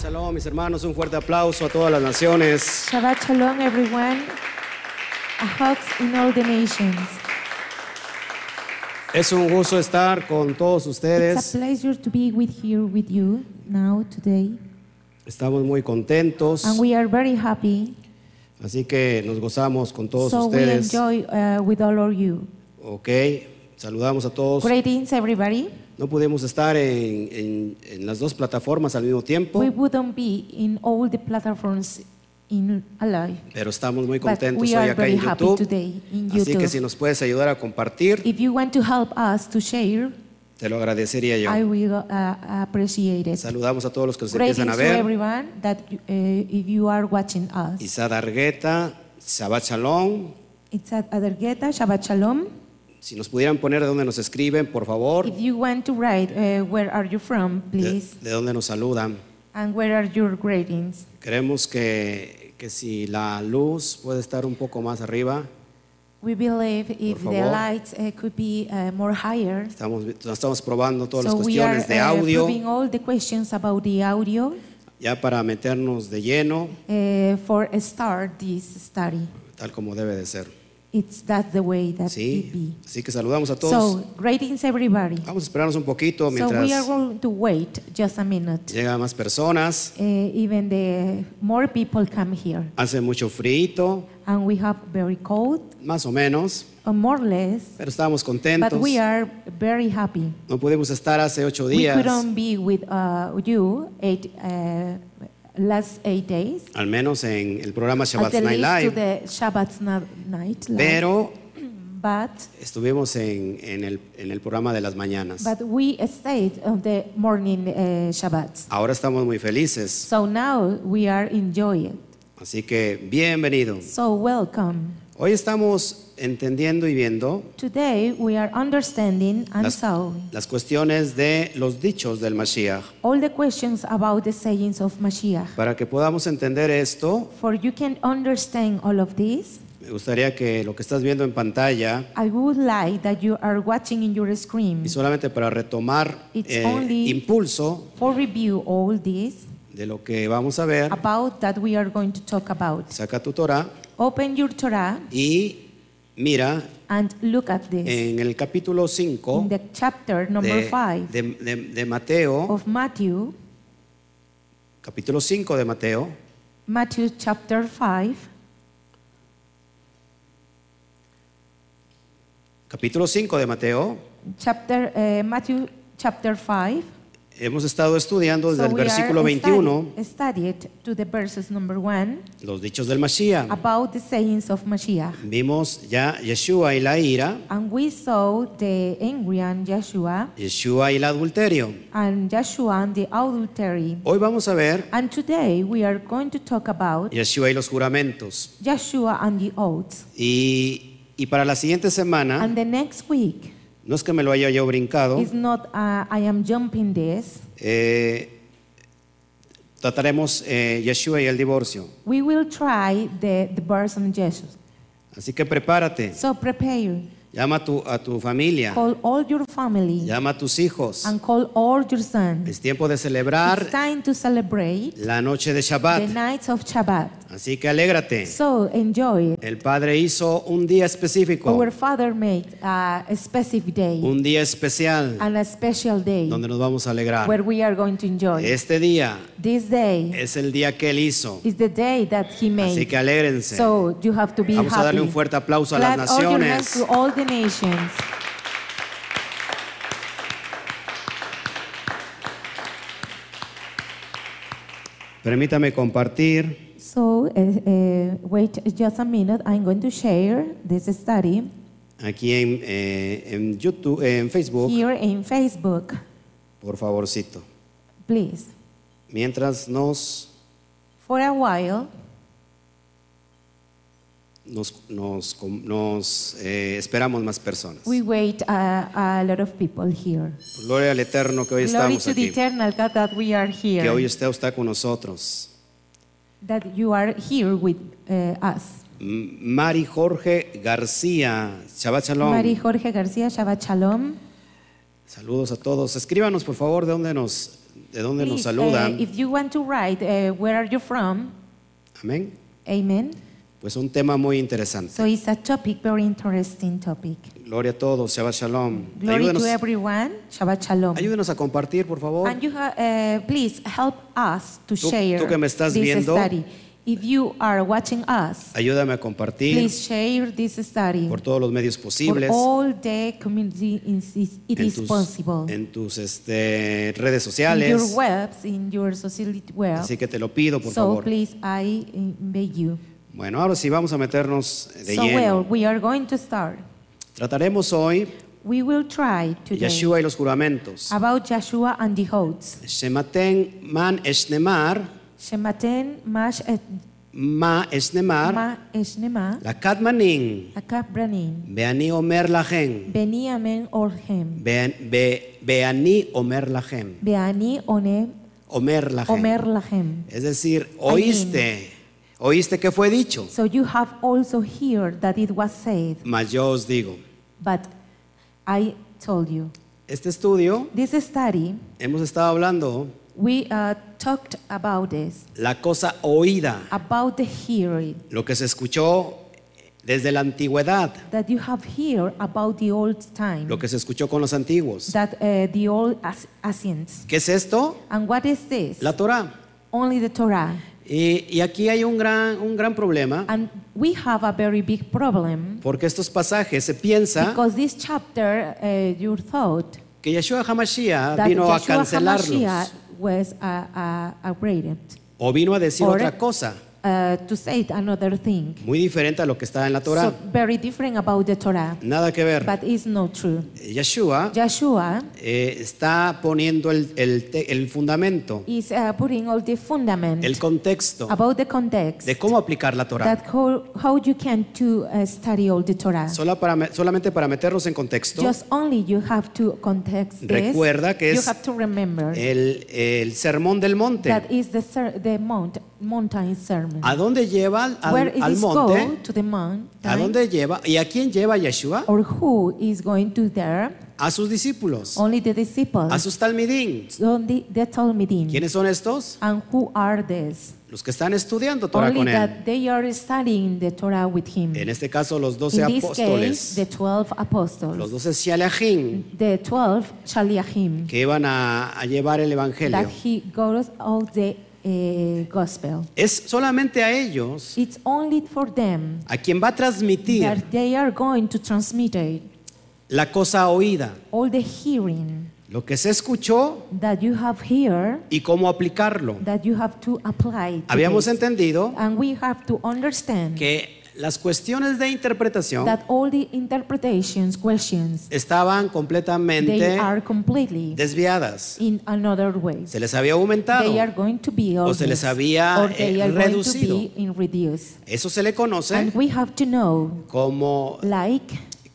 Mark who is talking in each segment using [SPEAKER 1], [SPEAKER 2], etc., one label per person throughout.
[SPEAKER 1] Shalom, mis hermanos. Un fuerte aplauso a todas las naciones.
[SPEAKER 2] Shabbat Shalom, everyone. A hug in all the nations.
[SPEAKER 1] Es un gusto estar con todos
[SPEAKER 2] It's a
[SPEAKER 1] ustedes.
[SPEAKER 2] pleasure to be with here with you now today,
[SPEAKER 1] Estamos muy contentos.
[SPEAKER 2] and we are very happy.
[SPEAKER 1] Así que nos gozamos con todos
[SPEAKER 2] so
[SPEAKER 1] ustedes.
[SPEAKER 2] we enjoy uh, with all of you.
[SPEAKER 1] Ok. Saludamos a todos.
[SPEAKER 2] Greetings, everybody.
[SPEAKER 1] No pudimos estar en, en- en las dos plataformas al mismo tiempo,
[SPEAKER 2] We wouldn't be in all the platforms in alive,
[SPEAKER 1] pero estamos muy
[SPEAKER 2] but
[SPEAKER 1] contentos
[SPEAKER 2] we
[SPEAKER 1] hoy
[SPEAKER 2] are
[SPEAKER 1] acá
[SPEAKER 2] very
[SPEAKER 1] en
[SPEAKER 2] happy
[SPEAKER 1] YouTube.
[SPEAKER 2] today in
[SPEAKER 1] Así que
[SPEAKER 2] YouTube.
[SPEAKER 1] si nos puedes ayudar a compartir,
[SPEAKER 2] if you want to help us to share,
[SPEAKER 1] te lo agradecería yo.
[SPEAKER 2] I will uh, appreciate it.
[SPEAKER 1] Saludamos a todos los que nos
[SPEAKER 2] Greetings
[SPEAKER 1] empiezan a
[SPEAKER 2] to
[SPEAKER 1] ver.
[SPEAKER 2] everyone that uh, if you are watching us.
[SPEAKER 1] Isad Argueta, Sabat Shalom.
[SPEAKER 2] It's at Adargueta, Shabbat Shalom.
[SPEAKER 1] Si nos pudieran poner de dónde nos escriben, por favor,
[SPEAKER 2] If you want to write, uh, where are you from,
[SPEAKER 1] de,
[SPEAKER 2] please?
[SPEAKER 1] de dónde nos saludan.
[SPEAKER 2] And where are your greetings?
[SPEAKER 1] Creemos que, que si la luz puede estar un poco más arriba,
[SPEAKER 2] We believe if
[SPEAKER 1] Por
[SPEAKER 2] the
[SPEAKER 1] favor.
[SPEAKER 2] lights uh, could be uh, more higher.
[SPEAKER 1] estamos, estamos probando todas las
[SPEAKER 2] so we are
[SPEAKER 1] cuestiones de
[SPEAKER 2] uh,
[SPEAKER 1] audio,
[SPEAKER 2] proving all the questions about the audio
[SPEAKER 1] ya para meternos de lleno,
[SPEAKER 2] uh, for a start this study.
[SPEAKER 1] tal como debe de ser.
[SPEAKER 2] It's that's the way that it be.
[SPEAKER 1] Sí, así que saludamos a
[SPEAKER 2] So
[SPEAKER 1] todos.
[SPEAKER 2] greetings everybody.
[SPEAKER 1] Vamos a esperarnos un poquito
[SPEAKER 2] So we are
[SPEAKER 1] mientras
[SPEAKER 2] going to wait just a minute.
[SPEAKER 1] llegan más personas.
[SPEAKER 2] Uh, even the more people come here,
[SPEAKER 1] Hace mucho frío,
[SPEAKER 2] and we have very cold.
[SPEAKER 1] más o menos,
[SPEAKER 2] or more or less,
[SPEAKER 1] pero estamos
[SPEAKER 2] but
[SPEAKER 1] contentos.
[SPEAKER 2] we are very happy.
[SPEAKER 1] No pudimos estar hace ocho
[SPEAKER 2] We um,
[SPEAKER 1] días,
[SPEAKER 2] couldn't be with uh, you eight, uh, last eight days,
[SPEAKER 1] al menos en el programa
[SPEAKER 2] at the
[SPEAKER 1] Shabbat Night
[SPEAKER 2] least to
[SPEAKER 1] Live,
[SPEAKER 2] the Shabbat na- night. live.
[SPEAKER 1] pero
[SPEAKER 2] but
[SPEAKER 1] estuvimos en, en el, en el programa de las mañanas.
[SPEAKER 2] but we stayed on the morning uh, Shabbat.
[SPEAKER 1] Ahora estamos muy felices,
[SPEAKER 2] So now we are enjoying.
[SPEAKER 1] así que bienvenidos.
[SPEAKER 2] So welcome.
[SPEAKER 1] Hoy estamos entendiendo y viendo
[SPEAKER 2] Today we are understanding and
[SPEAKER 1] las,
[SPEAKER 2] so
[SPEAKER 1] las cuestiones de los dichos del Mashiach.
[SPEAKER 2] all the questions about the sayings of Mashiach.
[SPEAKER 1] Para que podamos entender esto,
[SPEAKER 2] For you can understand all of this,
[SPEAKER 1] me gustaría que lo que estás viendo en pantalla,
[SPEAKER 2] I would like that you are watching in your screen
[SPEAKER 1] y solamente para retomar
[SPEAKER 2] It's
[SPEAKER 1] eh,
[SPEAKER 2] only-
[SPEAKER 1] impulso
[SPEAKER 2] for review all this
[SPEAKER 1] de lo que vamos a ver,
[SPEAKER 2] about that we are going to talk about.
[SPEAKER 1] saca tu Torah
[SPEAKER 2] Open your Torah
[SPEAKER 1] y mira
[SPEAKER 2] and look at this
[SPEAKER 1] en el capítulo
[SPEAKER 2] in
[SPEAKER 1] 5
[SPEAKER 2] the chapter number
[SPEAKER 1] Eh, de,
[SPEAKER 2] 5
[SPEAKER 1] de- de- de Mateo,
[SPEAKER 2] of Matthew,
[SPEAKER 1] capítulo 5 de Mateo,
[SPEAKER 2] Matthew chapter 5,
[SPEAKER 1] capítulo 5 de Mateo,
[SPEAKER 2] chapter uh, Matthew chapter 5.
[SPEAKER 1] hemos estado estudiando desde
[SPEAKER 2] So
[SPEAKER 1] el
[SPEAKER 2] we are
[SPEAKER 1] versículo
[SPEAKER 2] study-
[SPEAKER 1] 21
[SPEAKER 2] studied to the verses number 1
[SPEAKER 1] los dichos del Mashiach.
[SPEAKER 2] about the sayings of Mashiach.
[SPEAKER 1] Vimos ya Yeshua y la ira,
[SPEAKER 2] And we saw the angry and Joshua
[SPEAKER 1] Yeshua y el adulterio.
[SPEAKER 2] and Joshua and the adultery.
[SPEAKER 1] Hoy vamos a ver
[SPEAKER 2] And today we are going to talk about
[SPEAKER 1] Yeshua y los juramentos.
[SPEAKER 2] Joshua and the oaths.
[SPEAKER 1] Y, y para la siguiente semana,
[SPEAKER 2] And the next week
[SPEAKER 1] no es que me lo haya yo brincado,
[SPEAKER 2] is not uh, I am jumping this.
[SPEAKER 1] eh, trataremos eh, Yeshua y el divorcio.
[SPEAKER 2] We will try the the birth of Jesus.
[SPEAKER 1] Así que prepárate,
[SPEAKER 2] So prepare.
[SPEAKER 1] llama a tu, a tu familia,
[SPEAKER 2] Call all your family
[SPEAKER 1] llama a tus hijos.
[SPEAKER 2] and call all your sons.
[SPEAKER 1] Es tiempo de
[SPEAKER 2] It's
[SPEAKER 1] celebrar
[SPEAKER 2] time to celebrate
[SPEAKER 1] la noche de
[SPEAKER 2] the
[SPEAKER 1] Shabbat.
[SPEAKER 2] nights of Shabbat.
[SPEAKER 1] Así que alégrate.
[SPEAKER 2] So enjoy it.
[SPEAKER 1] El Padre hizo un día específico,
[SPEAKER 2] Our Father made uh, a specific day
[SPEAKER 1] Oh. un día especial
[SPEAKER 2] and a special day
[SPEAKER 1] donde nos vamos a alegrar.
[SPEAKER 2] where we are going to enjoy.
[SPEAKER 1] Este día
[SPEAKER 2] This day
[SPEAKER 1] es el día que Él hizo.
[SPEAKER 2] is the day that He
[SPEAKER 1] Así
[SPEAKER 2] made.
[SPEAKER 1] que alégrense.
[SPEAKER 2] So you have to be
[SPEAKER 1] Vamos a
[SPEAKER 2] happy.
[SPEAKER 1] darle un fuerte aplauso a las
[SPEAKER 2] Clap all your hands
[SPEAKER 1] naciones.
[SPEAKER 2] to all the nations.
[SPEAKER 1] Permítame compartir
[SPEAKER 2] So uh, uh, wait just a minute. I'm going to share this study
[SPEAKER 1] aquí en, eh, en YouTube, eh, en Facebook,
[SPEAKER 2] here in Facebook,
[SPEAKER 1] por favorcito.
[SPEAKER 2] please.
[SPEAKER 1] Mientras nos,
[SPEAKER 2] For a while,
[SPEAKER 1] nos, nos, nos, eh, esperamos más personas.
[SPEAKER 2] we wait uh, a lot of people here.
[SPEAKER 1] Gloria al Eterno que hoy
[SPEAKER 2] Glory
[SPEAKER 1] estamos
[SPEAKER 2] to the
[SPEAKER 1] aquí.
[SPEAKER 2] eternal God that we are
[SPEAKER 1] Que hoy
[SPEAKER 2] here,
[SPEAKER 1] usted está con nosotros.
[SPEAKER 2] that you are here with uh, us.
[SPEAKER 1] M- Mari Jorge García, Shabbat Shalom.
[SPEAKER 2] Mari Jorge García, Shabbat Shalom.
[SPEAKER 1] Saludos a todos. Escríbanos, por favor, de dónde nos, de dónde nos
[SPEAKER 2] Please, uh,
[SPEAKER 1] saludan.
[SPEAKER 2] if you want to write, uh, where are you from?
[SPEAKER 1] Amén.
[SPEAKER 2] Amen.
[SPEAKER 1] Pues un tema muy interesante.
[SPEAKER 2] So it's a topic, very interesting topic.
[SPEAKER 1] Gloria a todos, Shabbat Shalom.
[SPEAKER 2] Glory
[SPEAKER 1] Ayúdenos,
[SPEAKER 2] to everyone. Shabbat shalom.
[SPEAKER 1] ayúdenos a compartir, por favor.
[SPEAKER 2] And you ha- uh, please help us to
[SPEAKER 1] Tú-
[SPEAKER 2] share
[SPEAKER 1] tú que me estás
[SPEAKER 2] this
[SPEAKER 1] viendo.
[SPEAKER 2] study. If you are watching us,
[SPEAKER 1] Ayúdame a compartir
[SPEAKER 2] please share this study
[SPEAKER 1] por todos los medios
[SPEAKER 2] for
[SPEAKER 1] posibles.
[SPEAKER 2] all the community. in- is- It
[SPEAKER 1] en
[SPEAKER 2] is
[SPEAKER 1] tus,
[SPEAKER 2] possible.
[SPEAKER 1] en tus, este, redes
[SPEAKER 2] in
[SPEAKER 1] sociales.
[SPEAKER 2] your webs, in your social web.
[SPEAKER 1] Así que te lo pido, por
[SPEAKER 2] so
[SPEAKER 1] favor.
[SPEAKER 2] please, I invite you.
[SPEAKER 1] Bueno, ahora sí vamos a meternos de
[SPEAKER 2] so
[SPEAKER 1] lleno.
[SPEAKER 2] well, we are going to start.
[SPEAKER 1] Trataremos hoy
[SPEAKER 2] We will try today
[SPEAKER 1] Yeshua y los juramentos.
[SPEAKER 2] about Joshua and the oaths.
[SPEAKER 1] Shematen man eshnemar,
[SPEAKER 2] Shematen mash et
[SPEAKER 1] ma eshnemar,
[SPEAKER 2] ma eshnema
[SPEAKER 1] la katmanin,
[SPEAKER 2] akabranim
[SPEAKER 1] beani omer lahem,
[SPEAKER 2] beniamen orhem
[SPEAKER 1] Bean- be- beani omer lahem,
[SPEAKER 2] Beani one
[SPEAKER 1] omer
[SPEAKER 2] omer
[SPEAKER 1] lahem.
[SPEAKER 2] lahem.
[SPEAKER 1] Es decir, oíste, oíste que fue dicho,
[SPEAKER 2] So you have also heard that it was said,
[SPEAKER 1] mas yo os digo.
[SPEAKER 2] but I told you.
[SPEAKER 1] Este estudio,
[SPEAKER 2] This study,
[SPEAKER 1] hemos estado hablando
[SPEAKER 2] we uh, talked about this,
[SPEAKER 1] la cosa oída,
[SPEAKER 2] about the hearing
[SPEAKER 1] lo que se escuchó desde la antigüedad,
[SPEAKER 2] that you have heard about the old time,
[SPEAKER 1] lo que se escuchó con los antiguos.
[SPEAKER 2] that uh, the old as- ancients.
[SPEAKER 1] ¿Qué es esto?
[SPEAKER 2] And what is this?
[SPEAKER 1] La Torah.
[SPEAKER 2] Only the Torah.
[SPEAKER 1] Y, y aquí hay un gran, un gran problema,
[SPEAKER 2] And we have a very big problem
[SPEAKER 1] porque estos pasajes se piensa
[SPEAKER 2] because this chapter, uh, you thought
[SPEAKER 1] que Yeshua HaMashiach
[SPEAKER 2] that
[SPEAKER 1] vino a
[SPEAKER 2] Joshua
[SPEAKER 1] cancelarlos
[SPEAKER 2] HaMashiach was a, a, a brilliant,
[SPEAKER 1] o vino a decir
[SPEAKER 2] or-
[SPEAKER 1] otra cosa
[SPEAKER 2] uh, to say it another thing.
[SPEAKER 1] muy diferente a lo que está en la
[SPEAKER 2] So
[SPEAKER 1] Torah.
[SPEAKER 2] very different about the Torah,
[SPEAKER 1] Nada que ver.
[SPEAKER 2] but it's not true.
[SPEAKER 1] Yeshua
[SPEAKER 2] Joshua
[SPEAKER 1] eh, está poniendo el, el te- el fundamento,
[SPEAKER 2] is uh, putting all the fundament
[SPEAKER 1] el contexto
[SPEAKER 2] about the context
[SPEAKER 1] de cómo aplicar la Torah.
[SPEAKER 2] that how, how you can to uh, study all the Torah.
[SPEAKER 1] Sola para me- solamente para meternos en contexto,
[SPEAKER 2] Just only you have to context this.
[SPEAKER 1] Recuerda que
[SPEAKER 2] you
[SPEAKER 1] es
[SPEAKER 2] have to remember
[SPEAKER 1] el, el sermón del monte.
[SPEAKER 2] that is the ser- the mount mountain sermon.
[SPEAKER 1] ¿A dónde lleva al,
[SPEAKER 2] Where it
[SPEAKER 1] al
[SPEAKER 2] is go
[SPEAKER 1] monte?
[SPEAKER 2] to the mountain.
[SPEAKER 1] ¿A dónde lleva? ¿Y a quién lleva Yeshua?
[SPEAKER 2] or who is going to there?
[SPEAKER 1] A sus discípulos,
[SPEAKER 2] Only the
[SPEAKER 1] a
[SPEAKER 2] disciples.
[SPEAKER 1] sus talmidín.
[SPEAKER 2] Only the Talmudim.
[SPEAKER 1] ¿Quiénes son estos?
[SPEAKER 2] And who are these?
[SPEAKER 1] Los que están estudiando Torah
[SPEAKER 2] Only
[SPEAKER 1] con él.
[SPEAKER 2] that they are studying the Torah with him.
[SPEAKER 1] En este caso, los doce
[SPEAKER 2] In this case,
[SPEAKER 1] apóstoles,
[SPEAKER 2] the 12
[SPEAKER 1] los
[SPEAKER 2] apostles,
[SPEAKER 1] doce Shaleachim,
[SPEAKER 2] the 12 Shaliachim,
[SPEAKER 1] que iban a, a llevar el
[SPEAKER 2] that
[SPEAKER 1] Evangelio.
[SPEAKER 2] he goes all the eh, gospel.
[SPEAKER 1] Es solamente a ellos
[SPEAKER 2] It's only for them
[SPEAKER 1] a quien va a transmitir
[SPEAKER 2] that they are going to transmit it,
[SPEAKER 1] la cosa oída,
[SPEAKER 2] all the hearing
[SPEAKER 1] lo que se escuchó
[SPEAKER 2] that you have here
[SPEAKER 1] y cómo aplicarlo.
[SPEAKER 2] that you have to apply. to
[SPEAKER 1] Habíamos
[SPEAKER 2] this.
[SPEAKER 1] entendido
[SPEAKER 2] And we have to understand
[SPEAKER 1] que las cuestiones de interpretación
[SPEAKER 2] that all the interpretations, questions,
[SPEAKER 1] estaban completamente
[SPEAKER 2] they are completely
[SPEAKER 1] desviadas.
[SPEAKER 2] in another way.
[SPEAKER 1] Se les había
[SPEAKER 2] They are
[SPEAKER 1] aumentado.
[SPEAKER 2] going to be
[SPEAKER 1] O se les
[SPEAKER 2] obvious,
[SPEAKER 1] había,
[SPEAKER 2] or they
[SPEAKER 1] eh,
[SPEAKER 2] are going to
[SPEAKER 1] reducido.
[SPEAKER 2] be in reduce.
[SPEAKER 1] Eso se le conoce
[SPEAKER 2] And we have to know,
[SPEAKER 1] como
[SPEAKER 2] like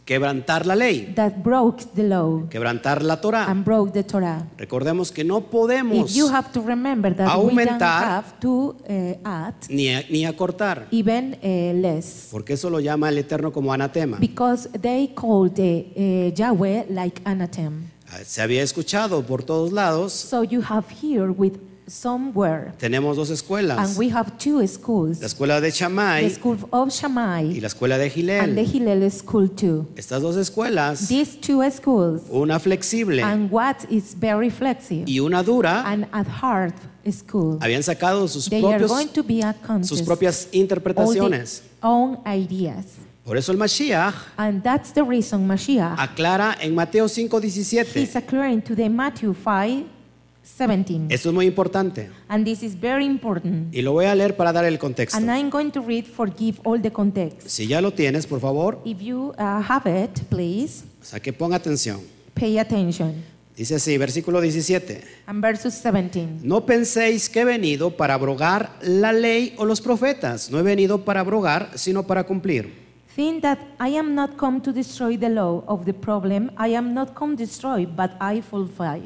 [SPEAKER 1] quebrantar la ley,
[SPEAKER 2] that broke the law
[SPEAKER 1] quebrantar la Torah.
[SPEAKER 2] and broke the Torah.
[SPEAKER 1] Recordemos que no
[SPEAKER 2] If
[SPEAKER 1] podemos
[SPEAKER 2] you have to remember that we don't
[SPEAKER 1] aumentar-
[SPEAKER 2] have to eh, add
[SPEAKER 1] ni, a- ni acortar,
[SPEAKER 2] even eh, less,
[SPEAKER 1] porque eso lo llama el Eterno como anatema.
[SPEAKER 2] because they called the eh, Yahweh like anathema.
[SPEAKER 1] Ah, Se había escuchado por todos lados.
[SPEAKER 2] So you have here with somewhere,
[SPEAKER 1] Tenemos dos
[SPEAKER 2] and
[SPEAKER 1] escuelas,
[SPEAKER 2] we have two schools,
[SPEAKER 1] la escuela de
[SPEAKER 2] the
[SPEAKER 1] Shammai
[SPEAKER 2] school of
[SPEAKER 1] y
[SPEAKER 2] Shammai
[SPEAKER 1] la escuela de
[SPEAKER 2] and the
[SPEAKER 1] Gilel.
[SPEAKER 2] Hillel school too.
[SPEAKER 1] Estas dos escuelas,
[SPEAKER 2] These two schools,
[SPEAKER 1] una flexible
[SPEAKER 2] and what is very flexible
[SPEAKER 1] y una dura,
[SPEAKER 2] and at heart school,
[SPEAKER 1] habían sacado sus
[SPEAKER 2] they are
[SPEAKER 1] propios
[SPEAKER 2] going to be a
[SPEAKER 1] sus
[SPEAKER 2] contest,
[SPEAKER 1] propias
[SPEAKER 2] all their
[SPEAKER 1] interpretaciones.
[SPEAKER 2] own ideas,
[SPEAKER 1] Por eso el Mashiach
[SPEAKER 2] and that's the reason Mashiach
[SPEAKER 1] aclara en Mateo 5:17.
[SPEAKER 2] is according to the Matthew 5, 17,
[SPEAKER 1] Esto es muy importante
[SPEAKER 2] and this is very important.
[SPEAKER 1] y lo voy a leer para dar el contexto.
[SPEAKER 2] And I'm going to read, forgive all the context.
[SPEAKER 1] Si ya lo tienes, por favor,
[SPEAKER 2] If you uh, have it, please
[SPEAKER 1] o sea que ponga atención.
[SPEAKER 2] pay attention.
[SPEAKER 1] Dice así, versículo 17.
[SPEAKER 2] And verse 17.
[SPEAKER 1] No penséis que he venido para abrogar la ley o los profetas. No he venido para abrogar, sino para cumplir.
[SPEAKER 2] Think that I am not come to destroy the law of the problem. I am not come destroy, but I fulfill.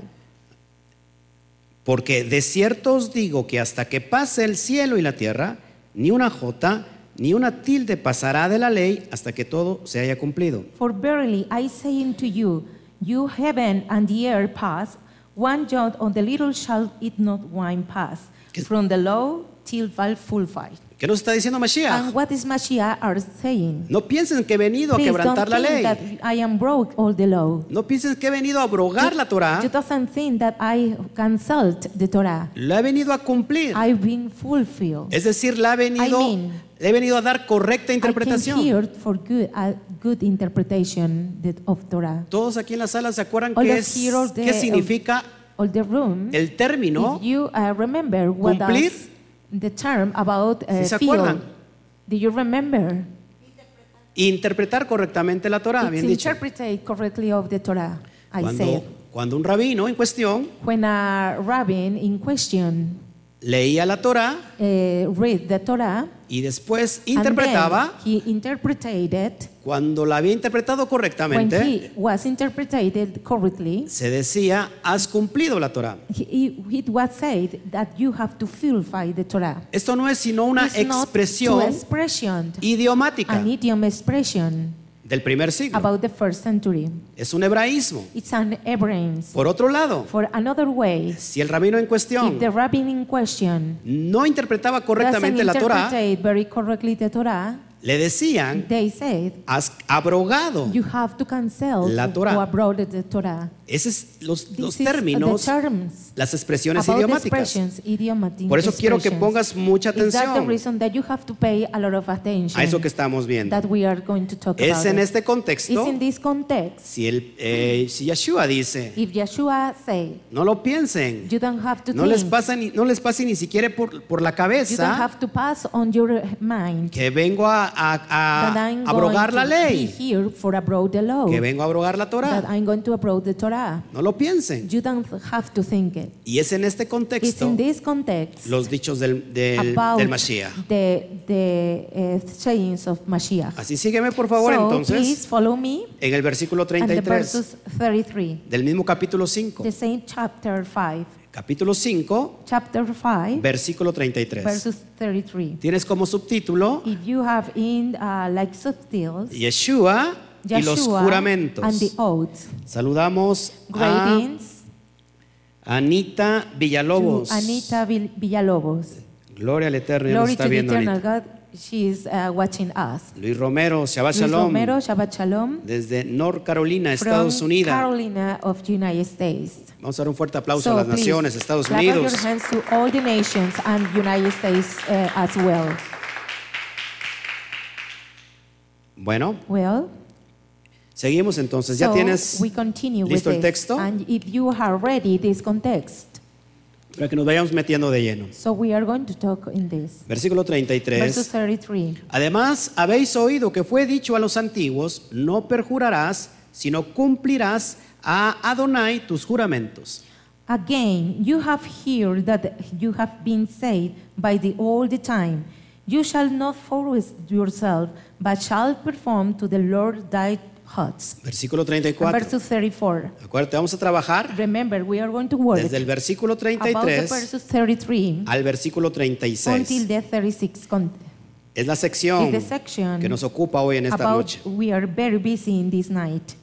[SPEAKER 1] Porque de cierto os digo que hasta que pase el cielo y la tierra, ni una jota, ni una tilde pasará de la ley hasta que todo se haya cumplido.
[SPEAKER 2] For verily I say unto you, you heaven and the earth pass, One jot on the little shall it not wine pass
[SPEAKER 1] ¿Qué-
[SPEAKER 2] from the law till thou fulfill.
[SPEAKER 1] ¿Qué nos está diciendo
[SPEAKER 2] And
[SPEAKER 1] Mashiach?
[SPEAKER 2] what is Mashiach are saying?
[SPEAKER 1] No piensen que he venido a
[SPEAKER 2] Please don't
[SPEAKER 1] quebrantar
[SPEAKER 2] think
[SPEAKER 1] la ley.
[SPEAKER 2] that I am broke all the law.
[SPEAKER 1] No piensen que he venido a abrogar la
[SPEAKER 2] You
[SPEAKER 1] Torah.
[SPEAKER 2] doesn't think that I cancelled the Torah.
[SPEAKER 1] La he venido a cumplir.
[SPEAKER 2] I've been fulfilled.
[SPEAKER 1] Es decir, la he venido,
[SPEAKER 2] mean,
[SPEAKER 1] he venido a dar correcta
[SPEAKER 2] I
[SPEAKER 1] interpretación.
[SPEAKER 2] came here for good, a good interpretation that- of Torah.
[SPEAKER 1] Todos aquí en la sala se acuerdan
[SPEAKER 2] All
[SPEAKER 1] qué,
[SPEAKER 2] of
[SPEAKER 1] es-
[SPEAKER 2] here, all the-
[SPEAKER 1] qué significa
[SPEAKER 2] All the room.
[SPEAKER 1] el término.
[SPEAKER 2] If you uh, remember what
[SPEAKER 1] Cumplir.
[SPEAKER 2] does the term about uh,
[SPEAKER 1] ¿Sí se
[SPEAKER 2] field?
[SPEAKER 1] acuerdan?
[SPEAKER 2] Do you remember?
[SPEAKER 1] Interpretar correctamente la Torah, Ah, bien
[SPEAKER 2] it's
[SPEAKER 1] dicho.
[SPEAKER 2] interpreted correctly of the Torah. I
[SPEAKER 1] Cuando,
[SPEAKER 2] said
[SPEAKER 1] cuando un rabino en cuestión
[SPEAKER 2] when a rabbin in question
[SPEAKER 1] leía la Torah
[SPEAKER 2] uh, read the Torah,
[SPEAKER 1] y después
[SPEAKER 2] and then
[SPEAKER 1] interpretaba,
[SPEAKER 2] he interpreted it.
[SPEAKER 1] cuando la había interpretado
[SPEAKER 2] When
[SPEAKER 1] correctamente,
[SPEAKER 2] he was interpreted correctly,
[SPEAKER 1] se decía, has cumplido la Torah.
[SPEAKER 2] he, he- it was said that you have to fulfill the Torah.
[SPEAKER 1] Esto no es sino una
[SPEAKER 2] It's not to
[SPEAKER 1] expresión
[SPEAKER 2] expression,
[SPEAKER 1] idiomática
[SPEAKER 2] an idiom expression
[SPEAKER 1] del primer siglo.
[SPEAKER 2] about the first century.
[SPEAKER 1] Es un hebraísmo.
[SPEAKER 2] It's an Abrams.
[SPEAKER 1] Por otro lado,
[SPEAKER 2] For another way,
[SPEAKER 1] si el rabino en
[SPEAKER 2] if
[SPEAKER 1] cuestión
[SPEAKER 2] the rabbin in question
[SPEAKER 1] no interpretaba correctamente
[SPEAKER 2] doesn't
[SPEAKER 1] la Torah,
[SPEAKER 2] interpret very correctly the Torah,
[SPEAKER 1] le decían,
[SPEAKER 2] they said
[SPEAKER 1] has abrogado.
[SPEAKER 2] you have to cancel
[SPEAKER 1] La Torah.
[SPEAKER 2] or abroad the Torah.
[SPEAKER 1] Esos son los, los
[SPEAKER 2] This is the
[SPEAKER 1] términos,
[SPEAKER 2] terms
[SPEAKER 1] las expresiones
[SPEAKER 2] about the
[SPEAKER 1] idiomáticas.
[SPEAKER 2] expressions, idiomatic
[SPEAKER 1] Por eso quiero que
[SPEAKER 2] expressions.
[SPEAKER 1] pongas mucha
[SPEAKER 2] Is that the
[SPEAKER 1] atención
[SPEAKER 2] reason that you have to pay a lot of attention
[SPEAKER 1] a eso que estamos viendo.
[SPEAKER 2] that we are going to talk
[SPEAKER 1] Es
[SPEAKER 2] about?
[SPEAKER 1] en
[SPEAKER 2] it?
[SPEAKER 1] este
[SPEAKER 2] It's
[SPEAKER 1] contexto,
[SPEAKER 2] in this context.
[SPEAKER 1] si, el, eh, si Yeshua dice,
[SPEAKER 2] If Yeshua say,
[SPEAKER 1] no lo piensen,
[SPEAKER 2] you don't have to
[SPEAKER 1] no
[SPEAKER 2] think,
[SPEAKER 1] les, pasa ni, no les pase ni siquiera por, por la
[SPEAKER 2] you don't
[SPEAKER 1] cabeza
[SPEAKER 2] have to pass on your mind
[SPEAKER 1] que vengo a, a- a
[SPEAKER 2] that I'm
[SPEAKER 1] abrogar
[SPEAKER 2] going
[SPEAKER 1] la
[SPEAKER 2] to be
[SPEAKER 1] ley,
[SPEAKER 2] here for abroad the law,
[SPEAKER 1] que vengo a abrogar la
[SPEAKER 2] that
[SPEAKER 1] Torah.
[SPEAKER 2] I'm going to abroad the Torah.
[SPEAKER 1] No lo piensen.
[SPEAKER 2] You don't have to think it.
[SPEAKER 1] Y es en este
[SPEAKER 2] It's
[SPEAKER 1] contexto
[SPEAKER 2] in this context
[SPEAKER 1] los dichos del, del,
[SPEAKER 2] about
[SPEAKER 1] del Mashiach.
[SPEAKER 2] the, the uh, sayings of Mashiach.
[SPEAKER 1] Así sígueme por favor
[SPEAKER 2] so
[SPEAKER 1] entonces
[SPEAKER 2] please follow me
[SPEAKER 1] en el versículo
[SPEAKER 2] and the
[SPEAKER 1] 33
[SPEAKER 2] verses 33,
[SPEAKER 1] del mismo capítulo 5.
[SPEAKER 2] the same chapter 5.
[SPEAKER 1] Capítulo 5,
[SPEAKER 2] Chapter 5,
[SPEAKER 1] versículo 33.
[SPEAKER 2] verses 33.
[SPEAKER 1] Tienes como subtítulo
[SPEAKER 2] If you have in uh, like subtitles,
[SPEAKER 1] Yeshua y los
[SPEAKER 2] and the
[SPEAKER 1] juramentos. Ah,
[SPEAKER 2] oaths,
[SPEAKER 1] Saludamos a
[SPEAKER 2] gradings
[SPEAKER 1] Anita
[SPEAKER 2] to
[SPEAKER 1] Villalobos.
[SPEAKER 2] Anita Vill- Villalobos.
[SPEAKER 1] Gloria al Eterno, ya nos
[SPEAKER 2] Glory
[SPEAKER 1] está
[SPEAKER 2] to the
[SPEAKER 1] viendo
[SPEAKER 2] eternal
[SPEAKER 1] Anita.
[SPEAKER 2] God. She is uh, watching us.
[SPEAKER 1] Luis Romero, Shabbat
[SPEAKER 2] Luis
[SPEAKER 1] Shalom,
[SPEAKER 2] Romero, Shabbat Shalom,
[SPEAKER 1] desde North Carolina, Estados
[SPEAKER 2] from
[SPEAKER 1] Unidos.
[SPEAKER 2] Carolina of United States.
[SPEAKER 1] Vamos a dar un fuerte aplauso
[SPEAKER 2] So
[SPEAKER 1] a las
[SPEAKER 2] please,
[SPEAKER 1] naciones, Estados
[SPEAKER 2] clap
[SPEAKER 1] Unidos.
[SPEAKER 2] your hands to all the nations and United States uh, as well.
[SPEAKER 1] Bueno,
[SPEAKER 2] Well,
[SPEAKER 1] seguimos entonces. ya
[SPEAKER 2] so
[SPEAKER 1] tienes
[SPEAKER 2] we continue with
[SPEAKER 1] listo el
[SPEAKER 2] this.
[SPEAKER 1] texto
[SPEAKER 2] And if you are ready, this context.
[SPEAKER 1] para que nos vayamos metiendo de lleno.
[SPEAKER 2] So we are going to talk in this.
[SPEAKER 1] Versículo 33.
[SPEAKER 2] Verse 33.
[SPEAKER 1] Además, habéis oído que fue dicho a los antiguos, no perjurarás, sino cumplirás a Adonai tus juramentos.
[SPEAKER 2] Again, you have heard that you have been said by the all the time, you shall not forest yourself, but shall perform to the Lord thy hearts.
[SPEAKER 1] Versículo
[SPEAKER 2] And
[SPEAKER 1] 34.
[SPEAKER 2] Verse 34.
[SPEAKER 1] Acuérdate, vamos a trabajar
[SPEAKER 2] Remember, we are going to work
[SPEAKER 1] desde el versículo
[SPEAKER 2] about the
[SPEAKER 1] 33
[SPEAKER 2] verses 33
[SPEAKER 1] al versículo
[SPEAKER 2] until
[SPEAKER 1] 36.
[SPEAKER 2] the 36 con-
[SPEAKER 1] Es la
[SPEAKER 2] is
[SPEAKER 1] sección
[SPEAKER 2] the section
[SPEAKER 1] que nos ocupa hoy en esta
[SPEAKER 2] about
[SPEAKER 1] noche.
[SPEAKER 2] we are very busy in this night.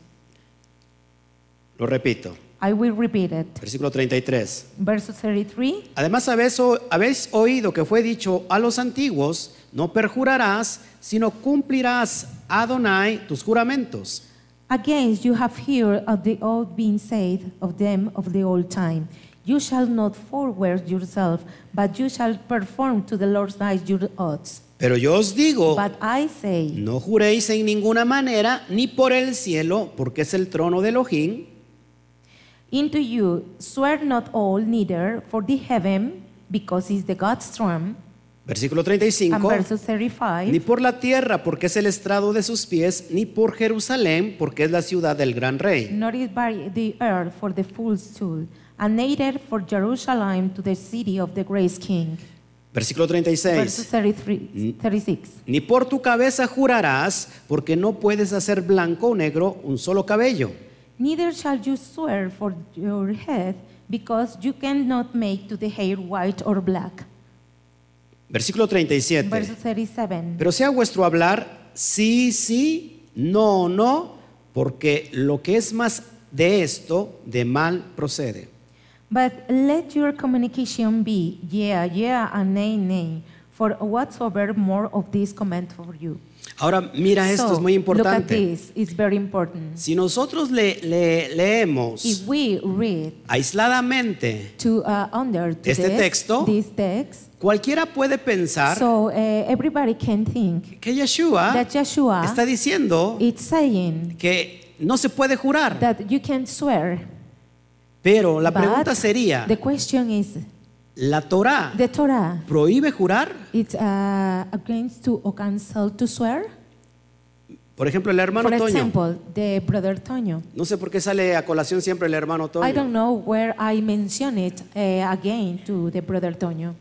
[SPEAKER 1] Lo repito,
[SPEAKER 2] I will repeat it.
[SPEAKER 1] versículo 33.
[SPEAKER 2] Verse 33.
[SPEAKER 1] Además habéis, o- habéis oído que fue dicho a los antiguos, no perjurarás, sino cumplirás a Adonai tus juramentos.
[SPEAKER 2] Against you have heard of the old being said of them of the old time. You shall not forward yourself, but you shall perform to the Lord's night your oaths.
[SPEAKER 1] Pero yo os digo,
[SPEAKER 2] But I say,
[SPEAKER 1] No juréis en ninguna manera, ni por el cielo, porque es el trono de Elohim,
[SPEAKER 2] Into you swear not all, neither for the heaven, because it's the God's throne.
[SPEAKER 1] versículo
[SPEAKER 2] And
[SPEAKER 1] 35,
[SPEAKER 2] verse 35.
[SPEAKER 1] ni por la tierra, porque es el estrado de sus pies, ni por Jerusalén, porque es la ciudad del gran rey.
[SPEAKER 2] Nor is by the earth for the fool's tool, and neither for Jerusalem to the city of the great king.
[SPEAKER 1] Versículo
[SPEAKER 2] Verse
[SPEAKER 1] 36,
[SPEAKER 2] 33, 36.
[SPEAKER 1] ni por tu cabeza jurarás, porque no puedes hacer blanco o negro un solo cabello.
[SPEAKER 2] Neither shall you swear for your head, because you cannot make to the hair white or black.
[SPEAKER 1] Versículo
[SPEAKER 2] Verse
[SPEAKER 1] 37,
[SPEAKER 2] 37.
[SPEAKER 1] pero sea vuestro hablar sí, sí, no, no, porque lo que es más de esto, de mal procede.
[SPEAKER 2] But let your communication be yeah, yeah, and nay, nay, for whatsoever more of this comment for you.
[SPEAKER 1] Ahora, mira, esto
[SPEAKER 2] so,
[SPEAKER 1] es muy
[SPEAKER 2] Look at
[SPEAKER 1] importante.
[SPEAKER 2] this, it's very important.
[SPEAKER 1] Si nosotros le, le-
[SPEAKER 2] If
[SPEAKER 1] leemos
[SPEAKER 2] we read
[SPEAKER 1] aisladamente,
[SPEAKER 2] to uh, under to
[SPEAKER 1] Este
[SPEAKER 2] this,
[SPEAKER 1] texto-
[SPEAKER 2] this text,
[SPEAKER 1] cualquiera puede pensar
[SPEAKER 2] so uh, everybody can think
[SPEAKER 1] que Yeshua
[SPEAKER 2] that Joshua
[SPEAKER 1] está diciendo
[SPEAKER 2] is saying
[SPEAKER 1] que no se puede jurar.
[SPEAKER 2] that you can swear.
[SPEAKER 1] Pero la pregunta
[SPEAKER 2] but
[SPEAKER 1] sería,
[SPEAKER 2] the question is,
[SPEAKER 1] ¿la Torá
[SPEAKER 2] the Torah,
[SPEAKER 1] prohíbe jurar?
[SPEAKER 2] it's uh, against to or cancel to swear?
[SPEAKER 1] Por ejemplo, el hermano
[SPEAKER 2] For
[SPEAKER 1] Toño.
[SPEAKER 2] example, the brother Toño.
[SPEAKER 1] No sé por qué sale a colación siempre el hermano
[SPEAKER 2] I
[SPEAKER 1] Toño.
[SPEAKER 2] don't know where I mention it eh, again to the brother Toño.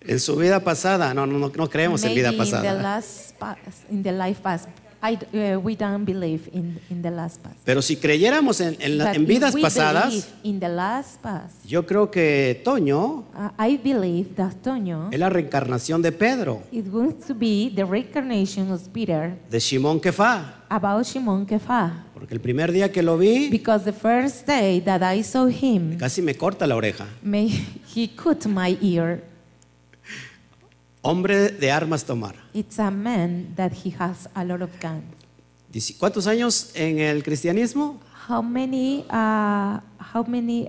[SPEAKER 1] En su vida pasada, no, no, no, no creemos
[SPEAKER 2] Maybe
[SPEAKER 1] en vida
[SPEAKER 2] in the
[SPEAKER 1] pasada.
[SPEAKER 2] last past, in the life past, I, d- uh, we don't believe in, in the last past.
[SPEAKER 1] Pero si creyéramos en, en la-
[SPEAKER 2] But
[SPEAKER 1] en
[SPEAKER 2] if
[SPEAKER 1] vidas
[SPEAKER 2] we
[SPEAKER 1] pasadas,
[SPEAKER 2] believe in the last past,
[SPEAKER 1] yo creo que Toño
[SPEAKER 2] uh, I believe that Toño
[SPEAKER 1] es la reencarnación de Pedro,
[SPEAKER 2] is going to be the reincarnation of Peter
[SPEAKER 1] de Shimón Kefá.
[SPEAKER 2] about Shimon Kefa.
[SPEAKER 1] Porque el primer día que lo vi,
[SPEAKER 2] Because the first day that I saw him,
[SPEAKER 1] casi me corta la oreja.
[SPEAKER 2] may, he cut my ear.
[SPEAKER 1] Hombre de armas tomar.
[SPEAKER 2] It's a man that he has a lot of guns.
[SPEAKER 1] Dice, ¿Cuántos años en el cristianismo?
[SPEAKER 2] How many, uh, how many uh,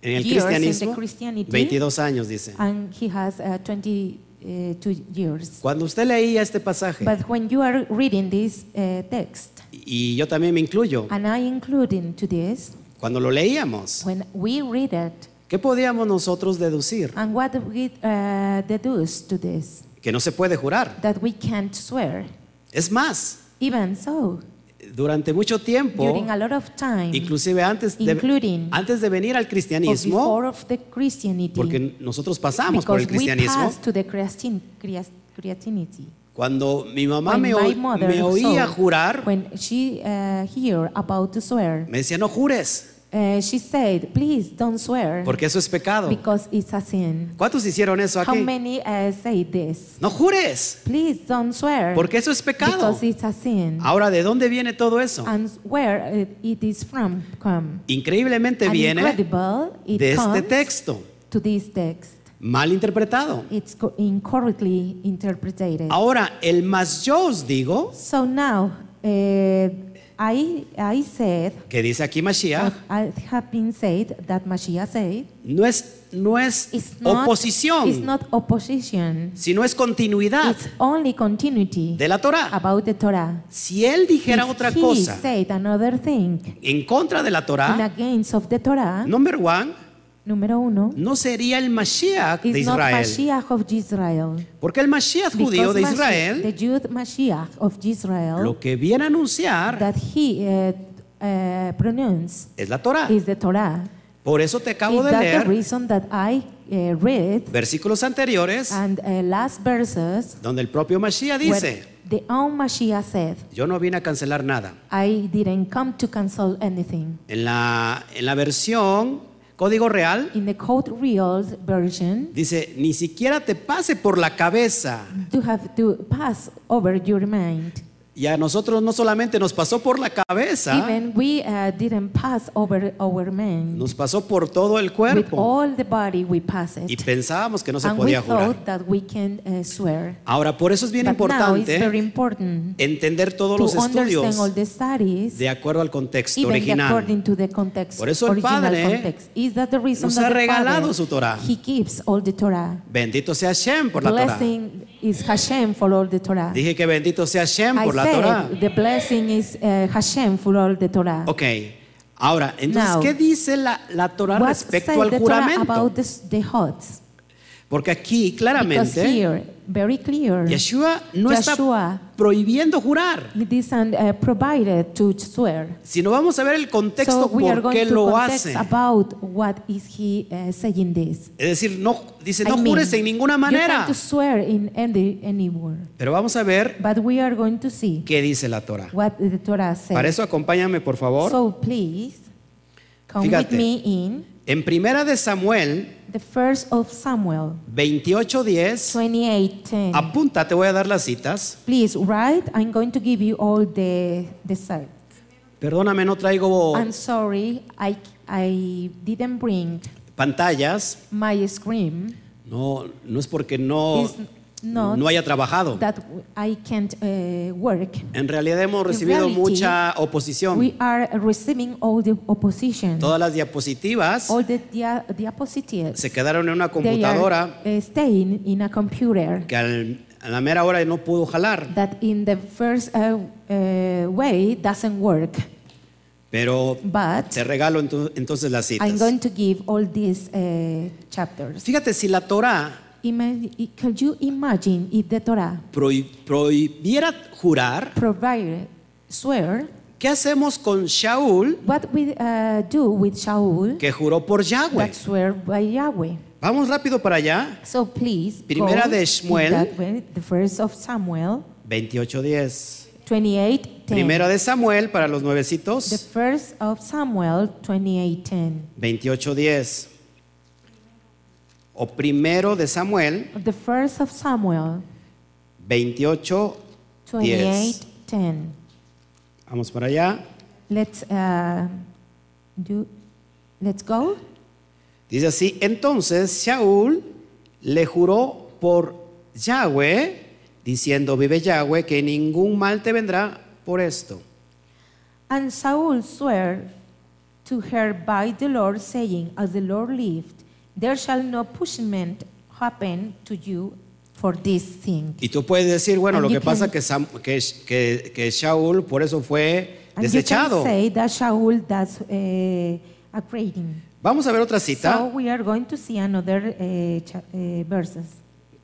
[SPEAKER 1] En el
[SPEAKER 2] years in the
[SPEAKER 1] cristianismo,
[SPEAKER 2] Christianity?
[SPEAKER 1] 22 años, dice.
[SPEAKER 2] And he has uh, 22 years.
[SPEAKER 1] Cuando usted leía este pasaje,
[SPEAKER 2] But when you are reading this uh, text,
[SPEAKER 1] y yo también me incluyo,
[SPEAKER 2] and I include into this,
[SPEAKER 1] cuando lo leíamos,
[SPEAKER 2] when we read it,
[SPEAKER 1] ¿qué podíamos nosotros deducir?
[SPEAKER 2] and what we uh, deduce to this,
[SPEAKER 1] Que no se puede jurar.
[SPEAKER 2] that we can't swear.
[SPEAKER 1] Es más,
[SPEAKER 2] Even so,
[SPEAKER 1] durante mucho tiempo,
[SPEAKER 2] during a lot of time,
[SPEAKER 1] inclusive antes de,
[SPEAKER 2] Including-
[SPEAKER 1] antes de venir al
[SPEAKER 2] or
[SPEAKER 1] cristianismo,
[SPEAKER 2] before of the Christianity,
[SPEAKER 1] porque nosotros pasamos por
[SPEAKER 2] because
[SPEAKER 1] el
[SPEAKER 2] we
[SPEAKER 1] cristianismo,
[SPEAKER 2] pass to the Christian, Christ- Christianity.
[SPEAKER 1] cuando mi mamá
[SPEAKER 2] When
[SPEAKER 1] me,
[SPEAKER 2] my
[SPEAKER 1] o-
[SPEAKER 2] mother
[SPEAKER 1] me oía
[SPEAKER 2] saw-
[SPEAKER 1] jurar,
[SPEAKER 2] When she uh, hear about to swear,
[SPEAKER 1] me decía, no jures,
[SPEAKER 2] uh, she said, "Please don't swear
[SPEAKER 1] porque eso es pecado.
[SPEAKER 2] because it's a sin."
[SPEAKER 1] ¿Cuántos hicieron eso
[SPEAKER 2] How
[SPEAKER 1] aquí?
[SPEAKER 2] many uh, say this?
[SPEAKER 1] No jures,
[SPEAKER 2] Please don't swear
[SPEAKER 1] porque eso es pecado. Ah,
[SPEAKER 2] because it's a sin.
[SPEAKER 1] Ahora, ¿de dónde viene todo eso?
[SPEAKER 2] And where it, it is from come?
[SPEAKER 1] Increíblemente
[SPEAKER 2] And
[SPEAKER 1] viene
[SPEAKER 2] incredible, it
[SPEAKER 1] de este
[SPEAKER 2] comes
[SPEAKER 1] texto,
[SPEAKER 2] to this text.
[SPEAKER 1] mal interpretado.
[SPEAKER 2] It's co- incorrectly interpreted.
[SPEAKER 1] Ahora, el más yo os digo,
[SPEAKER 2] So now, uh, I I said
[SPEAKER 1] que dice aquí Mashiach,
[SPEAKER 2] I have been said that Mashiach said
[SPEAKER 1] no es, no es
[SPEAKER 2] it's not It's
[SPEAKER 1] oposición,
[SPEAKER 2] not opposition.
[SPEAKER 1] sino es continuidad
[SPEAKER 2] It's only continuity
[SPEAKER 1] de la Torah.
[SPEAKER 2] about the Torah.
[SPEAKER 1] Si él dijera
[SPEAKER 2] If
[SPEAKER 1] otra
[SPEAKER 2] he
[SPEAKER 1] cosa
[SPEAKER 2] said another thing
[SPEAKER 1] en contra de la
[SPEAKER 2] in
[SPEAKER 1] Torah,
[SPEAKER 2] against of the Torah,
[SPEAKER 1] number one,
[SPEAKER 2] número uno,
[SPEAKER 1] no sería el Mashiach de
[SPEAKER 2] is not
[SPEAKER 1] Israel.
[SPEAKER 2] Mashiach of Israel.
[SPEAKER 1] Porque el Mashiach judío
[SPEAKER 2] Because
[SPEAKER 1] de
[SPEAKER 2] Mashiach- the
[SPEAKER 1] Israel,
[SPEAKER 2] Jude Mashiach of Israel
[SPEAKER 1] lo que viene a anunciar
[SPEAKER 2] that he uh, uh, pronounced
[SPEAKER 1] es la Torah.
[SPEAKER 2] is the Torah.
[SPEAKER 1] Por eso te acabo
[SPEAKER 2] is
[SPEAKER 1] de
[SPEAKER 2] that the
[SPEAKER 1] leer
[SPEAKER 2] reason that I uh, read
[SPEAKER 1] versículos anteriores
[SPEAKER 2] and uh, last verses
[SPEAKER 1] donde el propio Mashiach
[SPEAKER 2] where
[SPEAKER 1] dice,
[SPEAKER 2] the own Mashiach said,
[SPEAKER 1] yo no vine a cancelar nada.
[SPEAKER 2] I didn't come to cancel anything.
[SPEAKER 1] En la, en la versión Código Real
[SPEAKER 2] In the Code Real version,
[SPEAKER 1] dice, ni siquiera te pase por la cabeza.
[SPEAKER 2] you have to pass over your mind.
[SPEAKER 1] Y a nosotros no solamente nos pasó por la cabeza,
[SPEAKER 2] Even we uh, didn't pass over our mind.
[SPEAKER 1] nos pasó por todo el
[SPEAKER 2] With
[SPEAKER 1] cuerpo.
[SPEAKER 2] all the body we pass it.
[SPEAKER 1] Y pensábamos que no se
[SPEAKER 2] Oh, and we
[SPEAKER 1] podía jurar.
[SPEAKER 2] thought that we can uh, swear.
[SPEAKER 1] Ahora, por eso es bien
[SPEAKER 2] But now it's
[SPEAKER 1] importante
[SPEAKER 2] very important
[SPEAKER 1] entender todos
[SPEAKER 2] to
[SPEAKER 1] los
[SPEAKER 2] understand all
[SPEAKER 1] estudios
[SPEAKER 2] the studies,
[SPEAKER 1] de acuerdo al contexto
[SPEAKER 2] even
[SPEAKER 1] original.
[SPEAKER 2] according to the context,
[SPEAKER 1] Por eso el
[SPEAKER 2] original
[SPEAKER 1] Padre
[SPEAKER 2] context. Is that the reason
[SPEAKER 1] nos
[SPEAKER 2] that
[SPEAKER 1] ha
[SPEAKER 2] the
[SPEAKER 1] regalado
[SPEAKER 2] Father,
[SPEAKER 1] su Torah.
[SPEAKER 2] He keeps all the Torah.
[SPEAKER 1] Bendito sea Shem por la Torah.
[SPEAKER 2] blessing is Hashem for all the Torah.
[SPEAKER 1] Dije que bendito sea Shem
[SPEAKER 2] I
[SPEAKER 1] por la
[SPEAKER 2] said
[SPEAKER 1] Torah.
[SPEAKER 2] the blessing is uh, Hashem for all the Torah.
[SPEAKER 1] Ok. Ahora, entonces,
[SPEAKER 2] Now,
[SPEAKER 1] ¿qué dice la, la Torah
[SPEAKER 2] What
[SPEAKER 1] respecto
[SPEAKER 2] said
[SPEAKER 1] al
[SPEAKER 2] the Torah
[SPEAKER 1] juramento?
[SPEAKER 2] about this, the hots?
[SPEAKER 1] Porque aquí
[SPEAKER 2] Because
[SPEAKER 1] claramente
[SPEAKER 2] here, very clear,
[SPEAKER 1] Yeshua no está
[SPEAKER 2] Yeshua.
[SPEAKER 1] prohibiendo jurar,
[SPEAKER 2] it is an, uh, provided to swear.
[SPEAKER 1] sino vamos a ver el
[SPEAKER 2] so
[SPEAKER 1] contexto
[SPEAKER 2] we are
[SPEAKER 1] por
[SPEAKER 2] going
[SPEAKER 1] qué
[SPEAKER 2] to
[SPEAKER 1] lo
[SPEAKER 2] context
[SPEAKER 1] hace.
[SPEAKER 2] about what is he uh, saying this.
[SPEAKER 1] Es decir, no dice
[SPEAKER 2] I
[SPEAKER 1] no
[SPEAKER 2] mean,
[SPEAKER 1] jures en ninguna
[SPEAKER 2] You
[SPEAKER 1] manera.
[SPEAKER 2] can't swear in any anywhere,
[SPEAKER 1] Pero vamos a ver
[SPEAKER 2] but we are going to see
[SPEAKER 1] qué dice la Torah.
[SPEAKER 2] what the
[SPEAKER 1] Para
[SPEAKER 2] Torah says.
[SPEAKER 1] eso acompáñame, por favor.
[SPEAKER 2] So please come with
[SPEAKER 1] Fíjate.
[SPEAKER 2] me in
[SPEAKER 1] En Primera de Samuel
[SPEAKER 2] the first of Samuel
[SPEAKER 1] 28:10,
[SPEAKER 2] 28:10.
[SPEAKER 1] apunta, te voy a dar las citas.
[SPEAKER 2] Please write. I'm going to give you all the the sites.
[SPEAKER 1] Perdóname, no traigo
[SPEAKER 2] I'm sorry. I I didn't bring
[SPEAKER 1] Pantallas,
[SPEAKER 2] my screen
[SPEAKER 1] no, no es porque no,
[SPEAKER 2] It's not
[SPEAKER 1] Oh. no haya trabajado.
[SPEAKER 2] that I can't uh, work.
[SPEAKER 1] En realidad hemos
[SPEAKER 2] In
[SPEAKER 1] recibido
[SPEAKER 2] reality,
[SPEAKER 1] mucha oposición.
[SPEAKER 2] We are receiving all the opposition,
[SPEAKER 1] Todas las diapositivas
[SPEAKER 2] all the dia- diapositives.
[SPEAKER 1] se quedaron en una
[SPEAKER 2] They
[SPEAKER 1] computadora
[SPEAKER 2] are, uh, staying in a computer
[SPEAKER 1] que al- a la mera hora no pudo jalar.
[SPEAKER 2] that in the first uh, uh, way doesn't work.
[SPEAKER 1] Pero
[SPEAKER 2] But
[SPEAKER 1] te regalo ento- entonces las
[SPEAKER 2] I'm
[SPEAKER 1] citas.
[SPEAKER 2] going to give all these uh, chapters.
[SPEAKER 1] Fíjate, si la Torah
[SPEAKER 2] Ima- i- could you imagine if the Torah
[SPEAKER 1] prohi- prohibiera jurar,
[SPEAKER 2] provided swear
[SPEAKER 1] ¿qué hacemos con Shaul
[SPEAKER 2] what we uh, do with Shaul
[SPEAKER 1] que juró por Yahweh?
[SPEAKER 2] that swear by Yahweh?
[SPEAKER 1] Vamos rápido para allá.
[SPEAKER 2] So please
[SPEAKER 1] Primera
[SPEAKER 2] go
[SPEAKER 1] de
[SPEAKER 2] in
[SPEAKER 1] Shmuel.
[SPEAKER 2] that way, the first of Samuel
[SPEAKER 1] 28.10.
[SPEAKER 2] 28:10.
[SPEAKER 1] Primera de Samuel para los
[SPEAKER 2] The
[SPEAKER 1] nuevecitos.
[SPEAKER 2] first of Samuel 28:10.
[SPEAKER 1] 28.10. O primero de Samuel
[SPEAKER 2] The first of Samuel
[SPEAKER 1] 28.10.
[SPEAKER 2] 28:10.
[SPEAKER 1] Vamos para allá.
[SPEAKER 2] Let's uh, do. Let's go.
[SPEAKER 1] Dice así, entonces Shaul le juró por Yahweh, diciendo, vive Yahweh, que ningún mal te vendrá por esto.
[SPEAKER 2] And Saul swore to her by the Lord, saying, As the Lord lived, there shall no punishment happen to you for this thing.
[SPEAKER 1] Y tú puedes decir, bueno,
[SPEAKER 2] And
[SPEAKER 1] lo
[SPEAKER 2] you
[SPEAKER 1] que pasa
[SPEAKER 2] can-
[SPEAKER 1] que, Sam- que, que, que Shaul por eso fue
[SPEAKER 2] And you can
[SPEAKER 1] desechado.
[SPEAKER 2] say that Shaul does uh, a grading.
[SPEAKER 1] Vamos a ver otra
[SPEAKER 2] So
[SPEAKER 1] cita.
[SPEAKER 2] we are going to see another uh, cha- uh, verses.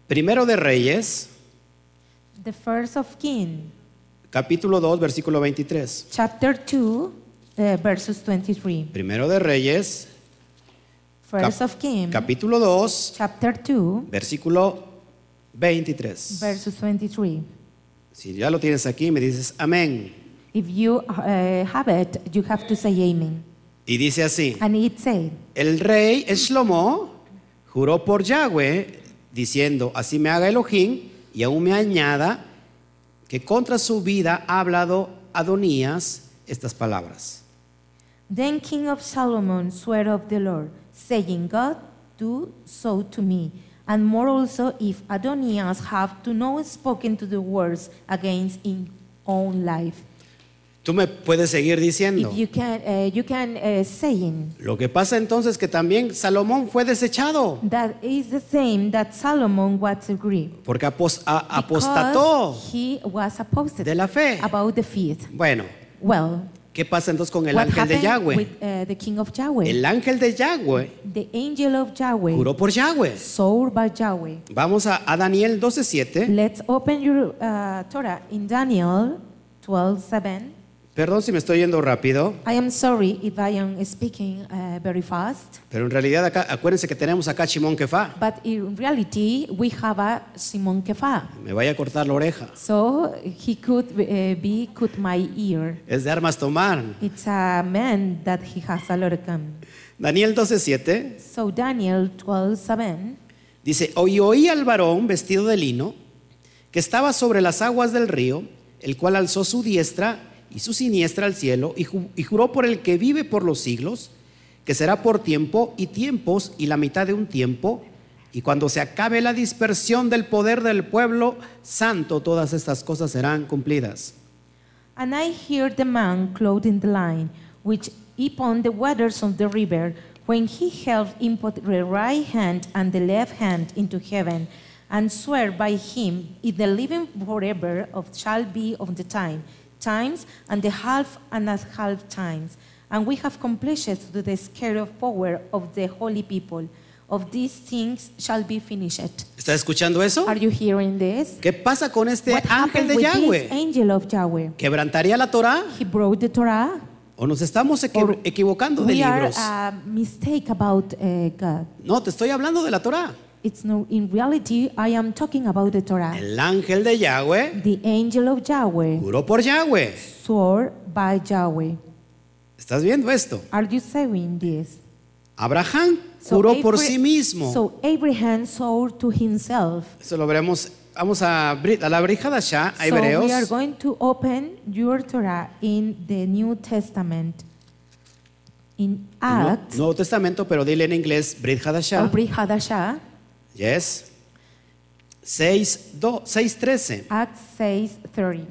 [SPEAKER 1] Primero de Reyes,
[SPEAKER 2] The first of King,
[SPEAKER 1] capítulo 2, versículo 23.
[SPEAKER 2] chapter 2, uh, verses 23.
[SPEAKER 1] Primero de Reyes,
[SPEAKER 2] First
[SPEAKER 1] Cap-
[SPEAKER 2] of King,
[SPEAKER 1] capítulo 2,
[SPEAKER 2] chapter 2,
[SPEAKER 1] versículo 23.
[SPEAKER 2] verses 23.
[SPEAKER 1] Si ya lo tienes aquí, me dices amén.
[SPEAKER 2] If you uh, have it, you have to say amen.
[SPEAKER 1] Y dice así.
[SPEAKER 2] And it said,
[SPEAKER 1] El rey Shlomo juró por Yahweh, diciendo, así me haga Elohim, y aún me añada que contra su vida ha hablado Adonías estas palabras.
[SPEAKER 2] Then King of Solomon swore of the Lord, saying, God, do so to me, and more also if Adonias have to know spoken to the words against in own life.
[SPEAKER 1] Tú me puedes seguir diciendo.
[SPEAKER 2] If you can, uh, you can uh, saying
[SPEAKER 1] Lo que pasa entonces que también Salomón fue desechado
[SPEAKER 2] that is the same that Solomon was agree.
[SPEAKER 1] porque apos- a-
[SPEAKER 2] Because
[SPEAKER 1] apostató
[SPEAKER 2] He was apostate
[SPEAKER 1] de la fe.
[SPEAKER 2] about the faith.
[SPEAKER 1] Bueno,
[SPEAKER 2] Well,
[SPEAKER 1] ¿qué pasa entonces con el
[SPEAKER 2] what
[SPEAKER 1] ángel de
[SPEAKER 2] happened
[SPEAKER 1] Yahweh?
[SPEAKER 2] with uh, the king of Yahweh?
[SPEAKER 1] El ángel de Yahweh
[SPEAKER 2] the angel of Yahweh,
[SPEAKER 1] juró por Yahweh.
[SPEAKER 2] sold by Yahweh.
[SPEAKER 1] Vamos a, a Daniel 12.7.
[SPEAKER 2] Let's open your uh, Torah in Daniel 12:7.
[SPEAKER 1] Perdón si me estoy yendo rápido,
[SPEAKER 2] I am sorry if I am speaking uh, very fast,
[SPEAKER 1] pero en realidad acá, acuérdense que tenemos acá a Shimon Kefa.
[SPEAKER 2] but in reality we have a Simon Kefa,
[SPEAKER 1] Me vaya a cortar la oreja.
[SPEAKER 2] so he could uh, be cut my ear.
[SPEAKER 1] Es de armas tomar.
[SPEAKER 2] It's a man that he has a lot of gun.
[SPEAKER 1] Daniel 12:7
[SPEAKER 2] So Daniel 12:7.
[SPEAKER 1] dice, "Oí oí al varón vestido de lino que estaba sobre las aguas del río, el cual alzó su diestra y su siniestra al cielo y, ju- y juró por el que vive por los siglos, que será por tiempo y tiempos y la mitad de un tiempo, y cuando se acabe la dispersión del poder del pueblo santo, todas estas cosas serán cumplidas."
[SPEAKER 2] And I heard the man clothed in the line, which upon the waters of the river, when he held in both the right hand and the left hand into heaven, and swear by him, if the living forever of shall be of the time, times, and the half and a half times. And we have completed to the scale of power of the holy people. Of these things shall be finished.
[SPEAKER 1] ¿Estás escuchando eso?
[SPEAKER 2] Are you hearing this?
[SPEAKER 1] ¿Qué pasa con este
[SPEAKER 2] What
[SPEAKER 1] ángel
[SPEAKER 2] happened
[SPEAKER 1] de
[SPEAKER 2] with
[SPEAKER 1] Yahweh?
[SPEAKER 2] this angel of Yahweh?
[SPEAKER 1] ¿Quebrantaría la Torá?
[SPEAKER 2] He brought the Torah.
[SPEAKER 1] ¿O nos estamos equi-
[SPEAKER 2] Or
[SPEAKER 1] equivocando de
[SPEAKER 2] we are uh,
[SPEAKER 1] libros?
[SPEAKER 2] a mistake about uh, God.
[SPEAKER 1] No, te estoy hablando de la Torá.
[SPEAKER 2] It's no. In reality, I am talking about the Torah.
[SPEAKER 1] El ángel de Yahweh
[SPEAKER 2] The angel of Yahweh
[SPEAKER 1] juró por Yahweh.
[SPEAKER 2] swore by Yahweh.
[SPEAKER 1] ¿Estás viendo esto?
[SPEAKER 2] Are you saying this?
[SPEAKER 1] Abraham juró por
[SPEAKER 2] Abra-
[SPEAKER 1] sí mismo.
[SPEAKER 2] So Abraham swore to himself.
[SPEAKER 1] Eso lo veremos. Vamos a, Bri- a la brijada ya, a
[SPEAKER 2] so
[SPEAKER 1] Hebreos.
[SPEAKER 2] we are going to open your Torah in the New Testament, in
[SPEAKER 1] No-
[SPEAKER 2] Acts
[SPEAKER 1] Nuevo Testamento, pero dile en inglés Brit Hadashah.
[SPEAKER 2] of Brit Hadashah,
[SPEAKER 1] Yes. 6, 2, 6.13.
[SPEAKER 2] Acts 6:30.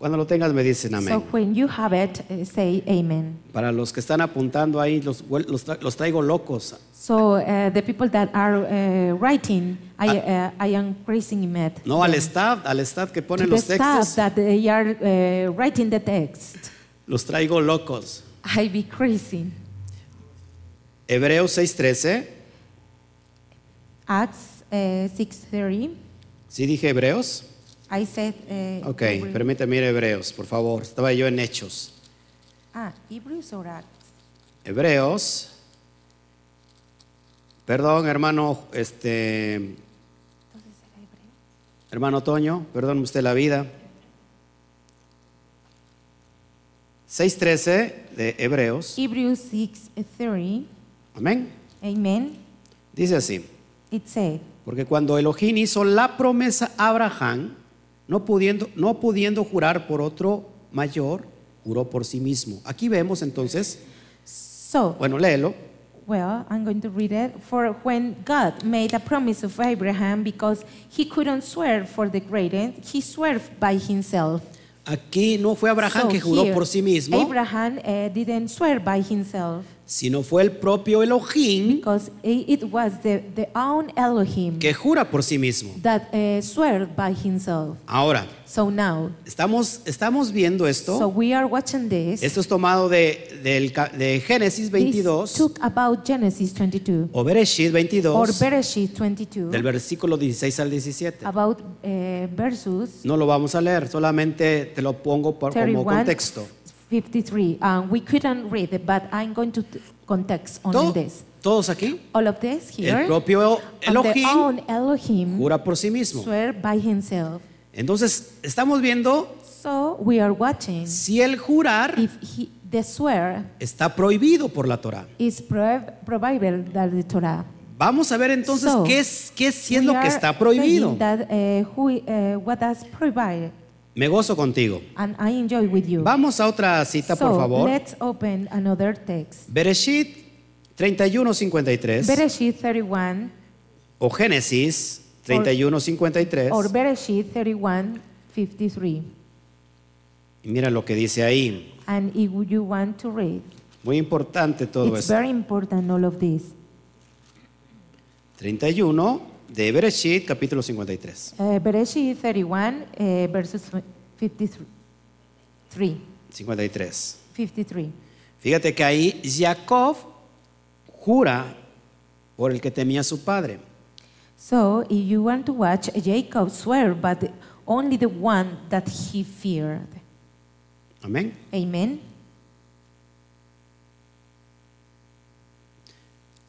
[SPEAKER 1] Cuando lo tengas me dicen amén.
[SPEAKER 2] So when you have it, eh, say amen.
[SPEAKER 1] Para los que están apuntando ahí, los, huel- los tra- los traigo locos.
[SPEAKER 2] So uh, the people that are uh, writing,
[SPEAKER 1] Ah.
[SPEAKER 2] I, uh, I am praising him at.
[SPEAKER 1] No al staff, al staff que
[SPEAKER 2] to
[SPEAKER 1] ponen
[SPEAKER 2] the
[SPEAKER 1] los
[SPEAKER 2] staff
[SPEAKER 1] textos,
[SPEAKER 2] that they are uh, writing the text.
[SPEAKER 1] los traigo locos.
[SPEAKER 2] I be crazy.
[SPEAKER 1] Hebreos 6.13.
[SPEAKER 2] Acts uh, 6.30,
[SPEAKER 1] ¿Sí dije Hebreos?
[SPEAKER 2] I said... Uh,
[SPEAKER 1] Ok,
[SPEAKER 2] Hebrew-
[SPEAKER 1] permíteme ir a Hebreos, por favor. Estaba yo en Hechos.
[SPEAKER 2] Ah, Hebrews or Acts?
[SPEAKER 1] Hebreos. Perdón, hermano, este. Hermano Toño, perdóneme usted la vida. 6.13 de Hebreos.
[SPEAKER 2] Hebrews 6.30,
[SPEAKER 1] Amén.
[SPEAKER 2] amen.
[SPEAKER 1] Dice así.
[SPEAKER 2] It said,
[SPEAKER 1] Porque cuando Elohim hizo la promesa a Abraham, no pudiendo, no pudiendo jurar por otro mayor, juró por sí mismo. Aquí vemos entonces,
[SPEAKER 2] so,
[SPEAKER 1] bueno, léelo.
[SPEAKER 2] Well, I'm going to read it. For when God made a promise of Abraham because he couldn't swear for the greatest, he swore by himself.
[SPEAKER 1] Aquí no fue Abraham
[SPEAKER 2] So
[SPEAKER 1] que juró
[SPEAKER 2] here,
[SPEAKER 1] por sí mismo,
[SPEAKER 2] Abraham eh, didn't swear by himself
[SPEAKER 1] sino fue el propio Elohim
[SPEAKER 2] because i- it was the, the own Elohim
[SPEAKER 1] que jura por sí mismo.
[SPEAKER 2] that uh, swear by himself.
[SPEAKER 1] Ahora,
[SPEAKER 2] So now,
[SPEAKER 1] estamos, estamos viendo
[SPEAKER 2] so
[SPEAKER 1] esto.
[SPEAKER 2] we are watching this.
[SPEAKER 1] Esto es tomado de, del ca- de Génesis
[SPEAKER 2] This
[SPEAKER 1] 22
[SPEAKER 2] took about Genesis 22
[SPEAKER 1] o Bereshit
[SPEAKER 2] or
[SPEAKER 1] 22,
[SPEAKER 2] Bereshit 22
[SPEAKER 1] del versículo 16 al 17.
[SPEAKER 2] about uh, versus
[SPEAKER 1] No lo vamos a leer, solamente te lo pongo por- como
[SPEAKER 2] 31,
[SPEAKER 1] contexto.
[SPEAKER 2] 53. Um, we couldn't read it, but I'm going to t- context on
[SPEAKER 1] To-
[SPEAKER 2] this.
[SPEAKER 1] todos aquí,
[SPEAKER 2] All of this here,
[SPEAKER 1] el propio
[SPEAKER 2] on their
[SPEAKER 1] Elohim
[SPEAKER 2] own Elohim,
[SPEAKER 1] jura por sí mismo.
[SPEAKER 2] swear by himself.
[SPEAKER 1] Entonces, estamos viendo
[SPEAKER 2] So we are watching
[SPEAKER 1] si el jurar
[SPEAKER 2] if he, the swear
[SPEAKER 1] está prohibido por la Torah.
[SPEAKER 2] is pro- prohibited by the Torah.
[SPEAKER 1] Vamos a ver entonces
[SPEAKER 2] So,
[SPEAKER 1] qué es, qué sí es
[SPEAKER 2] We
[SPEAKER 1] lo que
[SPEAKER 2] are
[SPEAKER 1] está prohibido.
[SPEAKER 2] saying That, uh, who, uh, what does prohibited,
[SPEAKER 1] Me gozo contigo.
[SPEAKER 2] and I enjoy with you.
[SPEAKER 1] Vamos a otra cita,
[SPEAKER 2] so
[SPEAKER 1] por favor.
[SPEAKER 2] let's open another text.
[SPEAKER 1] Bereshit 31:53
[SPEAKER 2] Bereshit 31
[SPEAKER 1] o Génesis 31:53.
[SPEAKER 2] or Bereshit 31, 53.
[SPEAKER 1] Y Mira lo que dice ahí.
[SPEAKER 2] And if you want to read,
[SPEAKER 1] Muy importante todo
[SPEAKER 2] it's
[SPEAKER 1] esto.
[SPEAKER 2] very important all of this.
[SPEAKER 1] 31 de Bereshit, capítulo 53.
[SPEAKER 2] Uh, Bereshit 31 uh, verses 53. Three.
[SPEAKER 1] 53.
[SPEAKER 2] 53.
[SPEAKER 1] Fíjate que ahí Jacob jura por el que temía a su padre.
[SPEAKER 2] So if you want to watch, Jacob swear, but only the one that he feared.
[SPEAKER 1] Amén.
[SPEAKER 2] Amen.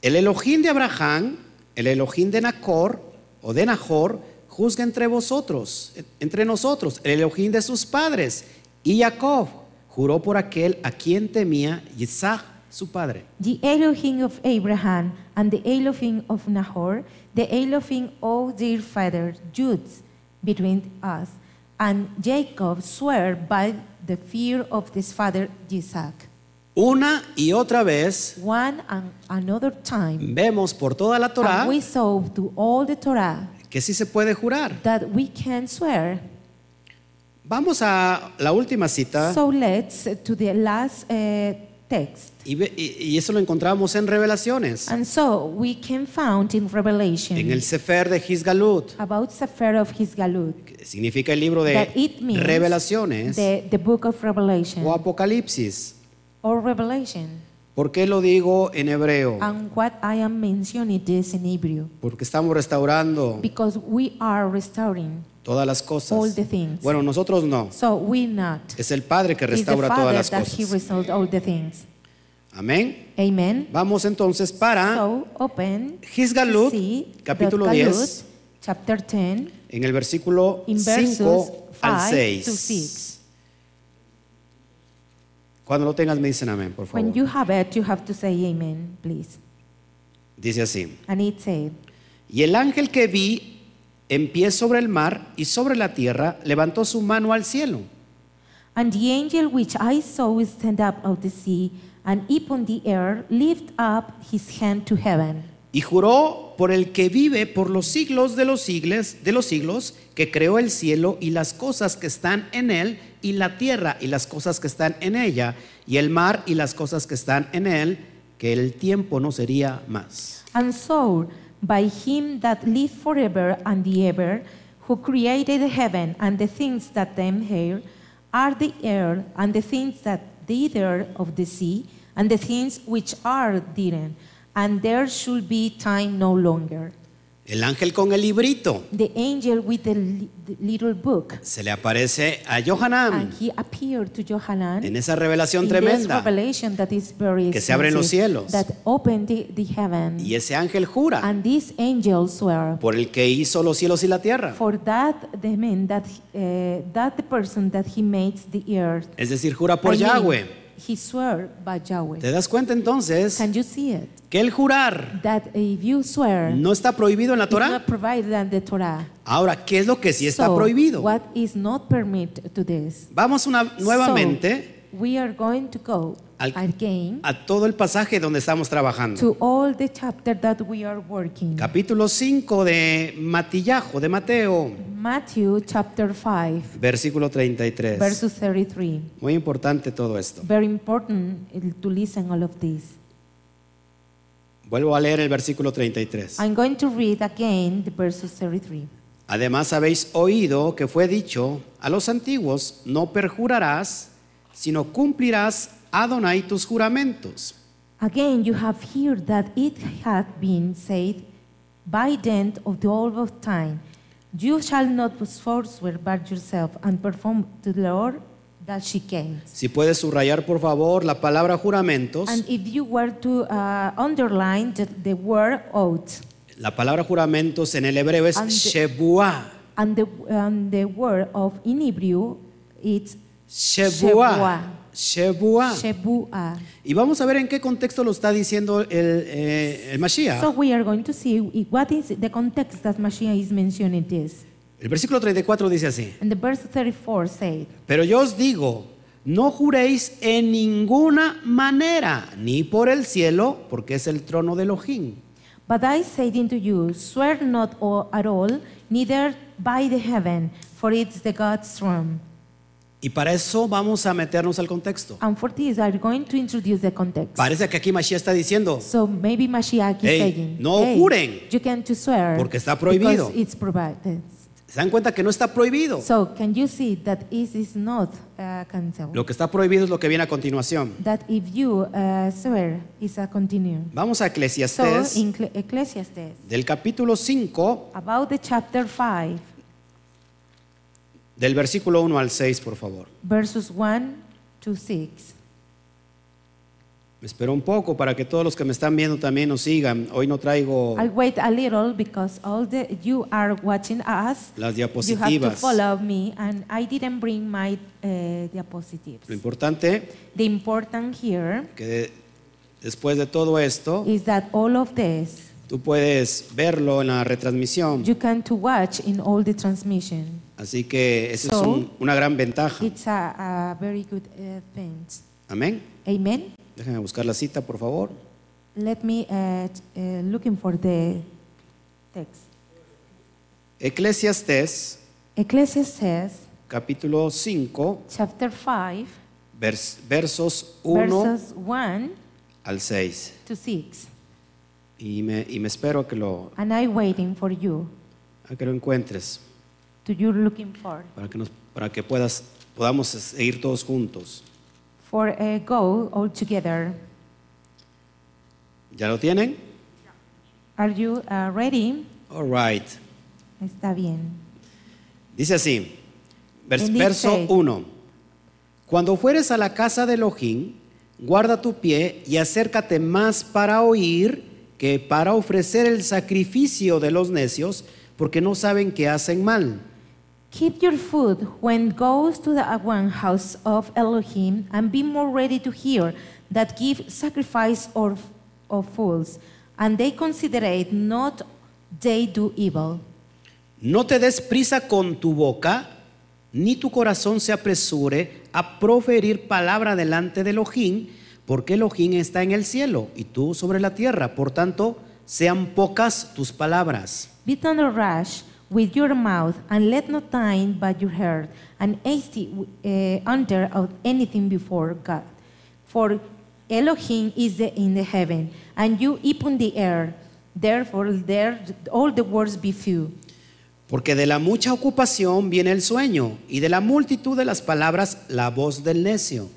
[SPEAKER 1] El Elohim de Abraham, el Elohim de Nacor o de Nahor, juzga entre vosotros, entre nosotros, el Elohim de sus padres. Y Jacob juró por aquel a quien temía Isaac, su padre.
[SPEAKER 2] The Elohim of Abraham and the Elohim of Nahor, the Elohim, O dear father, Jude's between us. And Jacob swear by the fear of his father Isaac.
[SPEAKER 1] Una y otra vez
[SPEAKER 2] One and another time,
[SPEAKER 1] vemos por toda la Torah
[SPEAKER 2] and we saw to all the Torah
[SPEAKER 1] que sí se puede jurar.
[SPEAKER 2] that we can swear.
[SPEAKER 1] Vamos a la última cita
[SPEAKER 2] So let's to the last uh, text.
[SPEAKER 1] y, ve- y- y eso lo encontramos en Revelaciones,
[SPEAKER 2] And so we can found in Revelation
[SPEAKER 1] en el Sefer de Gizgalut,
[SPEAKER 2] about Sefer of His Galut.
[SPEAKER 1] que significa el libro de
[SPEAKER 2] that it means
[SPEAKER 1] Revelaciones
[SPEAKER 2] the, the book of Revelation
[SPEAKER 1] o Apocalipsis.
[SPEAKER 2] or Revelation.
[SPEAKER 1] ¿Por qué lo digo en hebreo?
[SPEAKER 2] And what I am mentioning this in Hebrew
[SPEAKER 1] Porque estamos restaurando
[SPEAKER 2] because we are restoring.
[SPEAKER 1] todas las cosas.
[SPEAKER 2] all the things.
[SPEAKER 1] Bueno, nosotros no.
[SPEAKER 2] So we not.
[SPEAKER 1] Es el Padre que
[SPEAKER 2] It's the
[SPEAKER 1] restaura
[SPEAKER 2] Father
[SPEAKER 1] todas las
[SPEAKER 2] that He
[SPEAKER 1] cosas.
[SPEAKER 2] resolved all the things.
[SPEAKER 1] Amén.
[SPEAKER 2] Amen.
[SPEAKER 1] Vamos entonces para
[SPEAKER 2] So open
[SPEAKER 1] Gizgalut,
[SPEAKER 2] see the
[SPEAKER 1] Ah. capítulo
[SPEAKER 2] Galut,
[SPEAKER 1] 10,
[SPEAKER 2] chapter 10,
[SPEAKER 1] en el versículo
[SPEAKER 2] in verses
[SPEAKER 1] 5 al
[SPEAKER 2] 5 to
[SPEAKER 1] 6.
[SPEAKER 2] 6.
[SPEAKER 1] Cuando lo tengas me dicen amén, por favor.
[SPEAKER 2] When you have it, you have to say amen, please.
[SPEAKER 1] Dice así.
[SPEAKER 2] And it said,
[SPEAKER 1] Y el ángel que vi en pie sobre el mar y sobre la tierra levantó su mano al cielo
[SPEAKER 2] And the angel which I saw stand up out of the sea and upon the air lift up his hand to heaven.
[SPEAKER 1] Y juró por el que vive por los siglos de los siglos, de los siglos, que creó el cielo y las cosas que están en él, y la tierra y las cosas que están en ella, y el mar y las cosas que están en él, que el tiempo no sería más.
[SPEAKER 2] And so, by him that lives forever and the ever, who created heaven and the things that them here are the air and the things that thither of the sea and the things which are therein, and there should be time no longer.
[SPEAKER 1] El ángel con el librito
[SPEAKER 2] The angel with the, li- the little book,
[SPEAKER 1] se le aparece a
[SPEAKER 2] and
[SPEAKER 1] Johanan
[SPEAKER 2] he appeared to Johanan.
[SPEAKER 1] en esa revelación
[SPEAKER 2] in this
[SPEAKER 1] tremenda.
[SPEAKER 2] revelation that is very
[SPEAKER 1] Que se abren los
[SPEAKER 2] extensive,
[SPEAKER 1] cielos.
[SPEAKER 2] that opened the, the heaven
[SPEAKER 1] Y ese ángel jura
[SPEAKER 2] and these angels were
[SPEAKER 1] por el que hizo los cielos y la tierra.
[SPEAKER 2] For that, the man that, uh, that the person that he makes the earth.
[SPEAKER 1] Es decir, jura por
[SPEAKER 2] I mean,
[SPEAKER 1] Yahweh.
[SPEAKER 2] He swear by Yahweh.
[SPEAKER 1] ¿Te das cuenta entonces
[SPEAKER 2] Can you see it?
[SPEAKER 1] que el jurar
[SPEAKER 2] That if you swear,
[SPEAKER 1] no está prohibido en la
[SPEAKER 2] it's
[SPEAKER 1] Torah?
[SPEAKER 2] not provided in the Torah.
[SPEAKER 1] Ahora, ¿qué es lo que sí está
[SPEAKER 2] So,
[SPEAKER 1] prohibido?
[SPEAKER 2] What is not permitted to this?
[SPEAKER 1] Vamos una, nuevamente
[SPEAKER 2] So, we are going to go
[SPEAKER 1] Al-
[SPEAKER 2] again
[SPEAKER 1] a todo el pasaje donde estamos trabajando.
[SPEAKER 2] to all the chapter that we are working.
[SPEAKER 1] Capítulo 5 de Matillajo, de Mateo,
[SPEAKER 2] Matthew chapter 5,
[SPEAKER 1] versículo 33.
[SPEAKER 2] verses 33.
[SPEAKER 1] Muy importante todo esto.
[SPEAKER 2] Very important eh, to listen all of this.
[SPEAKER 1] Vuelvo a leer el versículo 33.
[SPEAKER 2] I'm going to read again the verses 33.
[SPEAKER 1] Además habéis oído que fue dicho a los antiguos, no perjurarás, sino cumplirás Adonai tus juramentos.
[SPEAKER 2] Again, you have heard that it hath been said by dent of the old of time, you shall not forswear but yourself and perform to the Lord that she came.
[SPEAKER 1] Si puedes subrayar por favor la palabra juramentos,
[SPEAKER 2] And if you were to uh, underline the, the word oath
[SPEAKER 1] la palabra juramentos en el hebreo es
[SPEAKER 2] And the-
[SPEAKER 1] shebuah.
[SPEAKER 2] and the, and the word of in Hebrew, it's
[SPEAKER 1] Shebuá. Shebuá.
[SPEAKER 2] Shebuah.
[SPEAKER 1] Y vamos a ver en qué contexto lo está diciendo el, eh, el Mashiach.
[SPEAKER 2] So we are going to see i- what is the context that Mashiach is mentioning this.
[SPEAKER 1] el versículo 34 dice así:
[SPEAKER 2] And the verse 34 said,
[SPEAKER 1] Pero yo os digo, no juréis en ninguna manera, ni por el cielo, porque es el trono de Elohim,
[SPEAKER 2] But I say unto you, swear not o- at all, neither by the heaven, for it's the God's throne.
[SPEAKER 1] Y para eso vamos a meternos al contexto.
[SPEAKER 2] And for this, I'm going to introduce the context.
[SPEAKER 1] Parece que aquí Mashiach está diciendo:
[SPEAKER 2] So maybe Mashiach is
[SPEAKER 1] Hey,
[SPEAKER 2] saying,
[SPEAKER 1] no
[SPEAKER 2] hey,
[SPEAKER 1] juren,
[SPEAKER 2] you can to swear
[SPEAKER 1] porque está
[SPEAKER 2] because
[SPEAKER 1] prohibido."
[SPEAKER 2] it's provided.
[SPEAKER 1] ¿Se dan cuenta que no está prohibido?
[SPEAKER 2] So can you see that it is not uh, canceled?
[SPEAKER 1] Lo que está prohibido es lo que viene a continuación.
[SPEAKER 2] That if you uh, swear, it's a continue.
[SPEAKER 1] Vamos a
[SPEAKER 2] So
[SPEAKER 1] Eclesiastés,
[SPEAKER 2] in Cle- Ecclesiastes,
[SPEAKER 1] del capítulo 5,
[SPEAKER 2] about the chapter 5,
[SPEAKER 1] Del versículo 1 al 6, por favor.
[SPEAKER 2] verses 1 to 6.
[SPEAKER 1] Me espero un poco para que todos los que me están viendo también nos sigan. Hoy no traigo
[SPEAKER 2] I'll wait a little because all the you are watching us.
[SPEAKER 1] las
[SPEAKER 2] You have to
[SPEAKER 1] diapositivas.
[SPEAKER 2] follow me, and I didn't bring my uh,
[SPEAKER 1] Lo
[SPEAKER 2] diapositives.
[SPEAKER 1] importante
[SPEAKER 2] The important here
[SPEAKER 1] que de- después de todo esto,
[SPEAKER 2] is that all of this
[SPEAKER 1] tú puedes verlo en la retransmisión.
[SPEAKER 2] you can to watch in all the transmission.
[SPEAKER 1] Así que esa es
[SPEAKER 2] So-
[SPEAKER 1] un- una gran ventaja.
[SPEAKER 2] It's a, a very good uh, thing.
[SPEAKER 1] Amén.
[SPEAKER 2] Amen.
[SPEAKER 1] Déjenme buscar la cita, por favor.
[SPEAKER 2] Let me uh, t- uh, looking for the text.
[SPEAKER 1] Eclesiastés,
[SPEAKER 2] Ecclesiastes
[SPEAKER 1] capítulo 5,
[SPEAKER 2] chapter five,
[SPEAKER 1] vers- versos 1
[SPEAKER 2] verses one
[SPEAKER 1] al 6.
[SPEAKER 2] to six,
[SPEAKER 1] Y me, y me espero a que, lo,
[SPEAKER 2] and I'm waiting for you.
[SPEAKER 1] a que lo encuentres.
[SPEAKER 2] to you looking for.
[SPEAKER 1] para que, nos- para que puedas, podamos seguir todos juntos.
[SPEAKER 2] For a goal all together.
[SPEAKER 1] ¿Ya lo tienen?
[SPEAKER 2] Are you uh, ready?
[SPEAKER 1] All right.
[SPEAKER 2] Está bien.
[SPEAKER 1] Dice así, vers-
[SPEAKER 2] Indeed
[SPEAKER 1] verso
[SPEAKER 2] said.
[SPEAKER 1] 1. Cuando fueres a la casa de Elohim, guarda tu pie y acércate más para oír que para ofrecer el sacrificio de los necios, porque no saben que hacen mal.
[SPEAKER 2] Keep your food when goes to the one house of Elohim, and be more ready to hear that give sacrifice or of fools, and they considerate not they do evil.
[SPEAKER 1] No te des prisa con tu boca, ni tu corazón se apresure a proferir palabra delante de Elohim, porque Elohim está en el cielo y tú sobre la tierra. Por tanto, sean pocas tus palabras.
[SPEAKER 2] Be not rash with your mouth, and let not thine but your heart, and hasty uh, under of anything before God. For Elohim is the, in the heaven, and you upon the air. Therefore, there all the words be few.
[SPEAKER 1] Porque de la mucha ocupación viene el sueño, y de la multitud de las palabras la voz del necio.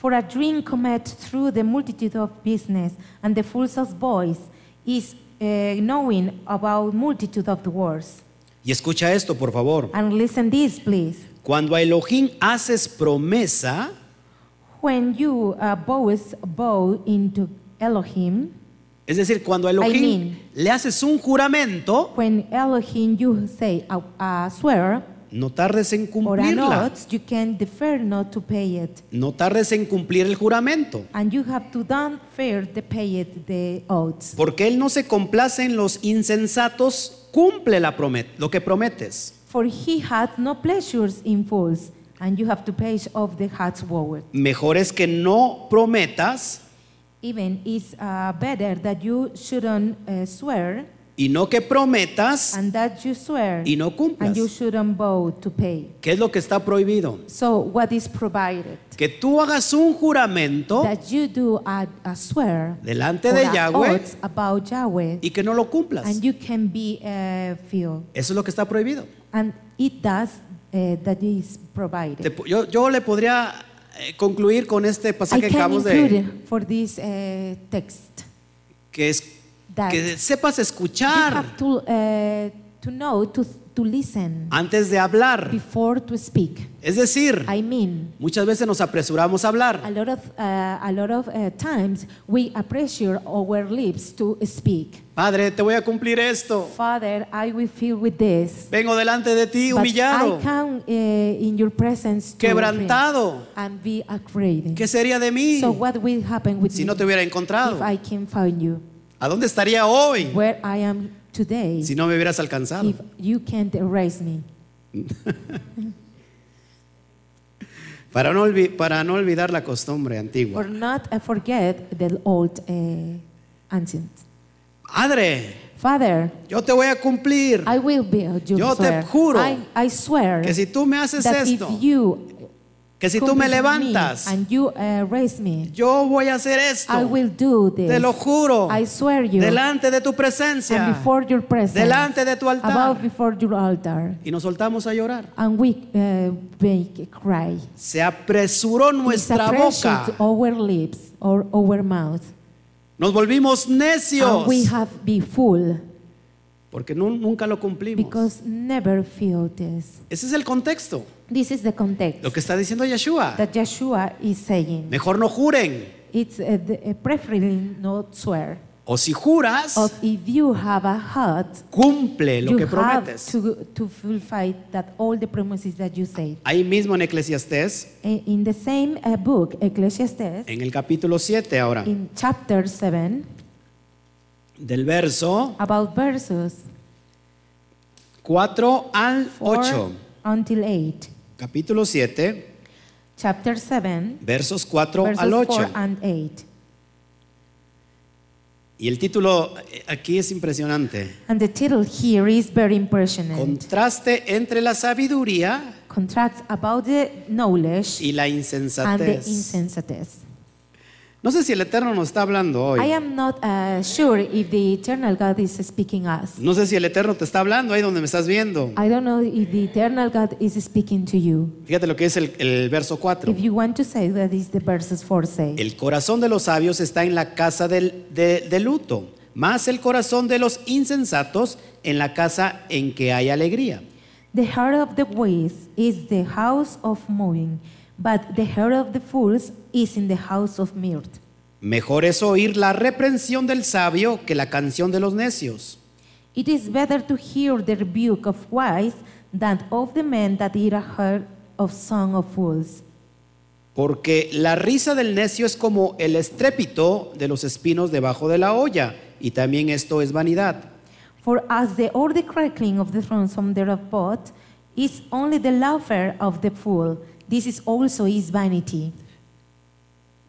[SPEAKER 2] For a dream cometh through the multitude of business, and the fool's voice is uh, knowing about multitude of the words.
[SPEAKER 1] Y escucha esto, por favor.
[SPEAKER 2] And listen this, please.
[SPEAKER 1] Cuando a Elohim haces promesa,
[SPEAKER 2] When you uh, bows bow into Elohim,
[SPEAKER 1] es decir, cuando a Elohim
[SPEAKER 2] I mean.
[SPEAKER 1] le haces un juramento,
[SPEAKER 2] when Elohim you say a, a swear
[SPEAKER 1] no tardes en
[SPEAKER 2] or an
[SPEAKER 1] cumplirla.
[SPEAKER 2] oath, you can defer not to pay it,
[SPEAKER 1] No tardes en cumplir el juramento.
[SPEAKER 2] and you have to don't fear to pay it the oaths,
[SPEAKER 1] Porque Él no se complace en los insensatos, cumple la promet- lo que prometes.
[SPEAKER 2] for he hath no pleasures in fools, and you have to pay off the heart's word.
[SPEAKER 1] Mejor es que no prometas
[SPEAKER 2] Even it's uh, better that you shouldn't uh, swear,
[SPEAKER 1] y no que prometas
[SPEAKER 2] and that you swear,
[SPEAKER 1] y no cumplas.
[SPEAKER 2] and you shouldn't bow to pay.
[SPEAKER 1] ¿Qué es lo que está prohibido?
[SPEAKER 2] So what is provided?
[SPEAKER 1] Que tú hagas un juramento
[SPEAKER 2] that you do a, a swear
[SPEAKER 1] delante
[SPEAKER 2] or
[SPEAKER 1] Oh. de
[SPEAKER 2] a
[SPEAKER 1] Yahweh
[SPEAKER 2] oath about Yahweh,
[SPEAKER 1] y que no lo cumplas.
[SPEAKER 2] and you can be uh, filled,
[SPEAKER 1] Eso es lo que está prohibido.
[SPEAKER 2] and it does uh, that is provided.
[SPEAKER 1] Te po- yo, yo le podría eh, concluir con este
[SPEAKER 2] I
[SPEAKER 1] pasaje que
[SPEAKER 2] can
[SPEAKER 1] acabamos
[SPEAKER 2] include
[SPEAKER 1] de...
[SPEAKER 2] for this uh, text
[SPEAKER 1] Que, es,
[SPEAKER 2] that you
[SPEAKER 1] que sepas escuchar
[SPEAKER 2] have to uh, to know to to listen
[SPEAKER 1] antes de hablar.
[SPEAKER 2] before to speak.
[SPEAKER 1] Es decir,
[SPEAKER 2] I mean.
[SPEAKER 1] muchas veces nos apresuramos a
[SPEAKER 2] A
[SPEAKER 1] hablar.
[SPEAKER 2] lot of, uh, a lot of uh, times we pressure our lips to speak.
[SPEAKER 1] Padre, te voy a cumplir esto.
[SPEAKER 2] Father, I will fill with this.
[SPEAKER 1] Vengo delante de ti
[SPEAKER 2] But
[SPEAKER 1] humillado,
[SPEAKER 2] I come eh, in your presence to
[SPEAKER 1] quebrantado.
[SPEAKER 2] repent and be afraid.
[SPEAKER 1] ¿Qué sería de mí
[SPEAKER 2] So what will happen with
[SPEAKER 1] si
[SPEAKER 2] me
[SPEAKER 1] no te hubiera
[SPEAKER 2] if
[SPEAKER 1] encontrado?
[SPEAKER 2] I can find you?
[SPEAKER 1] ¿A dónde estaría hoy
[SPEAKER 2] Where I am today
[SPEAKER 1] si no me hubieras alcanzado?
[SPEAKER 2] if you can't erase me.
[SPEAKER 1] Para no, olvi- para no olvidar la costumbre antigua.
[SPEAKER 2] Or not uh, forget the old uh, ancient.
[SPEAKER 1] Padre,
[SPEAKER 2] Father,
[SPEAKER 1] yo te voy a cumplir
[SPEAKER 2] I will be your
[SPEAKER 1] Yo te
[SPEAKER 2] swear.
[SPEAKER 1] juro
[SPEAKER 2] I, I swear
[SPEAKER 1] que si tú me haces
[SPEAKER 2] that
[SPEAKER 1] esto,
[SPEAKER 2] if you
[SPEAKER 1] que si tú me
[SPEAKER 2] come to
[SPEAKER 1] levantas,
[SPEAKER 2] me and you uh, raise me,
[SPEAKER 1] yo voy a hacer esto.
[SPEAKER 2] I will do this.
[SPEAKER 1] Te lo juro.
[SPEAKER 2] I swear you.
[SPEAKER 1] Delante de tu
[SPEAKER 2] and
[SPEAKER 1] presencia.
[SPEAKER 2] before your presence,
[SPEAKER 1] Delante de tu altar.
[SPEAKER 2] about before your altar,
[SPEAKER 1] Y nos soltamos a llorar.
[SPEAKER 2] and we uh, make a cry.
[SPEAKER 1] Se apresuró
[SPEAKER 2] It's a
[SPEAKER 1] nuestra
[SPEAKER 2] pressure
[SPEAKER 1] boca.
[SPEAKER 2] to our lips or our mouth,
[SPEAKER 1] Nos volvimos necios
[SPEAKER 2] and we have be full
[SPEAKER 1] porque nu- nunca lo cumplimos.
[SPEAKER 2] because never feel this.
[SPEAKER 1] Ese es el contexto.
[SPEAKER 2] This is the context
[SPEAKER 1] Lo que está diciendo Yeshua.
[SPEAKER 2] that Yeshua is saying.
[SPEAKER 1] Mejor no juren.
[SPEAKER 2] It's uh, the, uh, preferably not swear.
[SPEAKER 1] O si juras,
[SPEAKER 2] Or if you have a heart,
[SPEAKER 1] cumple lo
[SPEAKER 2] you
[SPEAKER 1] que
[SPEAKER 2] have
[SPEAKER 1] prometes.
[SPEAKER 2] to to fulfill that all the promises that you said.
[SPEAKER 1] Ahí mismo en Eclesiastés,
[SPEAKER 2] I- In the same uh, book, Ecclesiastes,
[SPEAKER 1] en el capítulo 7 ahora,
[SPEAKER 2] in chapter 7
[SPEAKER 1] del verso
[SPEAKER 2] about verses
[SPEAKER 1] 4 al 8.
[SPEAKER 2] 4 until 8.
[SPEAKER 1] Capítulo 7,
[SPEAKER 2] Chapter 7,
[SPEAKER 1] versos 4
[SPEAKER 2] verses
[SPEAKER 1] al
[SPEAKER 2] 4
[SPEAKER 1] 8.
[SPEAKER 2] and 8.
[SPEAKER 1] Y el título eh, aquí es impresionante.
[SPEAKER 2] And the title here is very impressionant.
[SPEAKER 1] Contraste entre la sabiduría
[SPEAKER 2] Contracts about the knowledge
[SPEAKER 1] y la
[SPEAKER 2] and the
[SPEAKER 1] insensatez.
[SPEAKER 2] insensatez.
[SPEAKER 1] No sé si el Eterno nos está hablando hoy.
[SPEAKER 2] I am not uh, sure if the eternal God is speaking us.
[SPEAKER 1] No sé si el Eterno te está hablando ahí donde me estás viendo.
[SPEAKER 2] I don't know if the eternal God is speaking to you.
[SPEAKER 1] Fíjate lo que es el, el verso 4.
[SPEAKER 2] If you want to say that is the verses 4 say.
[SPEAKER 1] El corazón de los sabios está en la casa del, de, de luto, más el corazón de los insensatos en la casa en que hay alegría.
[SPEAKER 2] The heart of the wise is the house of mourning, but the heart of the fools is in the house of mirth.
[SPEAKER 1] Mejor es oír la reprensión del sabio que la canción de los necios.
[SPEAKER 2] It is better to hear the rebuke of wise than of the man that eat a heart of song of fools.
[SPEAKER 1] Porque la risa del necio es como el estrépito de los espinos debajo de la olla, y también esto es vanidad.
[SPEAKER 2] For as the or the crackling of the thorns from their pot is only the laughter of the fool, this is also his vanity.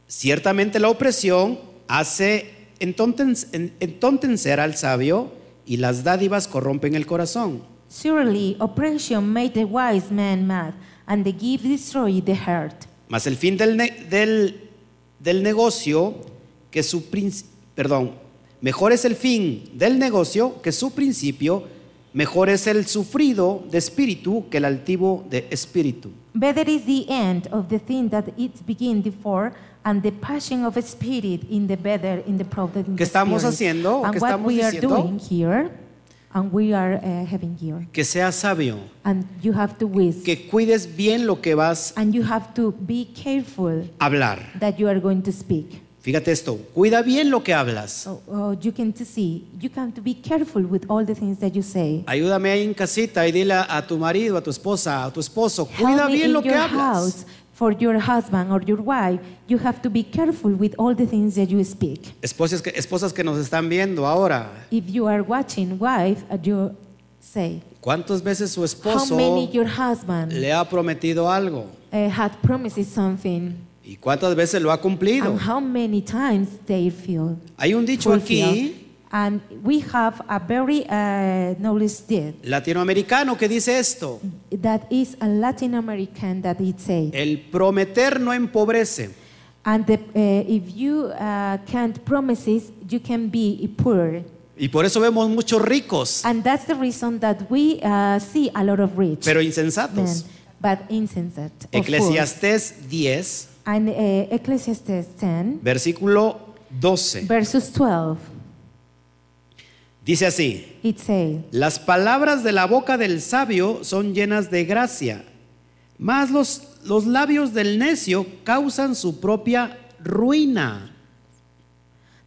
[SPEAKER 1] Ciertamente la opresión hace entonten- en- entontecer al sabio y las dádivas corrompen el corazón.
[SPEAKER 2] Surely oppression made the wise man mad, and the gift destroyed the heart.
[SPEAKER 1] Mas el fin del, ne- del- del negocio que su princ- perdón, mejor es el fin del negocio que su principio, mejor es el sufrido de espíritu que el altivo de espíritu.
[SPEAKER 2] Better is the end of the thing that it began before, and the passion of spirit in the better in the product. in
[SPEAKER 1] ¿Qué
[SPEAKER 2] the
[SPEAKER 1] estamos
[SPEAKER 2] spirit.
[SPEAKER 1] haciendo?
[SPEAKER 2] And
[SPEAKER 1] ¿Qué
[SPEAKER 2] what
[SPEAKER 1] estamos
[SPEAKER 2] we are
[SPEAKER 1] diciendo?
[SPEAKER 2] doing here, and we are uh, having here,
[SPEAKER 1] Que seas sabio,
[SPEAKER 2] and you have to wish,
[SPEAKER 1] que cuides bien lo que vas
[SPEAKER 2] and you have to be careful
[SPEAKER 1] a hablar.
[SPEAKER 2] that you are going to speak.
[SPEAKER 1] Fíjate esto, cuida bien lo que hablas.
[SPEAKER 2] So uh, you can to see, you have to be careful with all the things that you say.
[SPEAKER 1] Ayúdame ahí en casita y dile a a tu marido, a tu esposa, a tu esposo, cuida
[SPEAKER 2] Help me
[SPEAKER 1] bien
[SPEAKER 2] in
[SPEAKER 1] lo que
[SPEAKER 2] your
[SPEAKER 1] hablas.
[SPEAKER 2] house for your husband or your wife, you have to be careful with all the things that you speak.
[SPEAKER 1] Esposas que, esposas que nos están viendo ahora,
[SPEAKER 2] If you are watching wife, and you say,
[SPEAKER 1] ¿cuántas veces su
[SPEAKER 2] how many
[SPEAKER 1] esposo
[SPEAKER 2] your husband
[SPEAKER 1] le ha prometido algo?
[SPEAKER 2] uh, had promised something,
[SPEAKER 1] ¿Y cuántas veces lo ha cumplido?
[SPEAKER 2] and how many times they feel
[SPEAKER 1] Hay un dicho
[SPEAKER 2] fulfilled.
[SPEAKER 1] aquí
[SPEAKER 2] And we have a very uh, knowledge that
[SPEAKER 1] latinoamericano que dice esto,
[SPEAKER 2] that is a Latin American that it says.
[SPEAKER 1] el prometer no empobrece.
[SPEAKER 2] And the, uh, if you uh, can't promises, you can be poor.
[SPEAKER 1] Y por eso vemos muchos ricos,
[SPEAKER 2] And that's the reason that we uh, see a lot of rich
[SPEAKER 1] pero
[SPEAKER 2] men,
[SPEAKER 1] insensatos.
[SPEAKER 2] but insensate. of course.
[SPEAKER 1] Eclesiastés 10,
[SPEAKER 2] And uh, Ecclesiastes 10,
[SPEAKER 1] versículo 12.
[SPEAKER 2] verses 12,
[SPEAKER 1] Dice así,
[SPEAKER 2] it says,
[SPEAKER 1] Las palabras de la boca del sabio son llenas de gracia, mas los, los labios del necio causan su propia ruina.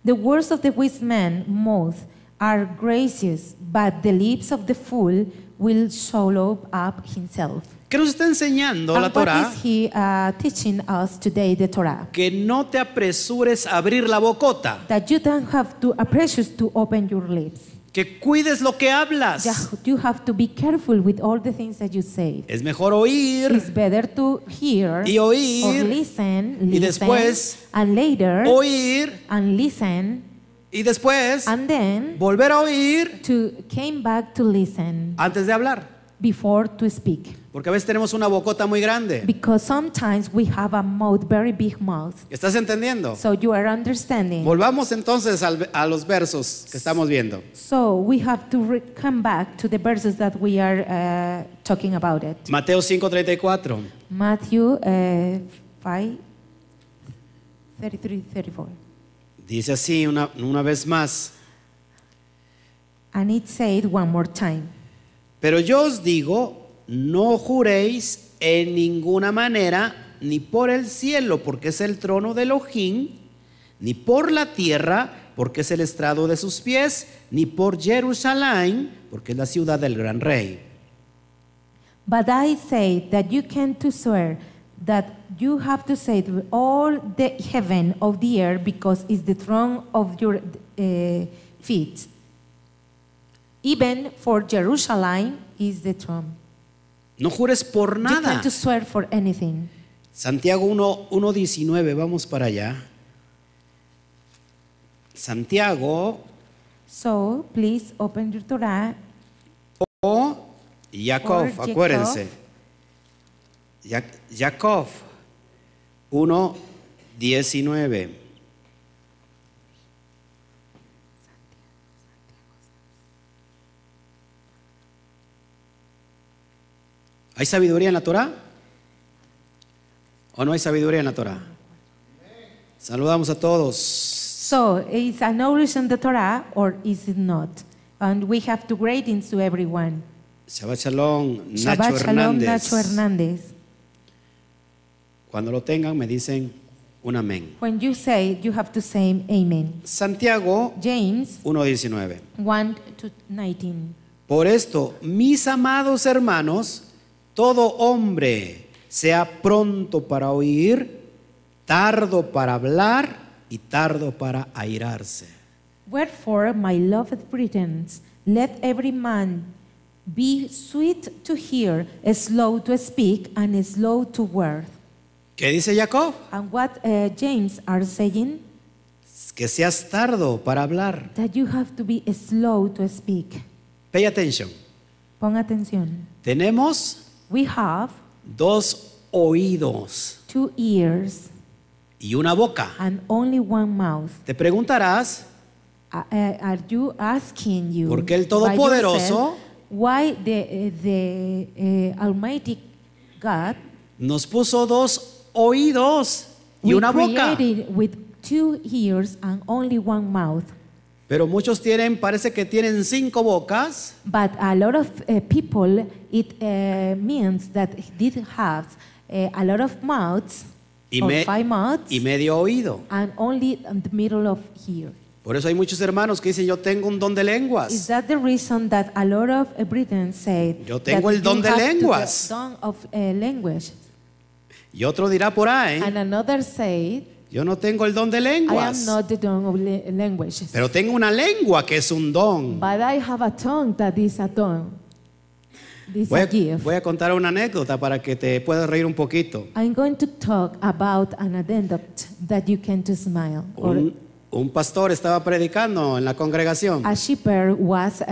[SPEAKER 2] The words of the wise man mouth are gracious, but the lips of the fool will swallow up himself.
[SPEAKER 1] ¿Qué nos está enseñando la
[SPEAKER 2] and what
[SPEAKER 1] Torah?
[SPEAKER 2] is he uh, teaching us today, the Torah?
[SPEAKER 1] Que no te apresures a abrir la bocota,
[SPEAKER 2] That you don't have to, a precious to open your lips.
[SPEAKER 1] que cuides lo que hablas.
[SPEAKER 2] You- You have to be careful with all the things that you say.
[SPEAKER 1] Es mejor oír,
[SPEAKER 2] It's better to hear
[SPEAKER 1] Y oír.
[SPEAKER 2] or listen,
[SPEAKER 1] Y
[SPEAKER 2] listen,
[SPEAKER 1] después,
[SPEAKER 2] and later
[SPEAKER 1] oír
[SPEAKER 2] and listen
[SPEAKER 1] y después
[SPEAKER 2] and then
[SPEAKER 1] volver a oír
[SPEAKER 2] to came back to listen
[SPEAKER 1] antes de hablar.
[SPEAKER 2] before to speak
[SPEAKER 1] Porque a veces tenemos una bocota muy grande.
[SPEAKER 2] because sometimes we have a mouth very big mouth
[SPEAKER 1] ¿Estás entendiendo?
[SPEAKER 2] so you are understanding
[SPEAKER 1] Volvamos entonces al- a los versos que estamos viendo.
[SPEAKER 2] so we have to re- come back to the verses that we are uh, talking about it
[SPEAKER 1] Mateo 5:34.
[SPEAKER 2] Matthew uh, 5 33 34
[SPEAKER 1] Dice así una, una vez más,
[SPEAKER 2] and it said one more time
[SPEAKER 1] pero yo os digo, no juréis en ninguna manera, ni por el cielo, porque es el trono de Elohim, ni por la tierra, porque es el estrado de sus pies, ni por Jerusalén, porque es la ciudad del gran rey.
[SPEAKER 2] But I say that you can to swear that you have to say to all the heaven of the earth because it's the throne of your uh, feet. Even for Jerusalem is the throne.
[SPEAKER 1] No jures por
[SPEAKER 2] You can
[SPEAKER 1] nada.
[SPEAKER 2] to swear for anything.
[SPEAKER 1] Santiago 1, 1.19, vamos para allá. Santiago
[SPEAKER 2] So please open your Torah.
[SPEAKER 1] o Jacob,
[SPEAKER 2] Or Jacob.
[SPEAKER 1] acuérdense. Ya- Jacob 1.19. ¿Hay sabiduría en la Torah? ¿O no hay sabiduría en la Torah? Saludamos a todos.
[SPEAKER 2] So is a knowledge in the Torah or is it not? And we have to gratings to everyone.
[SPEAKER 1] Shabbat Shalom, Nacho
[SPEAKER 2] Shabbat Shalom,
[SPEAKER 1] Hernández.
[SPEAKER 2] Nacho Hernández.
[SPEAKER 1] Cuando lo tengan me dicen un amén.
[SPEAKER 2] When you say, you have to say amen.
[SPEAKER 1] Santiago
[SPEAKER 2] James
[SPEAKER 1] 1.19.
[SPEAKER 2] 1 to 19.
[SPEAKER 1] Por esto, mis amados hermanos, todo hombre sea pronto para oír, tardo para hablar y tardo para airarse.
[SPEAKER 2] Wherefore, my loved brethren, let every man be swift to hear, slow to speak, and slow to word.
[SPEAKER 1] ¿Qué dice Jacob?
[SPEAKER 2] And what uh, James are saying
[SPEAKER 1] Que seas tardo para hablar.
[SPEAKER 2] that you have to be slow to speak.
[SPEAKER 1] Pay attention.
[SPEAKER 2] Pon atención.
[SPEAKER 1] Tenemos
[SPEAKER 2] We have
[SPEAKER 1] dos oídos
[SPEAKER 2] two ears
[SPEAKER 1] y una boca.
[SPEAKER 2] and only one mouth.
[SPEAKER 1] Te preguntarás,
[SPEAKER 2] Uh, uh, are you asking you
[SPEAKER 1] Porque el
[SPEAKER 2] by
[SPEAKER 1] Todopoderoso-
[SPEAKER 2] yourself why the, uh, the uh, Almighty God
[SPEAKER 1] nos puso dos oídos y
[SPEAKER 2] we
[SPEAKER 1] una boca.
[SPEAKER 2] created with two ears and only one mouth.
[SPEAKER 1] Pero muchos tienen, parece que tienen cinco bocas
[SPEAKER 2] But a lot of uh, people, it uh, means that he did have uh, a lot of mouths,
[SPEAKER 1] y,
[SPEAKER 2] or
[SPEAKER 1] me-
[SPEAKER 2] five mouths,
[SPEAKER 1] y medio oído.
[SPEAKER 2] and only in the middle of here.
[SPEAKER 1] Por eso hay muchos hermanos que dicen, yo tengo un don de
[SPEAKER 2] Is
[SPEAKER 1] lenguas.
[SPEAKER 2] that the reason that a lot of uh, Britons say
[SPEAKER 1] Yo tengo
[SPEAKER 2] that
[SPEAKER 1] el don
[SPEAKER 2] you
[SPEAKER 1] de
[SPEAKER 2] have to the
[SPEAKER 1] lenguas.
[SPEAKER 2] don of uh, language?
[SPEAKER 1] Y otro dirá por ahí,
[SPEAKER 2] And another said,
[SPEAKER 1] yo no tengo el don de
[SPEAKER 2] I am
[SPEAKER 1] lenguas.
[SPEAKER 2] not the don of la- languages,
[SPEAKER 1] Pero tengo una lengua que es un don.
[SPEAKER 2] but I have a tongue that is a tongue. This is
[SPEAKER 1] Voy
[SPEAKER 2] a
[SPEAKER 1] a,
[SPEAKER 2] gift.
[SPEAKER 1] voy a contar una anécdota para que te puedas reír un poquito.
[SPEAKER 2] I'm going to talk about an addendum that you can to smile. Or
[SPEAKER 1] Un, un pastor estaba predicando en la congregación.
[SPEAKER 2] a shepherd was uh,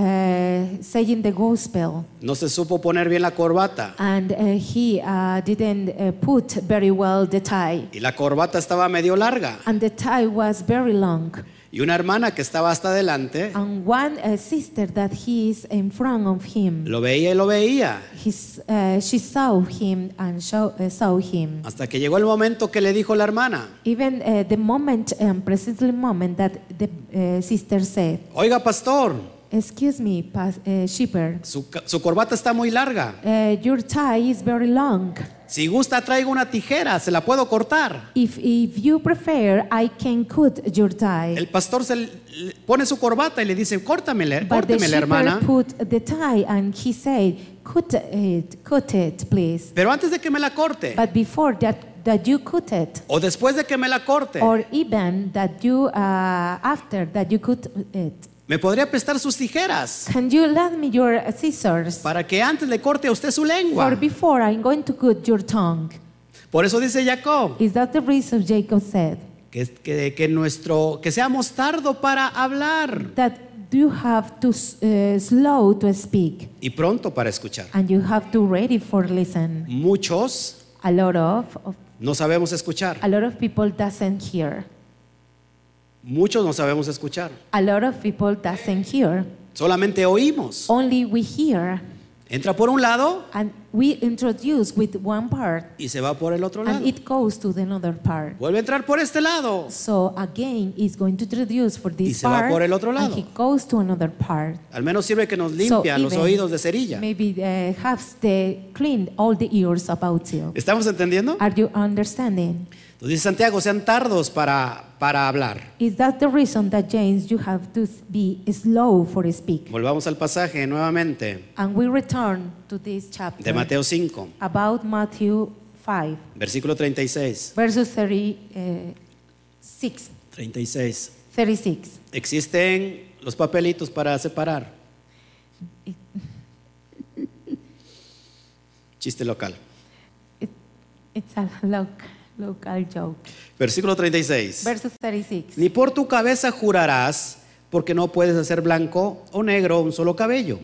[SPEAKER 2] saying the gospel,
[SPEAKER 1] No se supo poner bien la corbata.
[SPEAKER 2] and uh, he uh, didn't uh, put very well the tie,
[SPEAKER 1] Y la corbata estaba medio larga.
[SPEAKER 2] and the tie was very long.
[SPEAKER 1] Y una hermana que estaba hasta adelante
[SPEAKER 2] And one uh, sister that he is in front of him,
[SPEAKER 1] lo veía y lo veía.
[SPEAKER 2] his, uh, she saw him and show, uh, saw him.
[SPEAKER 1] Hasta que llegó el momento que le dijo la hermana:
[SPEAKER 2] Even uh, the moment, um, precisely moment that the uh, sister said,
[SPEAKER 1] Oiga, pastor,
[SPEAKER 2] "Excuse me, pas- uh, shepherd,
[SPEAKER 1] su, ca- su corbata está muy larga.
[SPEAKER 2] uh, your tie is very long.
[SPEAKER 1] Si gusta, traigo una tijera, se la puedo cortar.
[SPEAKER 2] If if you prefer, I can cut your tie."
[SPEAKER 1] El pastor se le- le pone su corbata y le dice: Córtamela,
[SPEAKER 2] But the
[SPEAKER 1] córtemela, hermana.
[SPEAKER 2] shepherd put the tie and he said, "Cut it, cut it, please."
[SPEAKER 1] Pero antes de que me la corte,
[SPEAKER 2] But before that, that you cut it,
[SPEAKER 1] o después de que me la corte,
[SPEAKER 2] or even that you uh, after that you cut it,
[SPEAKER 1] me podría prestar sus tijeras
[SPEAKER 2] can you lend me your scissors?
[SPEAKER 1] para que antes le corte a usted su
[SPEAKER 2] For
[SPEAKER 1] lengua.
[SPEAKER 2] before I'm going to cut your tongue.
[SPEAKER 1] Por eso dice Jacob
[SPEAKER 2] Is that the reason Jacob said
[SPEAKER 1] que, que, que nuestro que seamos tardo para hablar
[SPEAKER 2] that you have to uh, slow to speak
[SPEAKER 1] y pronto para escuchar.
[SPEAKER 2] and you have to ready for listen?
[SPEAKER 1] Muchos
[SPEAKER 2] A lot of, of
[SPEAKER 1] no sabemos escuchar.
[SPEAKER 2] a lot of people doesn't hear.
[SPEAKER 1] Muchos no sabemos escuchar.
[SPEAKER 2] A lot of people doesn't hear.
[SPEAKER 1] Solamente oímos.
[SPEAKER 2] Only we hear
[SPEAKER 1] Entra por un lado
[SPEAKER 2] and we introduce with one part
[SPEAKER 1] y se va por el otro lado.
[SPEAKER 2] and it goes to the another part.
[SPEAKER 1] Vuelve a entrar por este lado.
[SPEAKER 2] So again, he's going to introduce for
[SPEAKER 1] Y
[SPEAKER 2] this
[SPEAKER 1] se va
[SPEAKER 2] part,
[SPEAKER 1] por el otro
[SPEAKER 2] and
[SPEAKER 1] lado.
[SPEAKER 2] he goes to another part.
[SPEAKER 1] Al menos sirve que nos
[SPEAKER 2] So
[SPEAKER 1] limpian los
[SPEAKER 2] even
[SPEAKER 1] oídos de cerilla.
[SPEAKER 2] Maybe uh, have they cleaned all the ears about you.
[SPEAKER 1] ¿Estamos entendiendo?
[SPEAKER 2] Are you understanding?
[SPEAKER 1] Entonces dice Santiago, sean tardos para, para hablar.
[SPEAKER 2] Is that the reason that James, you have to be slow for speak?
[SPEAKER 1] Volvamos al pasaje nuevamente
[SPEAKER 2] And we return to this chapter
[SPEAKER 1] de Mateo 5,
[SPEAKER 2] about Matthew 5,
[SPEAKER 1] versículo 36.
[SPEAKER 2] verses eh, 36.
[SPEAKER 1] 36.
[SPEAKER 2] 36.
[SPEAKER 1] Existen los papelitos para separar. Chiste local.
[SPEAKER 2] It, it's a loc- local joke.
[SPEAKER 1] Versículo 36.
[SPEAKER 2] Verses 36.
[SPEAKER 1] Ni por tu cabeza jurarás, porque no puedes hacer blanco o negro un solo cabello.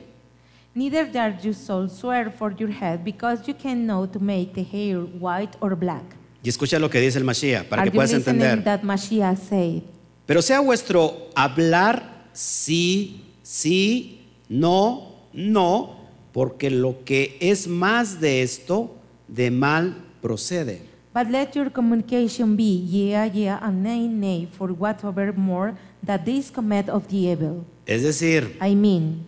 [SPEAKER 2] Neither dare you soul swear for your head, because you can know to make the hair white or black.
[SPEAKER 1] Y escucha lo que dice el Mashiach para
[SPEAKER 2] Are
[SPEAKER 1] que
[SPEAKER 2] you
[SPEAKER 1] puedas
[SPEAKER 2] listening
[SPEAKER 1] entender.
[SPEAKER 2] that Mashiach said?
[SPEAKER 1] Pero sea vuestro hablar sí, sí, no, no, porque lo que es más de esto, de mal procede.
[SPEAKER 2] But let your communication be yeah, yeah, and nay, nay, for whatever more that this commit of the evil.
[SPEAKER 1] Es decir,
[SPEAKER 2] I mean,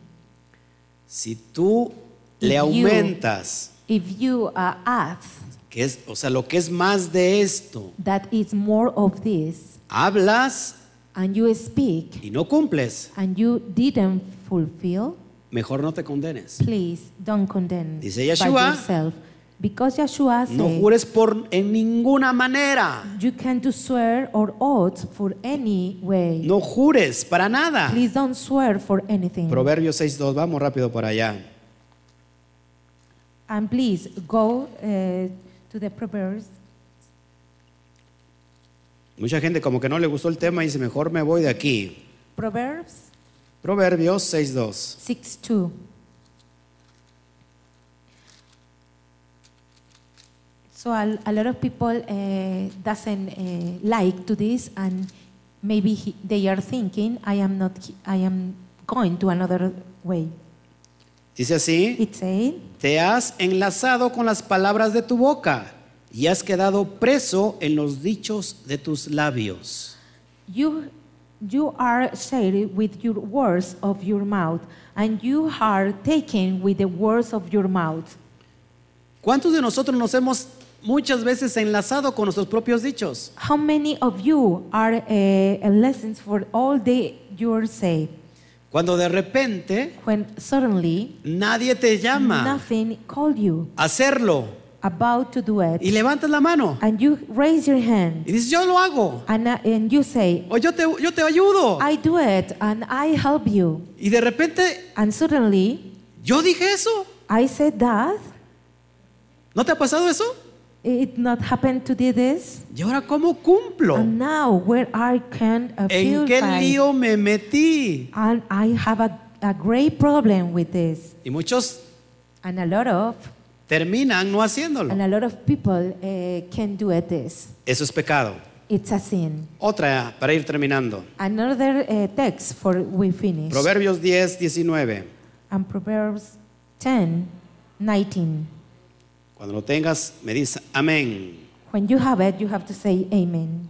[SPEAKER 1] si tú le
[SPEAKER 2] You.
[SPEAKER 1] aumentas,
[SPEAKER 2] if you uh, ask
[SPEAKER 1] que es, o sea, lo que es más de esto,
[SPEAKER 2] that it's more of this,
[SPEAKER 1] hablas
[SPEAKER 2] and you speak,
[SPEAKER 1] y no cumples,
[SPEAKER 2] and you didn't fulfill,
[SPEAKER 1] mejor no te condenes.
[SPEAKER 2] Please don't condemn
[SPEAKER 1] Dice Yeshua,
[SPEAKER 2] by yourself. Because Yeshua
[SPEAKER 1] No
[SPEAKER 2] said,
[SPEAKER 1] jures por en ninguna manera.
[SPEAKER 2] you can do swear or oath for any way.
[SPEAKER 1] No jures para nada.
[SPEAKER 2] Please don't swear for anything.
[SPEAKER 1] Proverbios 6.2, vamos rápido para allá.
[SPEAKER 2] and please go uh, to the Proverbs
[SPEAKER 1] Mucha gente como que no le gustó el tema y dice, mejor me voy de aquí.
[SPEAKER 2] Proverbs
[SPEAKER 1] Proverbios 6.2.
[SPEAKER 2] 6 2. So a, a lot of people uh, doesn't uh, like to this, and maybe he, they are thinking, "I am not. he- I am going to another way."
[SPEAKER 1] Dice así,
[SPEAKER 2] It said,
[SPEAKER 1] Te has enlazado con las palabras de tu boca y has quedado preso en los dichos de tus labios.
[SPEAKER 2] "You, you are shared with your words of your mouth, and you are taken with the words of your mouth."
[SPEAKER 1] ¿Cuántos de nosotros nos hemos muchas veces enlazado con nuestros propios dichos?
[SPEAKER 2] How many of you are uh, a lessons for all the you say?
[SPEAKER 1] Cuando de repente
[SPEAKER 2] When suddenly
[SPEAKER 1] nadie te llama
[SPEAKER 2] nothing called you
[SPEAKER 1] a hacerlo
[SPEAKER 2] about to do it.
[SPEAKER 1] y levantas la mano
[SPEAKER 2] and you raise your hand
[SPEAKER 1] y dices, yo lo hago
[SPEAKER 2] and, I- and you say,
[SPEAKER 1] o yo te, yo te ayudo.
[SPEAKER 2] I do it and I help you.
[SPEAKER 1] Y de repente,
[SPEAKER 2] And suddenly
[SPEAKER 1] yo dije eso.
[SPEAKER 2] I said that.
[SPEAKER 1] ¿No te ha pasado eso?
[SPEAKER 2] It not happened to do this.
[SPEAKER 1] ¿Y ahora cómo cumplo?
[SPEAKER 2] And now where I can uh,
[SPEAKER 1] ¿En
[SPEAKER 2] feel
[SPEAKER 1] qué
[SPEAKER 2] fine.
[SPEAKER 1] lío me metí?
[SPEAKER 2] And I have a, a great problem with this.
[SPEAKER 1] Y muchos
[SPEAKER 2] And a lot of
[SPEAKER 1] terminan no haciéndolo.
[SPEAKER 2] and a lot of people uh, can do it this.
[SPEAKER 1] Eso es pecado.
[SPEAKER 2] It's a sin.
[SPEAKER 1] Otra para ir terminando.
[SPEAKER 2] Another uh, text for we finish.
[SPEAKER 1] Proverbios 10, 19.
[SPEAKER 2] And Proverbs 10, 19.
[SPEAKER 1] Cuando lo tengas, me dice amén.
[SPEAKER 2] When you have it, you have to say amen.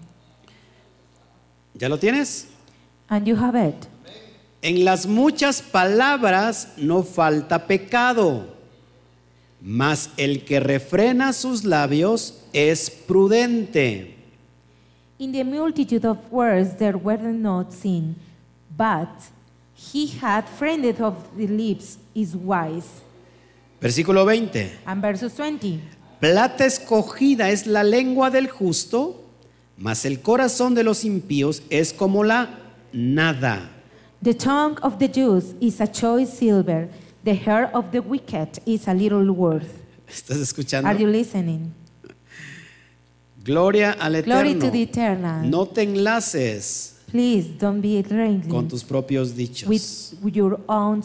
[SPEAKER 1] ¿Ya lo tienes?
[SPEAKER 2] And you have it.
[SPEAKER 1] En las muchas palabras no falta pecado, mas el que refrena sus labios es prudente.
[SPEAKER 2] In the multitude of words there were not sin, but he had friended of the lips is wise.
[SPEAKER 1] Versículo 20.
[SPEAKER 2] And verses 20.
[SPEAKER 1] Plata escogida es la lengua del justo, mas el corazón de los impíos es como la nada.
[SPEAKER 2] The tongue of the Jews is a choice silver, the hair of the wicked is a little worth.
[SPEAKER 1] ¿Estás
[SPEAKER 2] Are
[SPEAKER 1] escuchando?
[SPEAKER 2] you listening?
[SPEAKER 1] Gloria al Eterno.
[SPEAKER 2] Glory to the eternal.
[SPEAKER 1] No te enlaces
[SPEAKER 2] Please don't be
[SPEAKER 1] con
[SPEAKER 2] wrangling
[SPEAKER 1] tus propios dichos.
[SPEAKER 2] with your own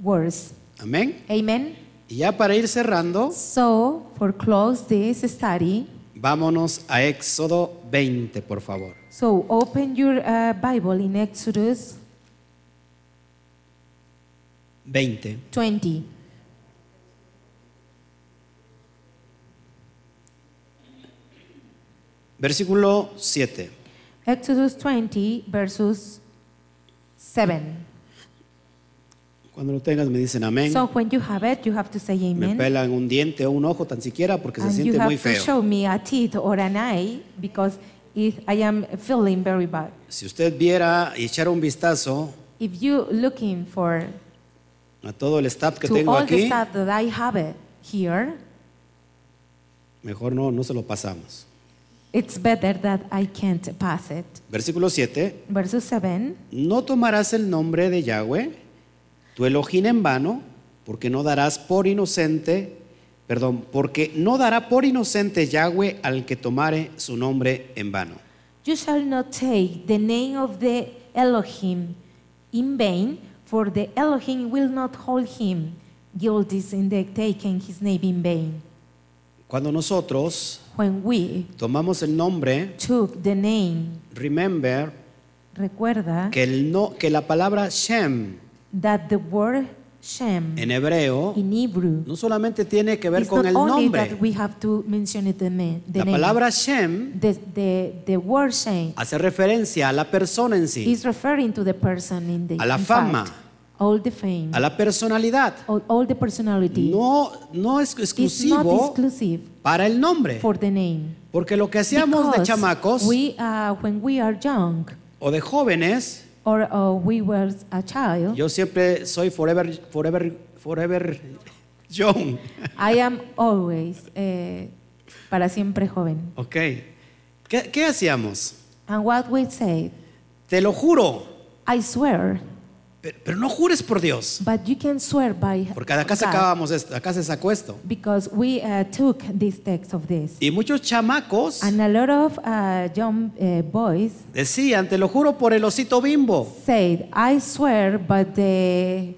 [SPEAKER 2] words.
[SPEAKER 1] Amén.
[SPEAKER 2] Amen.
[SPEAKER 1] Y ya para ir cerrando,
[SPEAKER 2] So, for close this study,
[SPEAKER 1] vámonos a Éxodo 20, por favor.
[SPEAKER 2] so open your uh, Bible in Exodus
[SPEAKER 1] 20.
[SPEAKER 2] 20.
[SPEAKER 1] Versículo 7.
[SPEAKER 2] Exodus 20, verses 7.
[SPEAKER 1] Cuando lo tengas me dicen amén.
[SPEAKER 2] So when you have it, you have to say
[SPEAKER 1] me
[SPEAKER 2] amen.
[SPEAKER 1] pelan un diente o un ojo tan siquiera porque se
[SPEAKER 2] and you
[SPEAKER 1] siente
[SPEAKER 2] have
[SPEAKER 1] muy
[SPEAKER 2] to
[SPEAKER 1] feo.
[SPEAKER 2] show me a teeth or an eye because if I am feeling very bad.
[SPEAKER 1] Si usted viera y echara un vistazo
[SPEAKER 2] If you looking for
[SPEAKER 1] a todo el staff que
[SPEAKER 2] to
[SPEAKER 1] tengo
[SPEAKER 2] all the
[SPEAKER 1] aquí,
[SPEAKER 2] stuff that I have it here,
[SPEAKER 1] mejor no, no se lo pasamos.
[SPEAKER 2] it's better that I can't pass it.
[SPEAKER 1] Versículo 7.
[SPEAKER 2] Verse 7.
[SPEAKER 1] No tomarás el nombre de Yahweh, tu Elohim en vano, porque no darás por inocente, perdón, porque no dará por inocente Yahweh al que tomare su nombre en vano.
[SPEAKER 2] You shall not take the name of the Elohim in vain, for the Elohim will not hold him guilty in the taking his name in vain.
[SPEAKER 1] Cuando nosotros
[SPEAKER 2] When we
[SPEAKER 1] tomamos el nombre,
[SPEAKER 2] took the name,
[SPEAKER 1] remember
[SPEAKER 2] recuerda
[SPEAKER 1] que, el no, que la palabra Shem
[SPEAKER 2] that the word Shem
[SPEAKER 1] en hebreo
[SPEAKER 2] in Hebrew
[SPEAKER 1] no solamente tiene que ver
[SPEAKER 2] is
[SPEAKER 1] con
[SPEAKER 2] not
[SPEAKER 1] el
[SPEAKER 2] only
[SPEAKER 1] nombre,
[SPEAKER 2] that we have to mention it the, name. the
[SPEAKER 1] la
[SPEAKER 2] name.
[SPEAKER 1] palabra Shem
[SPEAKER 2] the, the, the word Shem
[SPEAKER 1] hace referencia a la persona en sí,
[SPEAKER 2] is referring to the person in the
[SPEAKER 1] A la
[SPEAKER 2] in fact,
[SPEAKER 1] fama.
[SPEAKER 2] all the fame,
[SPEAKER 1] a la personalidad.
[SPEAKER 2] all, all the personality.
[SPEAKER 1] No, no es
[SPEAKER 2] It's not
[SPEAKER 1] exclusivo
[SPEAKER 2] exclusive
[SPEAKER 1] para el nombre.
[SPEAKER 2] for the name.
[SPEAKER 1] Porque lo que hacíamos de
[SPEAKER 2] Because
[SPEAKER 1] chamacos
[SPEAKER 2] we, uh, when we are young
[SPEAKER 1] o de jóvenes,
[SPEAKER 2] or uh, we were a child,
[SPEAKER 1] yo siempre soy forever, forever, forever young.
[SPEAKER 2] I am always eh, para siempre joven.
[SPEAKER 1] Ok. ¿Qué, qué hacíamos?
[SPEAKER 2] And what we say,
[SPEAKER 1] Te lo juro,
[SPEAKER 2] I swear,
[SPEAKER 1] Pero, pero no jures por Dios.
[SPEAKER 2] But you can swear by
[SPEAKER 1] Porque acá
[SPEAKER 2] God,
[SPEAKER 1] sacábamos esto, acá se sacó esto.
[SPEAKER 2] because we uh, took this text of this.
[SPEAKER 1] Y muchos chamacos
[SPEAKER 2] And a lot of uh, young uh, boys
[SPEAKER 1] decían, te lo juro por el osito bimbo,
[SPEAKER 2] said, I swear by the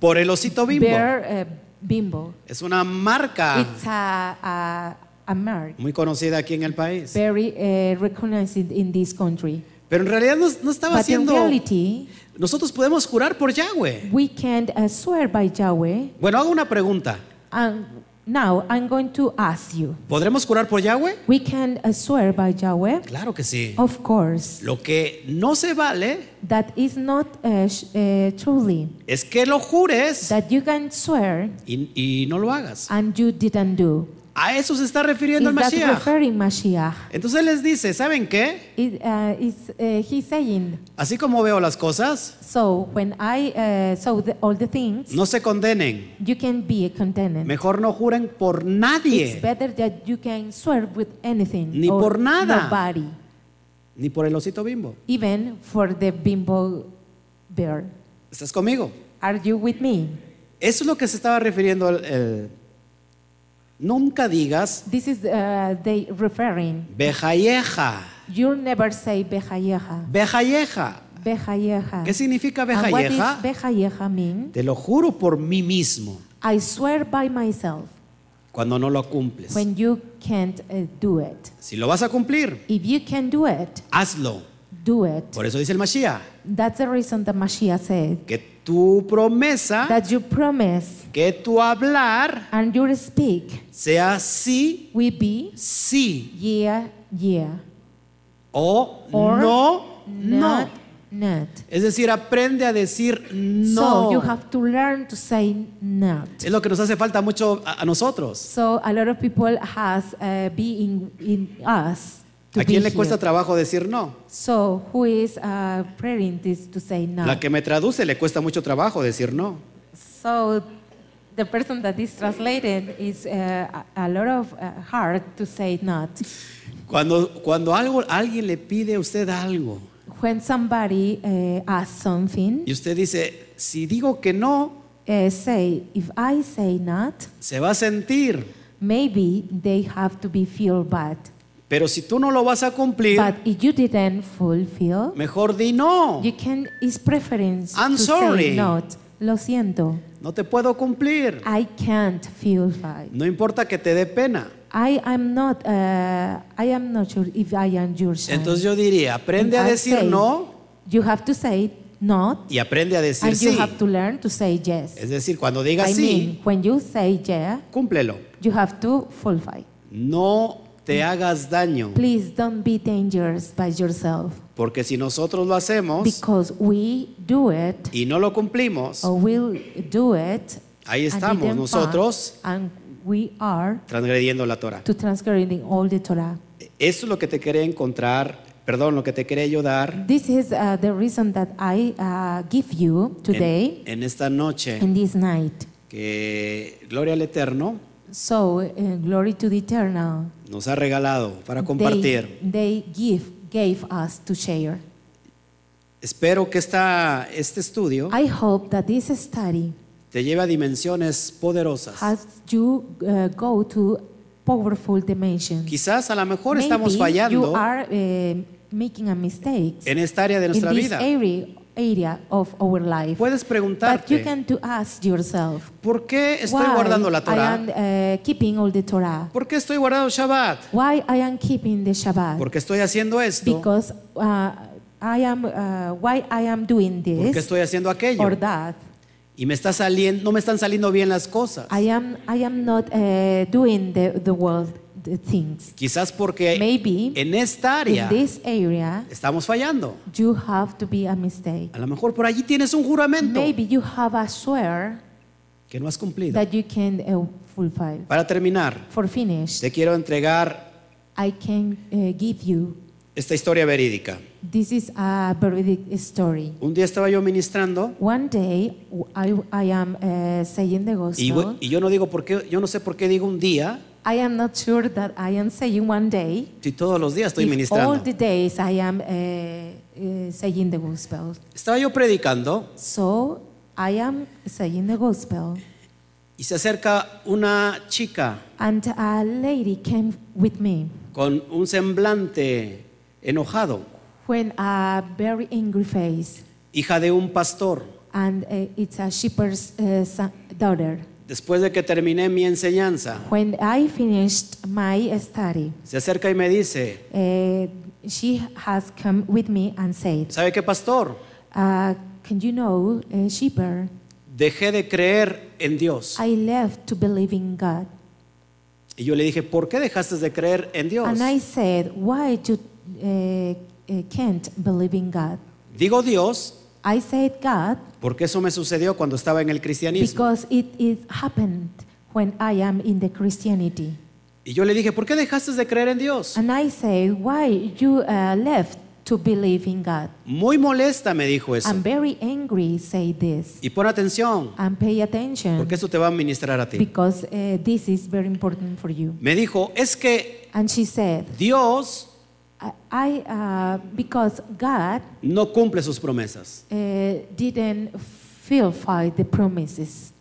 [SPEAKER 1] por el osito bimbo. Ah.
[SPEAKER 2] bear uh, bimbo.
[SPEAKER 1] Es una marca
[SPEAKER 2] It's a, a, a mark
[SPEAKER 1] muy conocida aquí en el país.
[SPEAKER 2] very uh, recognized in this country.
[SPEAKER 1] Pero en realidad no, no estaba
[SPEAKER 2] But in
[SPEAKER 1] haciendo...
[SPEAKER 2] reality,
[SPEAKER 1] Nosotros podemos jurar por Yahweh.
[SPEAKER 2] we can't uh, swear by Yahweh.
[SPEAKER 1] Bueno, hago una pregunta.
[SPEAKER 2] And now I'm going to ask you.
[SPEAKER 1] ¿Podremos jurar por Yahweh?
[SPEAKER 2] We can uh, swear by Yahweh?
[SPEAKER 1] Claro que sí.
[SPEAKER 2] Of course.
[SPEAKER 1] Lo que no se vale
[SPEAKER 2] That is not uh, sh- uh, truly.
[SPEAKER 1] es que lo jures
[SPEAKER 2] That you can swear
[SPEAKER 1] y, y no lo hagas.
[SPEAKER 2] and you didn't do.
[SPEAKER 1] A eso se está
[SPEAKER 2] Is
[SPEAKER 1] refiriendo el
[SPEAKER 2] that
[SPEAKER 1] Mashiach.
[SPEAKER 2] referring Mashiach?
[SPEAKER 1] Entonces él les dice, ¿saben qué?
[SPEAKER 2] It, uh, is, uh, he's saying,
[SPEAKER 1] Así como veo las cosas,
[SPEAKER 2] so when I uh, saw the, all the things,
[SPEAKER 1] no se condenen.
[SPEAKER 2] you can be a contender.
[SPEAKER 1] Mejor no juren por
[SPEAKER 2] It's
[SPEAKER 1] nadie,
[SPEAKER 2] better that you can swear with anything
[SPEAKER 1] Ni
[SPEAKER 2] or
[SPEAKER 1] por nada.
[SPEAKER 2] nobody,
[SPEAKER 1] ni por el osito bimbo.
[SPEAKER 2] even for the bimbo bear.
[SPEAKER 1] ¿Estás conmigo?
[SPEAKER 2] Are you with me?
[SPEAKER 1] Eso es lo que se estaba refiriendo el, el- nunca digas
[SPEAKER 2] This is uh, they referring.
[SPEAKER 1] bejayeja.
[SPEAKER 2] You never say bejayeja.
[SPEAKER 1] Bejayeja.
[SPEAKER 2] Bejayeja.
[SPEAKER 1] ¿Qué significa
[SPEAKER 2] And what is
[SPEAKER 1] bejayeja?
[SPEAKER 2] bejayeja mean?
[SPEAKER 1] Te lo juro por mí mismo
[SPEAKER 2] I swear by myself
[SPEAKER 1] cuando no lo cumples.
[SPEAKER 2] when you can't uh, do it.
[SPEAKER 1] Si lo vas a cumplir,
[SPEAKER 2] If you can do it,
[SPEAKER 1] hazlo.
[SPEAKER 2] do it.
[SPEAKER 1] Por eso dice el Mashiach,
[SPEAKER 2] That's the reason the Mashiach said
[SPEAKER 1] que tu promesa,
[SPEAKER 2] that you promise
[SPEAKER 1] que tu hablar
[SPEAKER 2] and you speak
[SPEAKER 1] sea sí,
[SPEAKER 2] will be
[SPEAKER 1] sí
[SPEAKER 2] yeah, yeah.
[SPEAKER 1] o
[SPEAKER 2] Or
[SPEAKER 1] no,
[SPEAKER 2] Not,
[SPEAKER 1] no.
[SPEAKER 2] not.
[SPEAKER 1] Es decir, aprende a decir
[SPEAKER 2] So you
[SPEAKER 1] no.
[SPEAKER 2] have to learn to say not.
[SPEAKER 1] Es lo que nos hace falta mucho a, a nosotros.
[SPEAKER 2] So a lot of people has uh, be in, in us to
[SPEAKER 1] ¿A quién
[SPEAKER 2] be
[SPEAKER 1] le cuesta
[SPEAKER 2] here.
[SPEAKER 1] trabajo decir no?
[SPEAKER 2] So who is uh, praying this to say no?
[SPEAKER 1] La que me traduce le cuesta mucho trabajo decir no.
[SPEAKER 2] So the person that is translated is uh, a a lot of uh, hard to say not.
[SPEAKER 1] Cuando, cuando algo, alguien le pide a usted algo
[SPEAKER 2] When somebody uh, asks something,
[SPEAKER 1] y usted dice, si digo que no,
[SPEAKER 2] uh, say if I say not,
[SPEAKER 1] se va a sentir.
[SPEAKER 2] maybe they have to be feel bad.
[SPEAKER 1] Pero si tú no lo vas a cumplir,
[SPEAKER 2] But if you didn't fulfill,
[SPEAKER 1] mejor di no.
[SPEAKER 2] You can is preference
[SPEAKER 1] I'm
[SPEAKER 2] to
[SPEAKER 1] sorry.
[SPEAKER 2] say not. Lo siento.
[SPEAKER 1] No te puedo cumplir.
[SPEAKER 2] I can't feel fine.
[SPEAKER 1] No importa que te dé pena.
[SPEAKER 2] I am not. Uh, I am not sure if I am your child.
[SPEAKER 1] Entonces yo diría, aprende a
[SPEAKER 2] And I
[SPEAKER 1] decir
[SPEAKER 2] say,
[SPEAKER 1] no
[SPEAKER 2] You have to say not,
[SPEAKER 1] y aprende a decir
[SPEAKER 2] and you
[SPEAKER 1] sí.
[SPEAKER 2] have to learn to say yes.
[SPEAKER 1] Es decir, cuando
[SPEAKER 2] I
[SPEAKER 1] digas sí,
[SPEAKER 2] mean, when you say yeah,
[SPEAKER 1] cúmplelo.
[SPEAKER 2] you have to fulfill.
[SPEAKER 1] No te hagas daño,
[SPEAKER 2] Please don't be dangerous by yourself,
[SPEAKER 1] porque si nosotros lo hacemos
[SPEAKER 2] because Oh. we do it
[SPEAKER 1] y no lo cumplimos,
[SPEAKER 2] or will do it.
[SPEAKER 1] Ahí
[SPEAKER 2] and we
[SPEAKER 1] estamos
[SPEAKER 2] didn't fall,
[SPEAKER 1] nosotros.
[SPEAKER 2] and we are
[SPEAKER 1] transgrediendo la Torah.
[SPEAKER 2] to transgressing all the Torah.
[SPEAKER 1] Eso es lo que te quería encontrar, perdón, lo que te quería yo dar
[SPEAKER 2] This is uh, the reason that I uh, give you today
[SPEAKER 1] en, en esta noche.
[SPEAKER 2] and this night.
[SPEAKER 1] que Gloria al Eterno
[SPEAKER 2] So, uh, glory to the eternal.
[SPEAKER 1] nos ha regalado para
[SPEAKER 2] They,
[SPEAKER 1] compartir.
[SPEAKER 2] they give, gave us to share.
[SPEAKER 1] Espero que esta, este estudio
[SPEAKER 2] I hope that this study
[SPEAKER 1] te lleve a dimensiones poderosas.
[SPEAKER 2] has you uh, go to powerful dimensions.
[SPEAKER 1] Quizás a lo mejor estamos
[SPEAKER 2] Maybe you
[SPEAKER 1] fallando
[SPEAKER 2] are uh, making a mistake
[SPEAKER 1] en esta área de
[SPEAKER 2] in
[SPEAKER 1] nuestra
[SPEAKER 2] this
[SPEAKER 1] vida.
[SPEAKER 2] area, area of our life.
[SPEAKER 1] Puedes
[SPEAKER 2] But you
[SPEAKER 1] preguntarte,
[SPEAKER 2] can to ask yourself,
[SPEAKER 1] ¿por qué estoy
[SPEAKER 2] why
[SPEAKER 1] guardando la
[SPEAKER 2] I
[SPEAKER 1] Torah?
[SPEAKER 2] am uh, keeping all the Torah.
[SPEAKER 1] ¿Por qué estoy guardando Shabbat?
[SPEAKER 2] Why I am keeping the Shabbat?
[SPEAKER 1] ¿Por qué estoy haciendo esto? ¿Por
[SPEAKER 2] Because uh, I am uh, why I am doing
[SPEAKER 1] qué
[SPEAKER 2] this
[SPEAKER 1] estoy haciendo aquello?
[SPEAKER 2] or that.
[SPEAKER 1] Y me está saliendo, no me están saliendo bien las cosas.
[SPEAKER 2] I am I am not uh, doing the the world the things.
[SPEAKER 1] Quizás porque
[SPEAKER 2] Maybe
[SPEAKER 1] en esta área
[SPEAKER 2] in this area
[SPEAKER 1] estamos fallando.
[SPEAKER 2] you have to be a mistake.
[SPEAKER 1] A lo mejor por allí tienes un juramento
[SPEAKER 2] Maybe you have a swear
[SPEAKER 1] que no has cumplido.
[SPEAKER 2] that you can uh, fulfill.
[SPEAKER 1] Para terminar,
[SPEAKER 2] For finish,
[SPEAKER 1] te quiero entregar
[SPEAKER 2] I can uh, give you.
[SPEAKER 1] esta historia verídica.
[SPEAKER 2] This is a veridic story.
[SPEAKER 1] Un día estaba yo ministrando
[SPEAKER 2] One day I, I am uh, saying the gospel.
[SPEAKER 1] y, bu- y yo no digo por qué, yo no sé por qué digo un día
[SPEAKER 2] I am not sure that I am saying one day.
[SPEAKER 1] si todos los días estoy
[SPEAKER 2] if all
[SPEAKER 1] ministrando.
[SPEAKER 2] the days I am uh, uh, saying the gospel.
[SPEAKER 1] Estaba yo predicando
[SPEAKER 2] So I am saying the gospel,
[SPEAKER 1] y se acerca una chica
[SPEAKER 2] and a lady came with me
[SPEAKER 1] con un semblante enojado,
[SPEAKER 2] when a very angry face,
[SPEAKER 1] hija de un pastor.
[SPEAKER 2] and uh, it's a shepherd's uh, son- daughter.
[SPEAKER 1] Después de que terminé mi enseñanza,
[SPEAKER 2] When I finished my study,
[SPEAKER 1] se acerca y me dice,
[SPEAKER 2] uh, she has come with me and said,
[SPEAKER 1] ¿sabe qué pastor?
[SPEAKER 2] uh, "Can you know, uh, shepherd?
[SPEAKER 1] Dejé de creer en Dios.
[SPEAKER 2] I left to believe in God."
[SPEAKER 1] Y yo le dije, ¿por qué dejaste de creer en Dios?
[SPEAKER 2] And I said, Why you uh, uh, can't believe in God?
[SPEAKER 1] Digo Dios
[SPEAKER 2] I said God
[SPEAKER 1] porque eso me sucedió cuando estaba en el cristianismo.
[SPEAKER 2] because it, it happened when I am in the Christianity.
[SPEAKER 1] Y yo le dije, ¿por qué dejaste de creer en Dios?
[SPEAKER 2] And I said, Why you uh, left to believe in God?
[SPEAKER 1] Muy molesta me dijo eso.
[SPEAKER 2] I'm very angry, say this.
[SPEAKER 1] Y pon atención,
[SPEAKER 2] And pay attention
[SPEAKER 1] porque eso te va a ministrar a ti.
[SPEAKER 2] because uh, this is very important for you.
[SPEAKER 1] Me dijo, es que
[SPEAKER 2] And she said,
[SPEAKER 1] Dios
[SPEAKER 2] I, I, uh, because God
[SPEAKER 1] no cumple sus promesas.
[SPEAKER 2] uh, didn't fulfill the promises.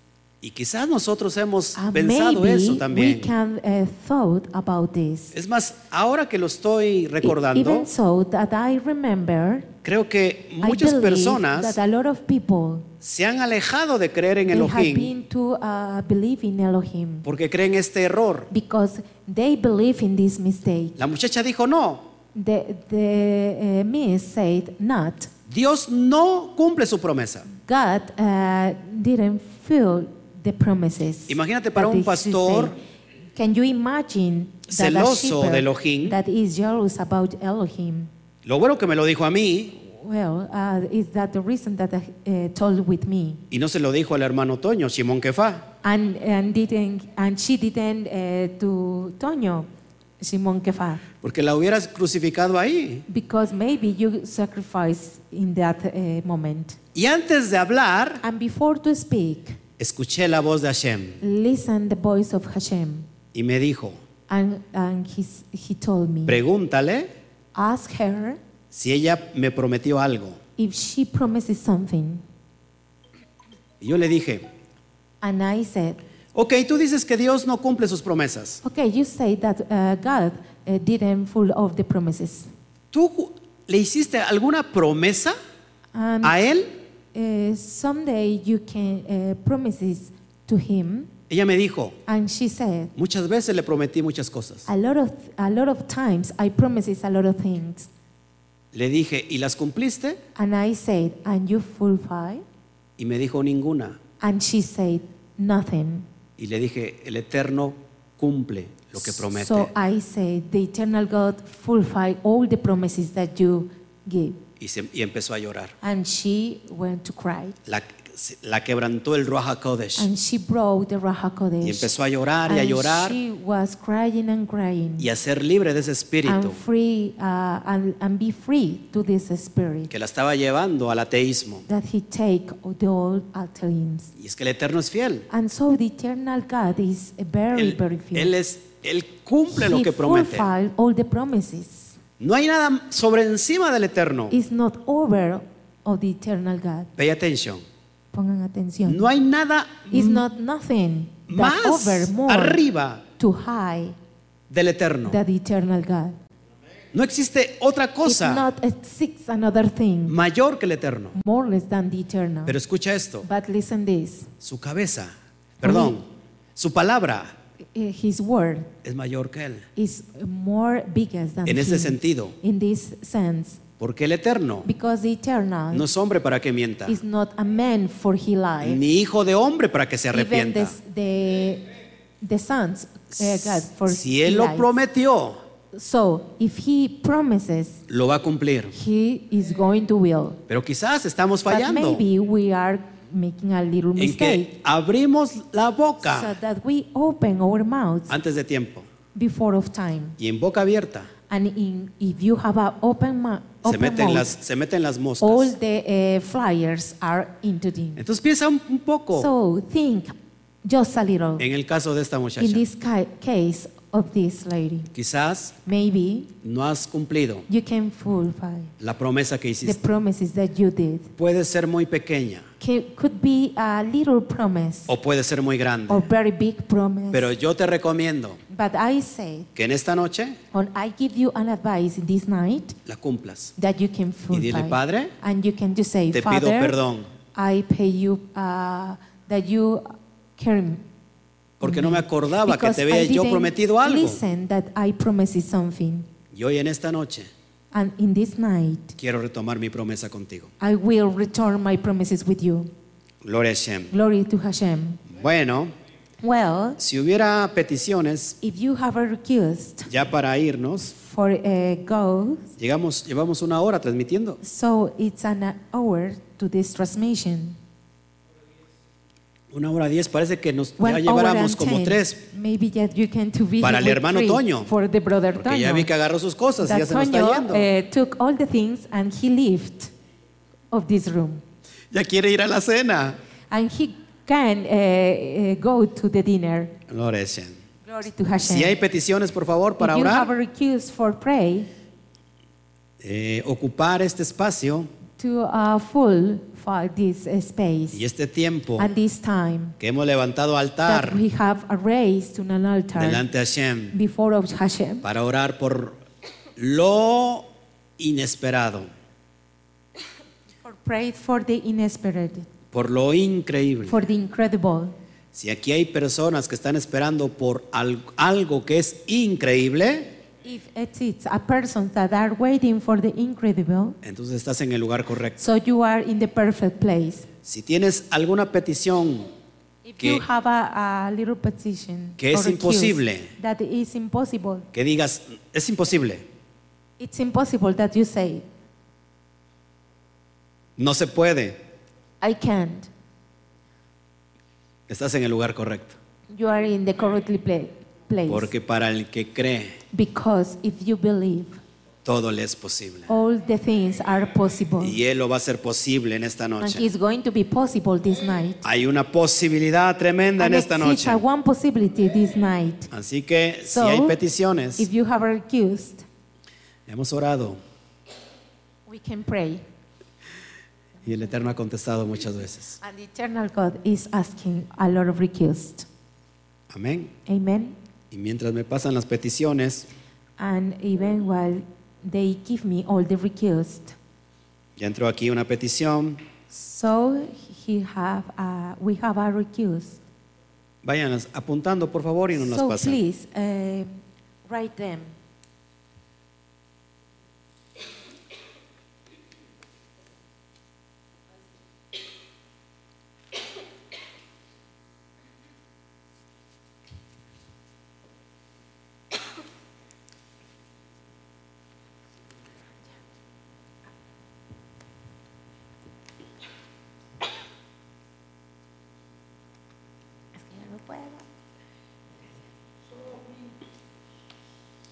[SPEAKER 1] Y quizás nosotros hemos
[SPEAKER 2] Uh,
[SPEAKER 1] pensado
[SPEAKER 2] maybe
[SPEAKER 1] eso
[SPEAKER 2] we
[SPEAKER 1] también.
[SPEAKER 2] can uh, thought about this.
[SPEAKER 1] Es más, ahora que lo estoy
[SPEAKER 2] E-
[SPEAKER 1] recordando,
[SPEAKER 2] Even so, that I remember,
[SPEAKER 1] creo que
[SPEAKER 2] I
[SPEAKER 1] muchas
[SPEAKER 2] believe
[SPEAKER 1] personas
[SPEAKER 2] that a lot of people
[SPEAKER 1] se han alejado de creer en
[SPEAKER 2] they have
[SPEAKER 1] Elohim
[SPEAKER 2] been to uh, believe in Elohim
[SPEAKER 1] porque creen este error.
[SPEAKER 2] because they believe in this mistake.
[SPEAKER 1] La muchacha dijo, no,
[SPEAKER 2] The the uh, miss said not.
[SPEAKER 1] Dios no cumple su promesa.
[SPEAKER 2] God uh, didn't fill the promises.
[SPEAKER 1] Imagínate para
[SPEAKER 2] that
[SPEAKER 1] un
[SPEAKER 2] she
[SPEAKER 1] pastor
[SPEAKER 2] said. Can you imagine that a
[SPEAKER 1] celoso de
[SPEAKER 2] shepherd
[SPEAKER 1] Elohim?
[SPEAKER 2] that is jealous about Elohim?
[SPEAKER 1] Lo bueno que me lo dijo a mí
[SPEAKER 2] Well, uh, is that the reason that I uh, told with me?
[SPEAKER 1] y no se lo dijo al hermano Toño, Simón Kefá.
[SPEAKER 2] And, and didn't and she didn't uh, to Toño, Simon Kefa,
[SPEAKER 1] Porque la hubieras crucificado ahí.
[SPEAKER 2] because maybe you sacrificed in that uh, moment.
[SPEAKER 1] Y antes de hablar,
[SPEAKER 2] And before to speak,
[SPEAKER 1] escuché la voz de Hashem
[SPEAKER 2] listen the voice of Hashem,
[SPEAKER 1] y me dijo,
[SPEAKER 2] and and his, he told me,
[SPEAKER 1] pregúntale
[SPEAKER 2] ask her
[SPEAKER 1] si ella me prometió algo.
[SPEAKER 2] if she promises something.
[SPEAKER 1] Y yo le dije,
[SPEAKER 2] And I said,
[SPEAKER 1] ok, tú dices que Dios no cumple sus promesas.
[SPEAKER 2] okay, you say that uh, God uh, didn't full of the promises.
[SPEAKER 1] ¿Tú le hiciste alguna promesa
[SPEAKER 2] And
[SPEAKER 1] a él?
[SPEAKER 2] Uh, someday you can uh, promises to him
[SPEAKER 1] Ella me dijo,
[SPEAKER 2] and she said
[SPEAKER 1] muchas veces le prometí muchas cosas.
[SPEAKER 2] a lot of a lot of times i promises a lot of things
[SPEAKER 1] Le dije, ¿y las cumpliste?
[SPEAKER 2] and i said and you fulfill
[SPEAKER 1] Y me dijo, ninguna.
[SPEAKER 2] and she said nothing
[SPEAKER 1] Y le dije, el Eterno cumple lo que promete.
[SPEAKER 2] so i said the eternal god fulfill all the promises that you give
[SPEAKER 1] y, se- y empezó a llorar.
[SPEAKER 2] and she went to cry
[SPEAKER 1] La, se- la quebrantó el Ruach HaKodesh.
[SPEAKER 2] and she broke the Ruach
[SPEAKER 1] Y
[SPEAKER 2] HaKodesh
[SPEAKER 1] empezó a llorar y a
[SPEAKER 2] and
[SPEAKER 1] llorar
[SPEAKER 2] she was crying and crying
[SPEAKER 1] y a ser libre de ese espíritu
[SPEAKER 2] and free uh, and, and be free to this spirit
[SPEAKER 1] que la estaba llevando al ateísmo.
[SPEAKER 2] that he take the old altars.
[SPEAKER 1] Y es que el Eterno es fiel.
[SPEAKER 2] And so the eternal God is very,
[SPEAKER 1] Él,
[SPEAKER 2] very few.
[SPEAKER 1] él es, él cumple lo
[SPEAKER 2] he
[SPEAKER 1] que promete.
[SPEAKER 2] fulfilled all the promises.
[SPEAKER 1] No hay nada sobre encima del Eterno.
[SPEAKER 2] It's not over of the eternal God.
[SPEAKER 1] Pay attention.
[SPEAKER 2] Pongan atención.
[SPEAKER 1] No hay nada
[SPEAKER 2] It's not nothing that
[SPEAKER 1] más
[SPEAKER 2] over more
[SPEAKER 1] arriba
[SPEAKER 2] to high
[SPEAKER 1] del Eterno.
[SPEAKER 2] than the eternal God.
[SPEAKER 1] No existe otra
[SPEAKER 2] It's
[SPEAKER 1] cosa
[SPEAKER 2] not exists another thing
[SPEAKER 1] mayor que el Eterno.
[SPEAKER 2] more less than the eternal.
[SPEAKER 1] Pero escucha esto.
[SPEAKER 2] but listen this.
[SPEAKER 1] Su cabeza, perdón, su palabra
[SPEAKER 2] Eh, His word
[SPEAKER 1] es mayor que Él.
[SPEAKER 2] is more biggest than
[SPEAKER 1] En ese
[SPEAKER 2] him.
[SPEAKER 1] sentido,
[SPEAKER 2] in this sense.
[SPEAKER 1] porque el Eterno
[SPEAKER 2] Because the eternal
[SPEAKER 1] no es hombre para que mienta,
[SPEAKER 2] is not a man for he lied.
[SPEAKER 1] ni hijo de hombre para que se
[SPEAKER 2] Even the,
[SPEAKER 1] arrepienta.
[SPEAKER 2] the, the sons, uh, God, for
[SPEAKER 1] Si
[SPEAKER 2] he
[SPEAKER 1] Él lo
[SPEAKER 2] lied.
[SPEAKER 1] prometió,
[SPEAKER 2] So, if he promises,
[SPEAKER 1] lo va a cumplir.
[SPEAKER 2] he is going to will.
[SPEAKER 1] Pero quizás estamos
[SPEAKER 2] But
[SPEAKER 1] fallando
[SPEAKER 2] maybe we are making a little
[SPEAKER 1] en
[SPEAKER 2] mistake
[SPEAKER 1] que abrimos la
[SPEAKER 2] so
[SPEAKER 1] boca
[SPEAKER 2] that we open our mouths
[SPEAKER 1] antes de tiempo
[SPEAKER 2] before of time.
[SPEAKER 1] y en boca abierta
[SPEAKER 2] And in, if you have an open, mou-
[SPEAKER 1] se
[SPEAKER 2] open
[SPEAKER 1] meten
[SPEAKER 2] mouth,
[SPEAKER 1] las, se meten las
[SPEAKER 2] all
[SPEAKER 1] moscas.
[SPEAKER 2] the uh, flyers are into them.
[SPEAKER 1] Entonces piensa un, un poco
[SPEAKER 2] So think just a little.
[SPEAKER 1] en el caso de esta
[SPEAKER 2] In
[SPEAKER 1] muchacha.
[SPEAKER 2] this ca- case of this lady.
[SPEAKER 1] Quizás
[SPEAKER 2] Maybe
[SPEAKER 1] no has cumplido
[SPEAKER 2] you can fulfill
[SPEAKER 1] la promesa que
[SPEAKER 2] the
[SPEAKER 1] hiciste.
[SPEAKER 2] promises that you did.
[SPEAKER 1] Puede ser muy pequeña
[SPEAKER 2] Ca- Could be a little promise
[SPEAKER 1] o puede ser muy grande.
[SPEAKER 2] or very big promise.
[SPEAKER 1] Pero yo te recomiendo
[SPEAKER 2] but I say,
[SPEAKER 1] que en esta noche
[SPEAKER 2] and I give you an advice this night
[SPEAKER 1] la cumplas.
[SPEAKER 2] that you can fulfill.
[SPEAKER 1] dile, "Padre,
[SPEAKER 2] and you can just say,
[SPEAKER 1] te pido
[SPEAKER 2] Father,
[SPEAKER 1] perdón."
[SPEAKER 2] I pay you uh, that you carry
[SPEAKER 1] Porque no me acordaba que
[SPEAKER 2] Because
[SPEAKER 1] te había
[SPEAKER 2] I
[SPEAKER 1] yo
[SPEAKER 2] didn't
[SPEAKER 1] prometido algo.
[SPEAKER 2] Listen that I promised something.
[SPEAKER 1] Y hoy en esta noche
[SPEAKER 2] And in this night,
[SPEAKER 1] quiero retomar mi promesa contigo.
[SPEAKER 2] I will return my promises with you.
[SPEAKER 1] Gloria a Shem.
[SPEAKER 2] Glory to Hashem.
[SPEAKER 1] Bueno,
[SPEAKER 2] Well,
[SPEAKER 1] si hubiera peticiones
[SPEAKER 2] if you have a request
[SPEAKER 1] ya para irnos,
[SPEAKER 2] for a go,
[SPEAKER 1] llegamos, llevamos una hora transmitiendo.
[SPEAKER 2] so it's an hour to this transmission.
[SPEAKER 1] Una hora diez, parece que nos
[SPEAKER 2] One
[SPEAKER 1] ya
[SPEAKER 2] hour and
[SPEAKER 1] lleváramos como
[SPEAKER 2] ten.
[SPEAKER 1] tres.
[SPEAKER 2] Maybe that you can to be
[SPEAKER 1] Para
[SPEAKER 2] here
[SPEAKER 1] el
[SPEAKER 2] with
[SPEAKER 1] hermano
[SPEAKER 2] three
[SPEAKER 1] Toño.
[SPEAKER 2] For the brother
[SPEAKER 1] Porque
[SPEAKER 2] Toño.
[SPEAKER 1] ya vi que agarró sus cosas y
[SPEAKER 2] That
[SPEAKER 1] ya se nos está
[SPEAKER 2] Toño
[SPEAKER 1] yendo.
[SPEAKER 2] eh, took all the things and he left of this room.
[SPEAKER 1] Ya quiere ir a la cena.
[SPEAKER 2] And he can uh, uh, go to the dinner.
[SPEAKER 1] Gloria a Shem.
[SPEAKER 2] Glory to Hashem.
[SPEAKER 1] Si hay peticiones, por favor, para
[SPEAKER 2] if you have a
[SPEAKER 1] orar,
[SPEAKER 2] request for pray
[SPEAKER 1] eh, ocupar este espacio
[SPEAKER 2] to uh, full for this uh, space
[SPEAKER 1] y este tiempo
[SPEAKER 2] and this time
[SPEAKER 1] que hemos levantado altar
[SPEAKER 2] that we have a raise to an altar
[SPEAKER 1] delante de Hashem
[SPEAKER 2] before of Hashem
[SPEAKER 1] para orar por lo inesperado,
[SPEAKER 2] for pray for the inesperated,
[SPEAKER 1] por lo increíble.
[SPEAKER 2] for the incredible.
[SPEAKER 1] Si aquí hay personas que están esperando por al- algo que es increíble,
[SPEAKER 2] If it is a person that are waiting for the incredible,
[SPEAKER 1] entonces estás en el lugar correcto.
[SPEAKER 2] so you are in the perfect place.
[SPEAKER 1] Si tienes alguna petición
[SPEAKER 2] If
[SPEAKER 1] Que-
[SPEAKER 2] you have a, a little petition
[SPEAKER 1] que es
[SPEAKER 2] or request
[SPEAKER 1] imposible.
[SPEAKER 2] that is impossible,
[SPEAKER 1] que digas, es imposible,
[SPEAKER 2] it's impossible that you say,
[SPEAKER 1] no se puede,
[SPEAKER 2] I can't.
[SPEAKER 1] estás en el lugar correcto.
[SPEAKER 2] You are in the correctly pla- place.
[SPEAKER 1] Porque para el que cree,
[SPEAKER 2] Because if you believe,
[SPEAKER 1] todo le es posible.
[SPEAKER 2] all the things are possible.
[SPEAKER 1] Y Él lo va a hacer posible en esta
[SPEAKER 2] And
[SPEAKER 1] noche.
[SPEAKER 2] it's going to be possible this night.
[SPEAKER 1] Hay una posibilidad tremenda en
[SPEAKER 2] And
[SPEAKER 1] esta
[SPEAKER 2] exists
[SPEAKER 1] noche.
[SPEAKER 2] a one possibility this night.
[SPEAKER 1] Así que si
[SPEAKER 2] So,
[SPEAKER 1] hay peticiones,
[SPEAKER 2] If you have a request,
[SPEAKER 1] hemos orado
[SPEAKER 2] we can pray.
[SPEAKER 1] y el Eterno ha contestado muchas veces.
[SPEAKER 2] And the eternal God is asking a lot of requests.
[SPEAKER 1] Amén.
[SPEAKER 2] Amen.
[SPEAKER 1] Y mientras me pasan las peticiones,
[SPEAKER 2] And even while they give me all the requests,
[SPEAKER 1] ya entró aquí una petición.
[SPEAKER 2] so he have a, we have a request.
[SPEAKER 1] Vayan apuntando, por favor, y no las
[SPEAKER 2] so
[SPEAKER 1] pasen.
[SPEAKER 2] please um, write them.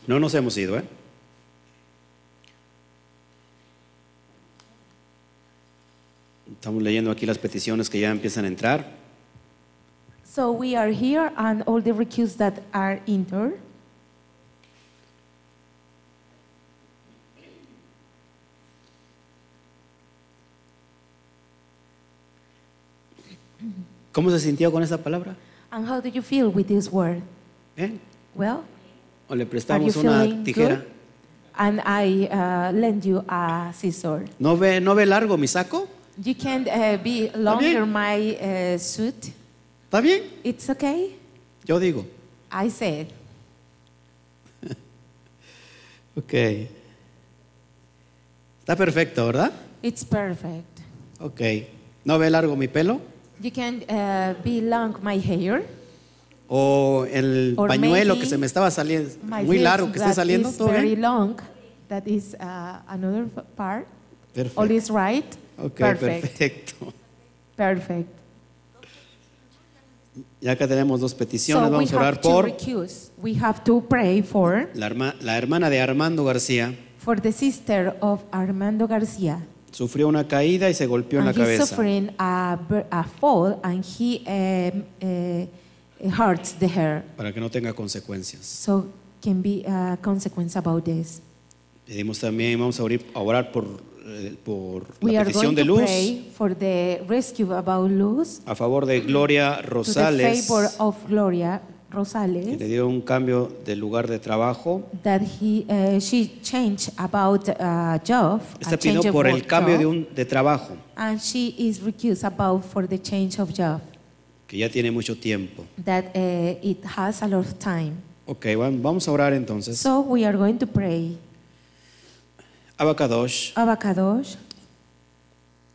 [SPEAKER 1] No nos hemos ido, ¿eh? Estamos leyendo aquí las peticiones que ya empiezan a entrar.
[SPEAKER 2] So we are here and all the recused that are in there.
[SPEAKER 1] ¿Cómo se sintió con esa palabra?
[SPEAKER 2] And how do you feel with this word?
[SPEAKER 1] ¿Eh?
[SPEAKER 2] Well,
[SPEAKER 1] ¿O le
[SPEAKER 2] are you
[SPEAKER 1] prestamos una
[SPEAKER 2] feeling
[SPEAKER 1] tijera?
[SPEAKER 2] good? And I uh, lend you a scissor.
[SPEAKER 1] ¿No ve, ¿No ve largo mi saco?
[SPEAKER 2] You can uh, be longer my uh, suit.
[SPEAKER 1] ¿Está bien?
[SPEAKER 2] It's okay.
[SPEAKER 1] Yo digo.
[SPEAKER 2] I said.
[SPEAKER 1] Ok. Está perfecto, ¿verdad?
[SPEAKER 2] It's perfect.
[SPEAKER 1] Ok. ¿No ve largo mi pelo?
[SPEAKER 2] You can uh, be long my hair.
[SPEAKER 1] ¿O el
[SPEAKER 2] Or
[SPEAKER 1] pañuelo
[SPEAKER 2] maybe
[SPEAKER 1] que se me estaba saliendo?
[SPEAKER 2] My
[SPEAKER 1] Muy
[SPEAKER 2] dress
[SPEAKER 1] largo que está
[SPEAKER 2] that
[SPEAKER 1] saliendo.
[SPEAKER 2] is
[SPEAKER 1] ¿Todo
[SPEAKER 2] very
[SPEAKER 1] bien?
[SPEAKER 2] long. That is uh, another f- part. All
[SPEAKER 1] Perfecto.
[SPEAKER 2] is right.
[SPEAKER 1] Ok,
[SPEAKER 2] perfect.
[SPEAKER 1] perfecto.
[SPEAKER 2] Perfect.
[SPEAKER 1] Ya acá tenemos dos peticiones.
[SPEAKER 2] so
[SPEAKER 1] Vamos
[SPEAKER 2] we
[SPEAKER 1] a
[SPEAKER 2] have
[SPEAKER 1] orar
[SPEAKER 2] to
[SPEAKER 1] por
[SPEAKER 2] recuse. We have to pray for
[SPEAKER 1] la, herma- la hermana de Armando García.
[SPEAKER 2] for the sister of Armando Garcia.
[SPEAKER 1] Sufrió una caída y se golpeó en
[SPEAKER 2] and
[SPEAKER 1] la
[SPEAKER 2] he's
[SPEAKER 1] cabeza.
[SPEAKER 2] suffering a, bur- a fall, and he um, uh, It hurts the hair.
[SPEAKER 1] para que no tenga consecuencias.
[SPEAKER 2] So can be a consequence about this.
[SPEAKER 1] Pedimos también, vamos a orir- a orar por, eh, por
[SPEAKER 2] We
[SPEAKER 1] la
[SPEAKER 2] are
[SPEAKER 1] petición
[SPEAKER 2] going
[SPEAKER 1] de
[SPEAKER 2] to
[SPEAKER 1] luz
[SPEAKER 2] pray for the rescue about Luz
[SPEAKER 1] a favor de Gloria
[SPEAKER 2] to the
[SPEAKER 1] Rosales,
[SPEAKER 2] favor of Gloria
[SPEAKER 1] que le
[SPEAKER 2] Rosales
[SPEAKER 1] dio un cambio de lugar de trabajo.
[SPEAKER 2] that he uh, she changed about uh, job. a
[SPEAKER 1] Esta pidió
[SPEAKER 2] change of
[SPEAKER 1] por el
[SPEAKER 2] work
[SPEAKER 1] cambio de,
[SPEAKER 2] job,
[SPEAKER 1] un, de trabajo,
[SPEAKER 2] and she is recused about for the change of job
[SPEAKER 1] que ya tiene mucho tiempo.
[SPEAKER 2] that uh, it has a lot of time.
[SPEAKER 1] Ok, van- vamos a orar entonces.
[SPEAKER 2] So we are going to pray.
[SPEAKER 1] Abacadosh,
[SPEAKER 2] Abacadosh,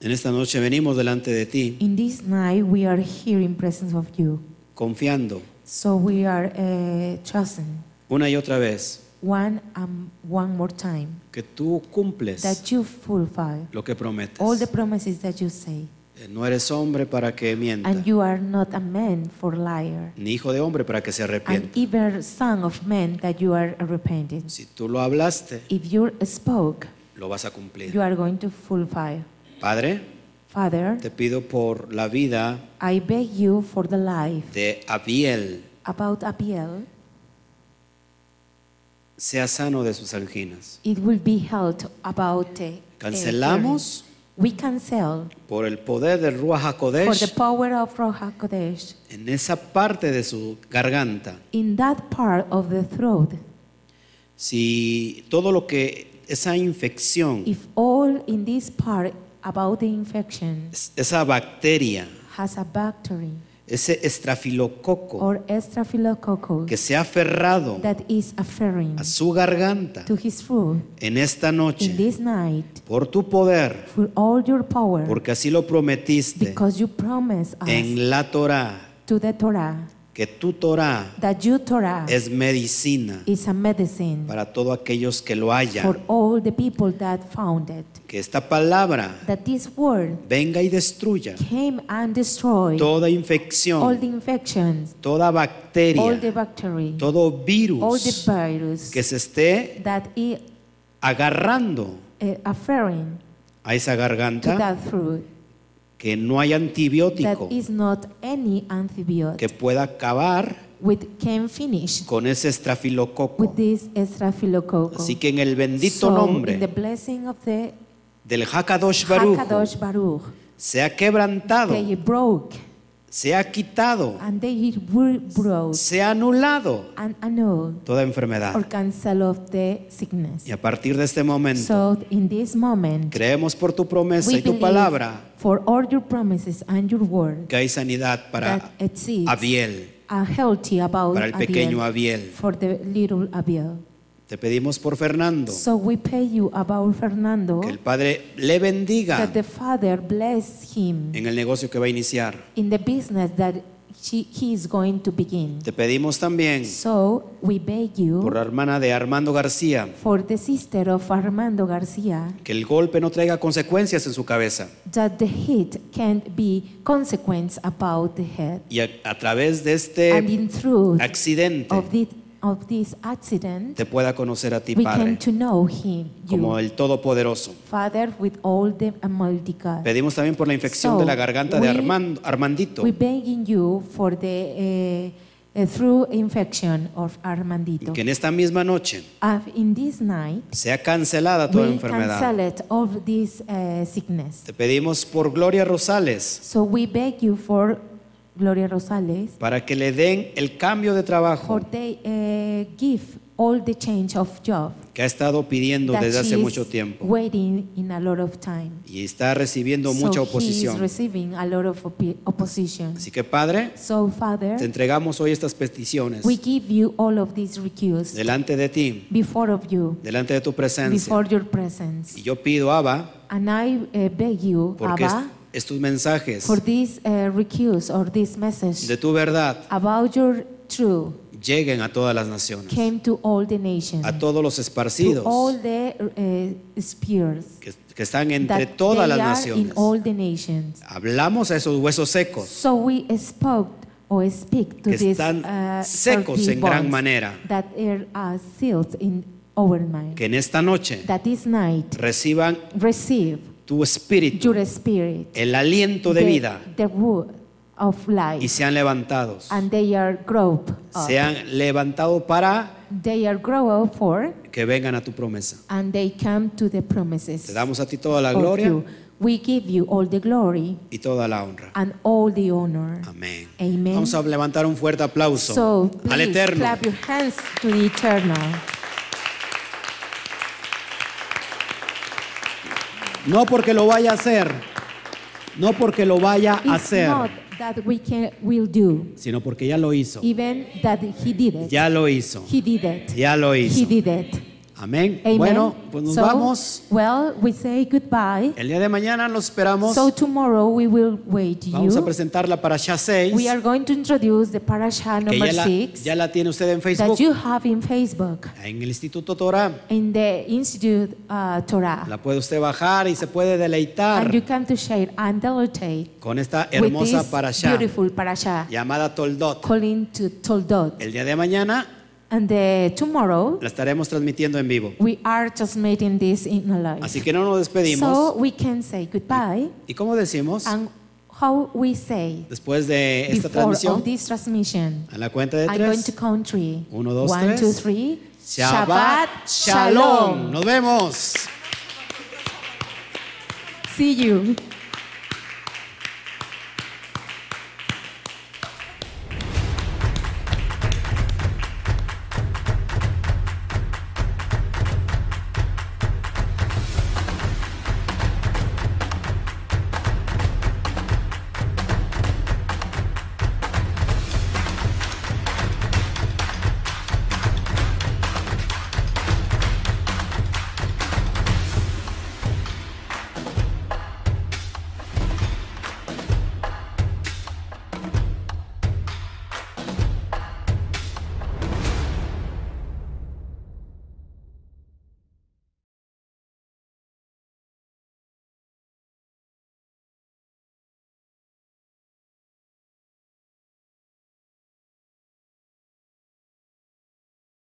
[SPEAKER 1] en esta noche venimos delante de ti
[SPEAKER 2] in this night we are here in presence of you.
[SPEAKER 1] confiando
[SPEAKER 2] So we are uh, trusting
[SPEAKER 1] una y otra vez
[SPEAKER 2] one and one more time
[SPEAKER 1] que tú cumples
[SPEAKER 2] that you fulfill
[SPEAKER 1] lo que prometes.
[SPEAKER 2] all the promises that you say.
[SPEAKER 1] Eh, No eres hombre para que mienta,
[SPEAKER 2] And you are not a man for liar,
[SPEAKER 1] ni hijo de hombre para que se
[SPEAKER 2] and
[SPEAKER 1] arrepienta.
[SPEAKER 2] even son of man that you are repentant.
[SPEAKER 1] Si tú lo hablaste,
[SPEAKER 2] If you spoke,
[SPEAKER 1] lo vas a cumplir.
[SPEAKER 2] you are going to fulfill.
[SPEAKER 1] Padre,
[SPEAKER 2] Father,
[SPEAKER 1] te pido por la vida
[SPEAKER 2] I beg you for the life
[SPEAKER 1] de Abiel,
[SPEAKER 2] about Abiel.
[SPEAKER 1] sea sano de sus anginas.
[SPEAKER 2] It will be held about the
[SPEAKER 1] Cancelamos
[SPEAKER 2] We cancel
[SPEAKER 1] por el poder del Ruach
[SPEAKER 2] for the
[SPEAKER 1] HaKodesh
[SPEAKER 2] power of Roha Kodesh
[SPEAKER 1] en esa parte de su garganta.
[SPEAKER 2] in that part of the throat.
[SPEAKER 1] Si todo lo que esa infección,
[SPEAKER 2] If all in this part about the infection
[SPEAKER 1] es- esa bacteria,
[SPEAKER 2] has a bacteria
[SPEAKER 1] ese estrafilococo
[SPEAKER 2] or staphylococcus
[SPEAKER 1] que se ha aferrado
[SPEAKER 2] that is afferring
[SPEAKER 1] a su garganta
[SPEAKER 2] to his throat
[SPEAKER 1] en esta
[SPEAKER 2] in
[SPEAKER 1] noche,
[SPEAKER 2] this night
[SPEAKER 1] por tu poder,
[SPEAKER 2] for all your power,
[SPEAKER 1] porque así lo prometiste
[SPEAKER 2] because you promise us
[SPEAKER 1] en la Torah,
[SPEAKER 2] to the Torah
[SPEAKER 1] que tu Torah
[SPEAKER 2] that your Torah
[SPEAKER 1] es medicina
[SPEAKER 2] is a medicine
[SPEAKER 1] para todos aquellos que lo
[SPEAKER 2] for
[SPEAKER 1] hallan.
[SPEAKER 2] all the people that found it.
[SPEAKER 1] Que esta palabra
[SPEAKER 2] That this word
[SPEAKER 1] venga y destruya
[SPEAKER 2] came and destroyed
[SPEAKER 1] toda
[SPEAKER 2] all the
[SPEAKER 1] infección,
[SPEAKER 2] infections,
[SPEAKER 1] toda
[SPEAKER 2] all the
[SPEAKER 1] bacteria,
[SPEAKER 2] bacteria,
[SPEAKER 1] todo
[SPEAKER 2] all the
[SPEAKER 1] virus
[SPEAKER 2] virus
[SPEAKER 1] que se esté
[SPEAKER 2] that is
[SPEAKER 1] agarrando
[SPEAKER 2] uh, afferring
[SPEAKER 1] a esa
[SPEAKER 2] to
[SPEAKER 1] garganta,
[SPEAKER 2] that fruit.
[SPEAKER 1] que no hay
[SPEAKER 2] That
[SPEAKER 1] antibiótico
[SPEAKER 2] is not any antibiotic
[SPEAKER 1] que pueda acabar
[SPEAKER 2] with can finish
[SPEAKER 1] con ese estrafilococo.
[SPEAKER 2] with this staphylococcus.
[SPEAKER 1] Así que en el bendito
[SPEAKER 2] so, in the
[SPEAKER 1] nombre
[SPEAKER 2] blessing of the
[SPEAKER 1] del Hakadosh Baruch
[SPEAKER 2] Hakadosh Baruch,
[SPEAKER 1] sea quebrantado,
[SPEAKER 2] they broke
[SPEAKER 1] sea quitado,
[SPEAKER 2] and they were broke
[SPEAKER 1] sea anulado
[SPEAKER 2] and annulled
[SPEAKER 1] toda
[SPEAKER 2] or
[SPEAKER 1] enfermedad.
[SPEAKER 2] cancel of the sickness.
[SPEAKER 1] Y a partir de este momento,
[SPEAKER 2] So in this moment,
[SPEAKER 1] creemos por tu promesa
[SPEAKER 2] we
[SPEAKER 1] y tu
[SPEAKER 2] believe
[SPEAKER 1] palabra
[SPEAKER 2] for all your promises and your word
[SPEAKER 1] que hay sanidad para
[SPEAKER 2] that exists
[SPEAKER 1] Abiel,
[SPEAKER 2] a healthy about
[SPEAKER 1] para el pequeño Abiel.
[SPEAKER 2] for the little Abiel.
[SPEAKER 1] Te pedimos por Fernando,
[SPEAKER 2] So we pay you about Fernando
[SPEAKER 1] que el Padre le bendiga
[SPEAKER 2] that the Father bless him
[SPEAKER 1] en el negocio que va a iniciar.
[SPEAKER 2] in the business that she, he is going to begin.
[SPEAKER 1] Te pedimos también
[SPEAKER 2] So we beg
[SPEAKER 1] por
[SPEAKER 2] you
[SPEAKER 1] la hermana de Armando García,
[SPEAKER 2] for the sister of Armando Garcia
[SPEAKER 1] que el golpe no traiga consecuencias en su cabeza.
[SPEAKER 2] that the hit can be consequence about the head.
[SPEAKER 1] Y a, a través de
[SPEAKER 2] And
[SPEAKER 1] este
[SPEAKER 2] in truth
[SPEAKER 1] Eh, accidente
[SPEAKER 2] of this, of this accident,
[SPEAKER 1] te pueda conocer a ti,
[SPEAKER 2] we came
[SPEAKER 1] Padre,
[SPEAKER 2] to know him,
[SPEAKER 1] como
[SPEAKER 2] you,
[SPEAKER 1] el Todopoderoso.
[SPEAKER 2] Father, with all the Almighty God.
[SPEAKER 1] Pedimos también por la infección
[SPEAKER 2] So,
[SPEAKER 1] de la garganta de
[SPEAKER 2] we-
[SPEAKER 1] Armando, Armandito,
[SPEAKER 2] We begging you for the uh, uh, through infection of Armandito.
[SPEAKER 1] que en esta misma noche
[SPEAKER 2] Uh, in this night,
[SPEAKER 1] sea cancelada toda
[SPEAKER 2] we
[SPEAKER 1] enfermedad.
[SPEAKER 2] cancel it of this uh, sickness.
[SPEAKER 1] Te pedimos por Gloria Rosales,
[SPEAKER 2] So we beg you for Gloria Rosales,
[SPEAKER 1] para que le den el cambio de
[SPEAKER 2] for
[SPEAKER 1] trabajo
[SPEAKER 2] they uh, give all the change of job
[SPEAKER 1] que ha estado pidiendo
[SPEAKER 2] that
[SPEAKER 1] desde hace
[SPEAKER 2] she
[SPEAKER 1] mucho
[SPEAKER 2] is
[SPEAKER 1] tiempo
[SPEAKER 2] waiting in a lot of time.
[SPEAKER 1] y está recibiendo mucha
[SPEAKER 2] So he is
[SPEAKER 1] oposición.
[SPEAKER 2] receiving a lot of oppi- opposition.
[SPEAKER 1] Así que Padre,
[SPEAKER 2] So Father,
[SPEAKER 1] te entregamos hoy estas peticiones
[SPEAKER 2] we give you all of these requests
[SPEAKER 1] delante de ti,
[SPEAKER 2] before of you.
[SPEAKER 1] delante de tu presencia.
[SPEAKER 2] before your presence.
[SPEAKER 1] Y yo pido, Abba,
[SPEAKER 2] And I uh, beg you,
[SPEAKER 1] porque est-
[SPEAKER 2] Abba,
[SPEAKER 1] estos mensajes
[SPEAKER 2] for this uh, recuse or this message
[SPEAKER 1] de tu verdad
[SPEAKER 2] about your truth
[SPEAKER 1] lleguen a todas las naciones,
[SPEAKER 2] came to all the nations,
[SPEAKER 1] a todos los
[SPEAKER 2] to
[SPEAKER 1] esparcidos
[SPEAKER 2] all the uh, spears
[SPEAKER 1] que, que están entre
[SPEAKER 2] that
[SPEAKER 1] todas
[SPEAKER 2] they
[SPEAKER 1] las
[SPEAKER 2] are in
[SPEAKER 1] naciones.
[SPEAKER 2] all the nations.
[SPEAKER 1] Hablamos a esos huesos secos
[SPEAKER 2] So we spoke or speak to
[SPEAKER 1] que
[SPEAKER 2] these
[SPEAKER 1] están
[SPEAKER 2] uh,
[SPEAKER 1] secos
[SPEAKER 2] earthly
[SPEAKER 1] en gran
[SPEAKER 2] bones
[SPEAKER 1] manera,
[SPEAKER 2] that are uh, sealed in our mind.
[SPEAKER 1] que en esta noche
[SPEAKER 2] That this night
[SPEAKER 1] reciban
[SPEAKER 2] receive
[SPEAKER 1] tu espíritu
[SPEAKER 2] your spirit.
[SPEAKER 1] el aliento de
[SPEAKER 2] the,
[SPEAKER 1] vida
[SPEAKER 2] the word of
[SPEAKER 1] y
[SPEAKER 2] life,
[SPEAKER 1] sean levantados.
[SPEAKER 2] and they are grow up.
[SPEAKER 1] Sean levantados para
[SPEAKER 2] They are grow up for,
[SPEAKER 1] que vengan a tu promesa.
[SPEAKER 2] and they come to the promises.
[SPEAKER 1] Te damos a ti toda la
[SPEAKER 2] of
[SPEAKER 1] gloria
[SPEAKER 2] you. We give you all the glory
[SPEAKER 1] y toda la honra.
[SPEAKER 2] and all the honor.
[SPEAKER 1] Amén.
[SPEAKER 2] Amen.
[SPEAKER 1] Vamos a levantar un fuerte aplauso
[SPEAKER 2] So
[SPEAKER 1] al
[SPEAKER 2] please
[SPEAKER 1] Eterno.
[SPEAKER 2] clap your hands to the eternal.
[SPEAKER 1] No porque lo vaya a hacer, no porque lo vaya a
[SPEAKER 2] It's
[SPEAKER 1] hacer,
[SPEAKER 2] not that we can will do,
[SPEAKER 1] sino porque ya lo hizo.
[SPEAKER 2] even that he did it.
[SPEAKER 1] Ya lo hizo.
[SPEAKER 2] He did it.
[SPEAKER 1] Ya lo
[SPEAKER 2] He
[SPEAKER 1] hizo.
[SPEAKER 2] did it.
[SPEAKER 1] Amén.
[SPEAKER 2] Amen.
[SPEAKER 1] Bueno, pues nos
[SPEAKER 2] so,
[SPEAKER 1] vamos.
[SPEAKER 2] Well, we say goodbye.
[SPEAKER 1] El día de mañana los esperamos.
[SPEAKER 2] So tomorrow we will wait
[SPEAKER 1] Vamos a
[SPEAKER 2] you.
[SPEAKER 1] presentar la parasha 6,
[SPEAKER 2] We are going to introduce the parasha
[SPEAKER 1] que
[SPEAKER 2] number
[SPEAKER 1] ya la,
[SPEAKER 2] six
[SPEAKER 1] ya la tiene usted en
[SPEAKER 2] that
[SPEAKER 1] Facebook,
[SPEAKER 2] you have in Facebook
[SPEAKER 1] en el Instituto Torah.
[SPEAKER 2] in the Institute uh, Torah.
[SPEAKER 1] La puede usted bajar y se puede
[SPEAKER 2] and you
[SPEAKER 1] deleitar
[SPEAKER 2] come to share and delight
[SPEAKER 1] con esta
[SPEAKER 2] with this
[SPEAKER 1] hermosa parasha
[SPEAKER 2] beautiful parasha
[SPEAKER 1] llamada Toldot.
[SPEAKER 2] calling to Toldot.
[SPEAKER 1] El día de mañana
[SPEAKER 2] And uh, tomorrow
[SPEAKER 1] la estaremos transmitiendo en vivo.
[SPEAKER 2] we are transmitting this in a live.
[SPEAKER 1] Así que no nos
[SPEAKER 2] So
[SPEAKER 1] despedimos.
[SPEAKER 2] we can say goodbye
[SPEAKER 1] ¿Y cómo decimos?
[SPEAKER 2] and how we say
[SPEAKER 1] Después de esta
[SPEAKER 2] before
[SPEAKER 1] transmisión,
[SPEAKER 2] of this transmission.
[SPEAKER 1] a la cuenta de
[SPEAKER 2] I'm going to
[SPEAKER 1] tres,
[SPEAKER 2] count three.
[SPEAKER 1] Uno, dos,
[SPEAKER 2] One,
[SPEAKER 1] tres.
[SPEAKER 2] two, three.
[SPEAKER 1] Shabbat Shalom. Nos vemos.
[SPEAKER 2] See you.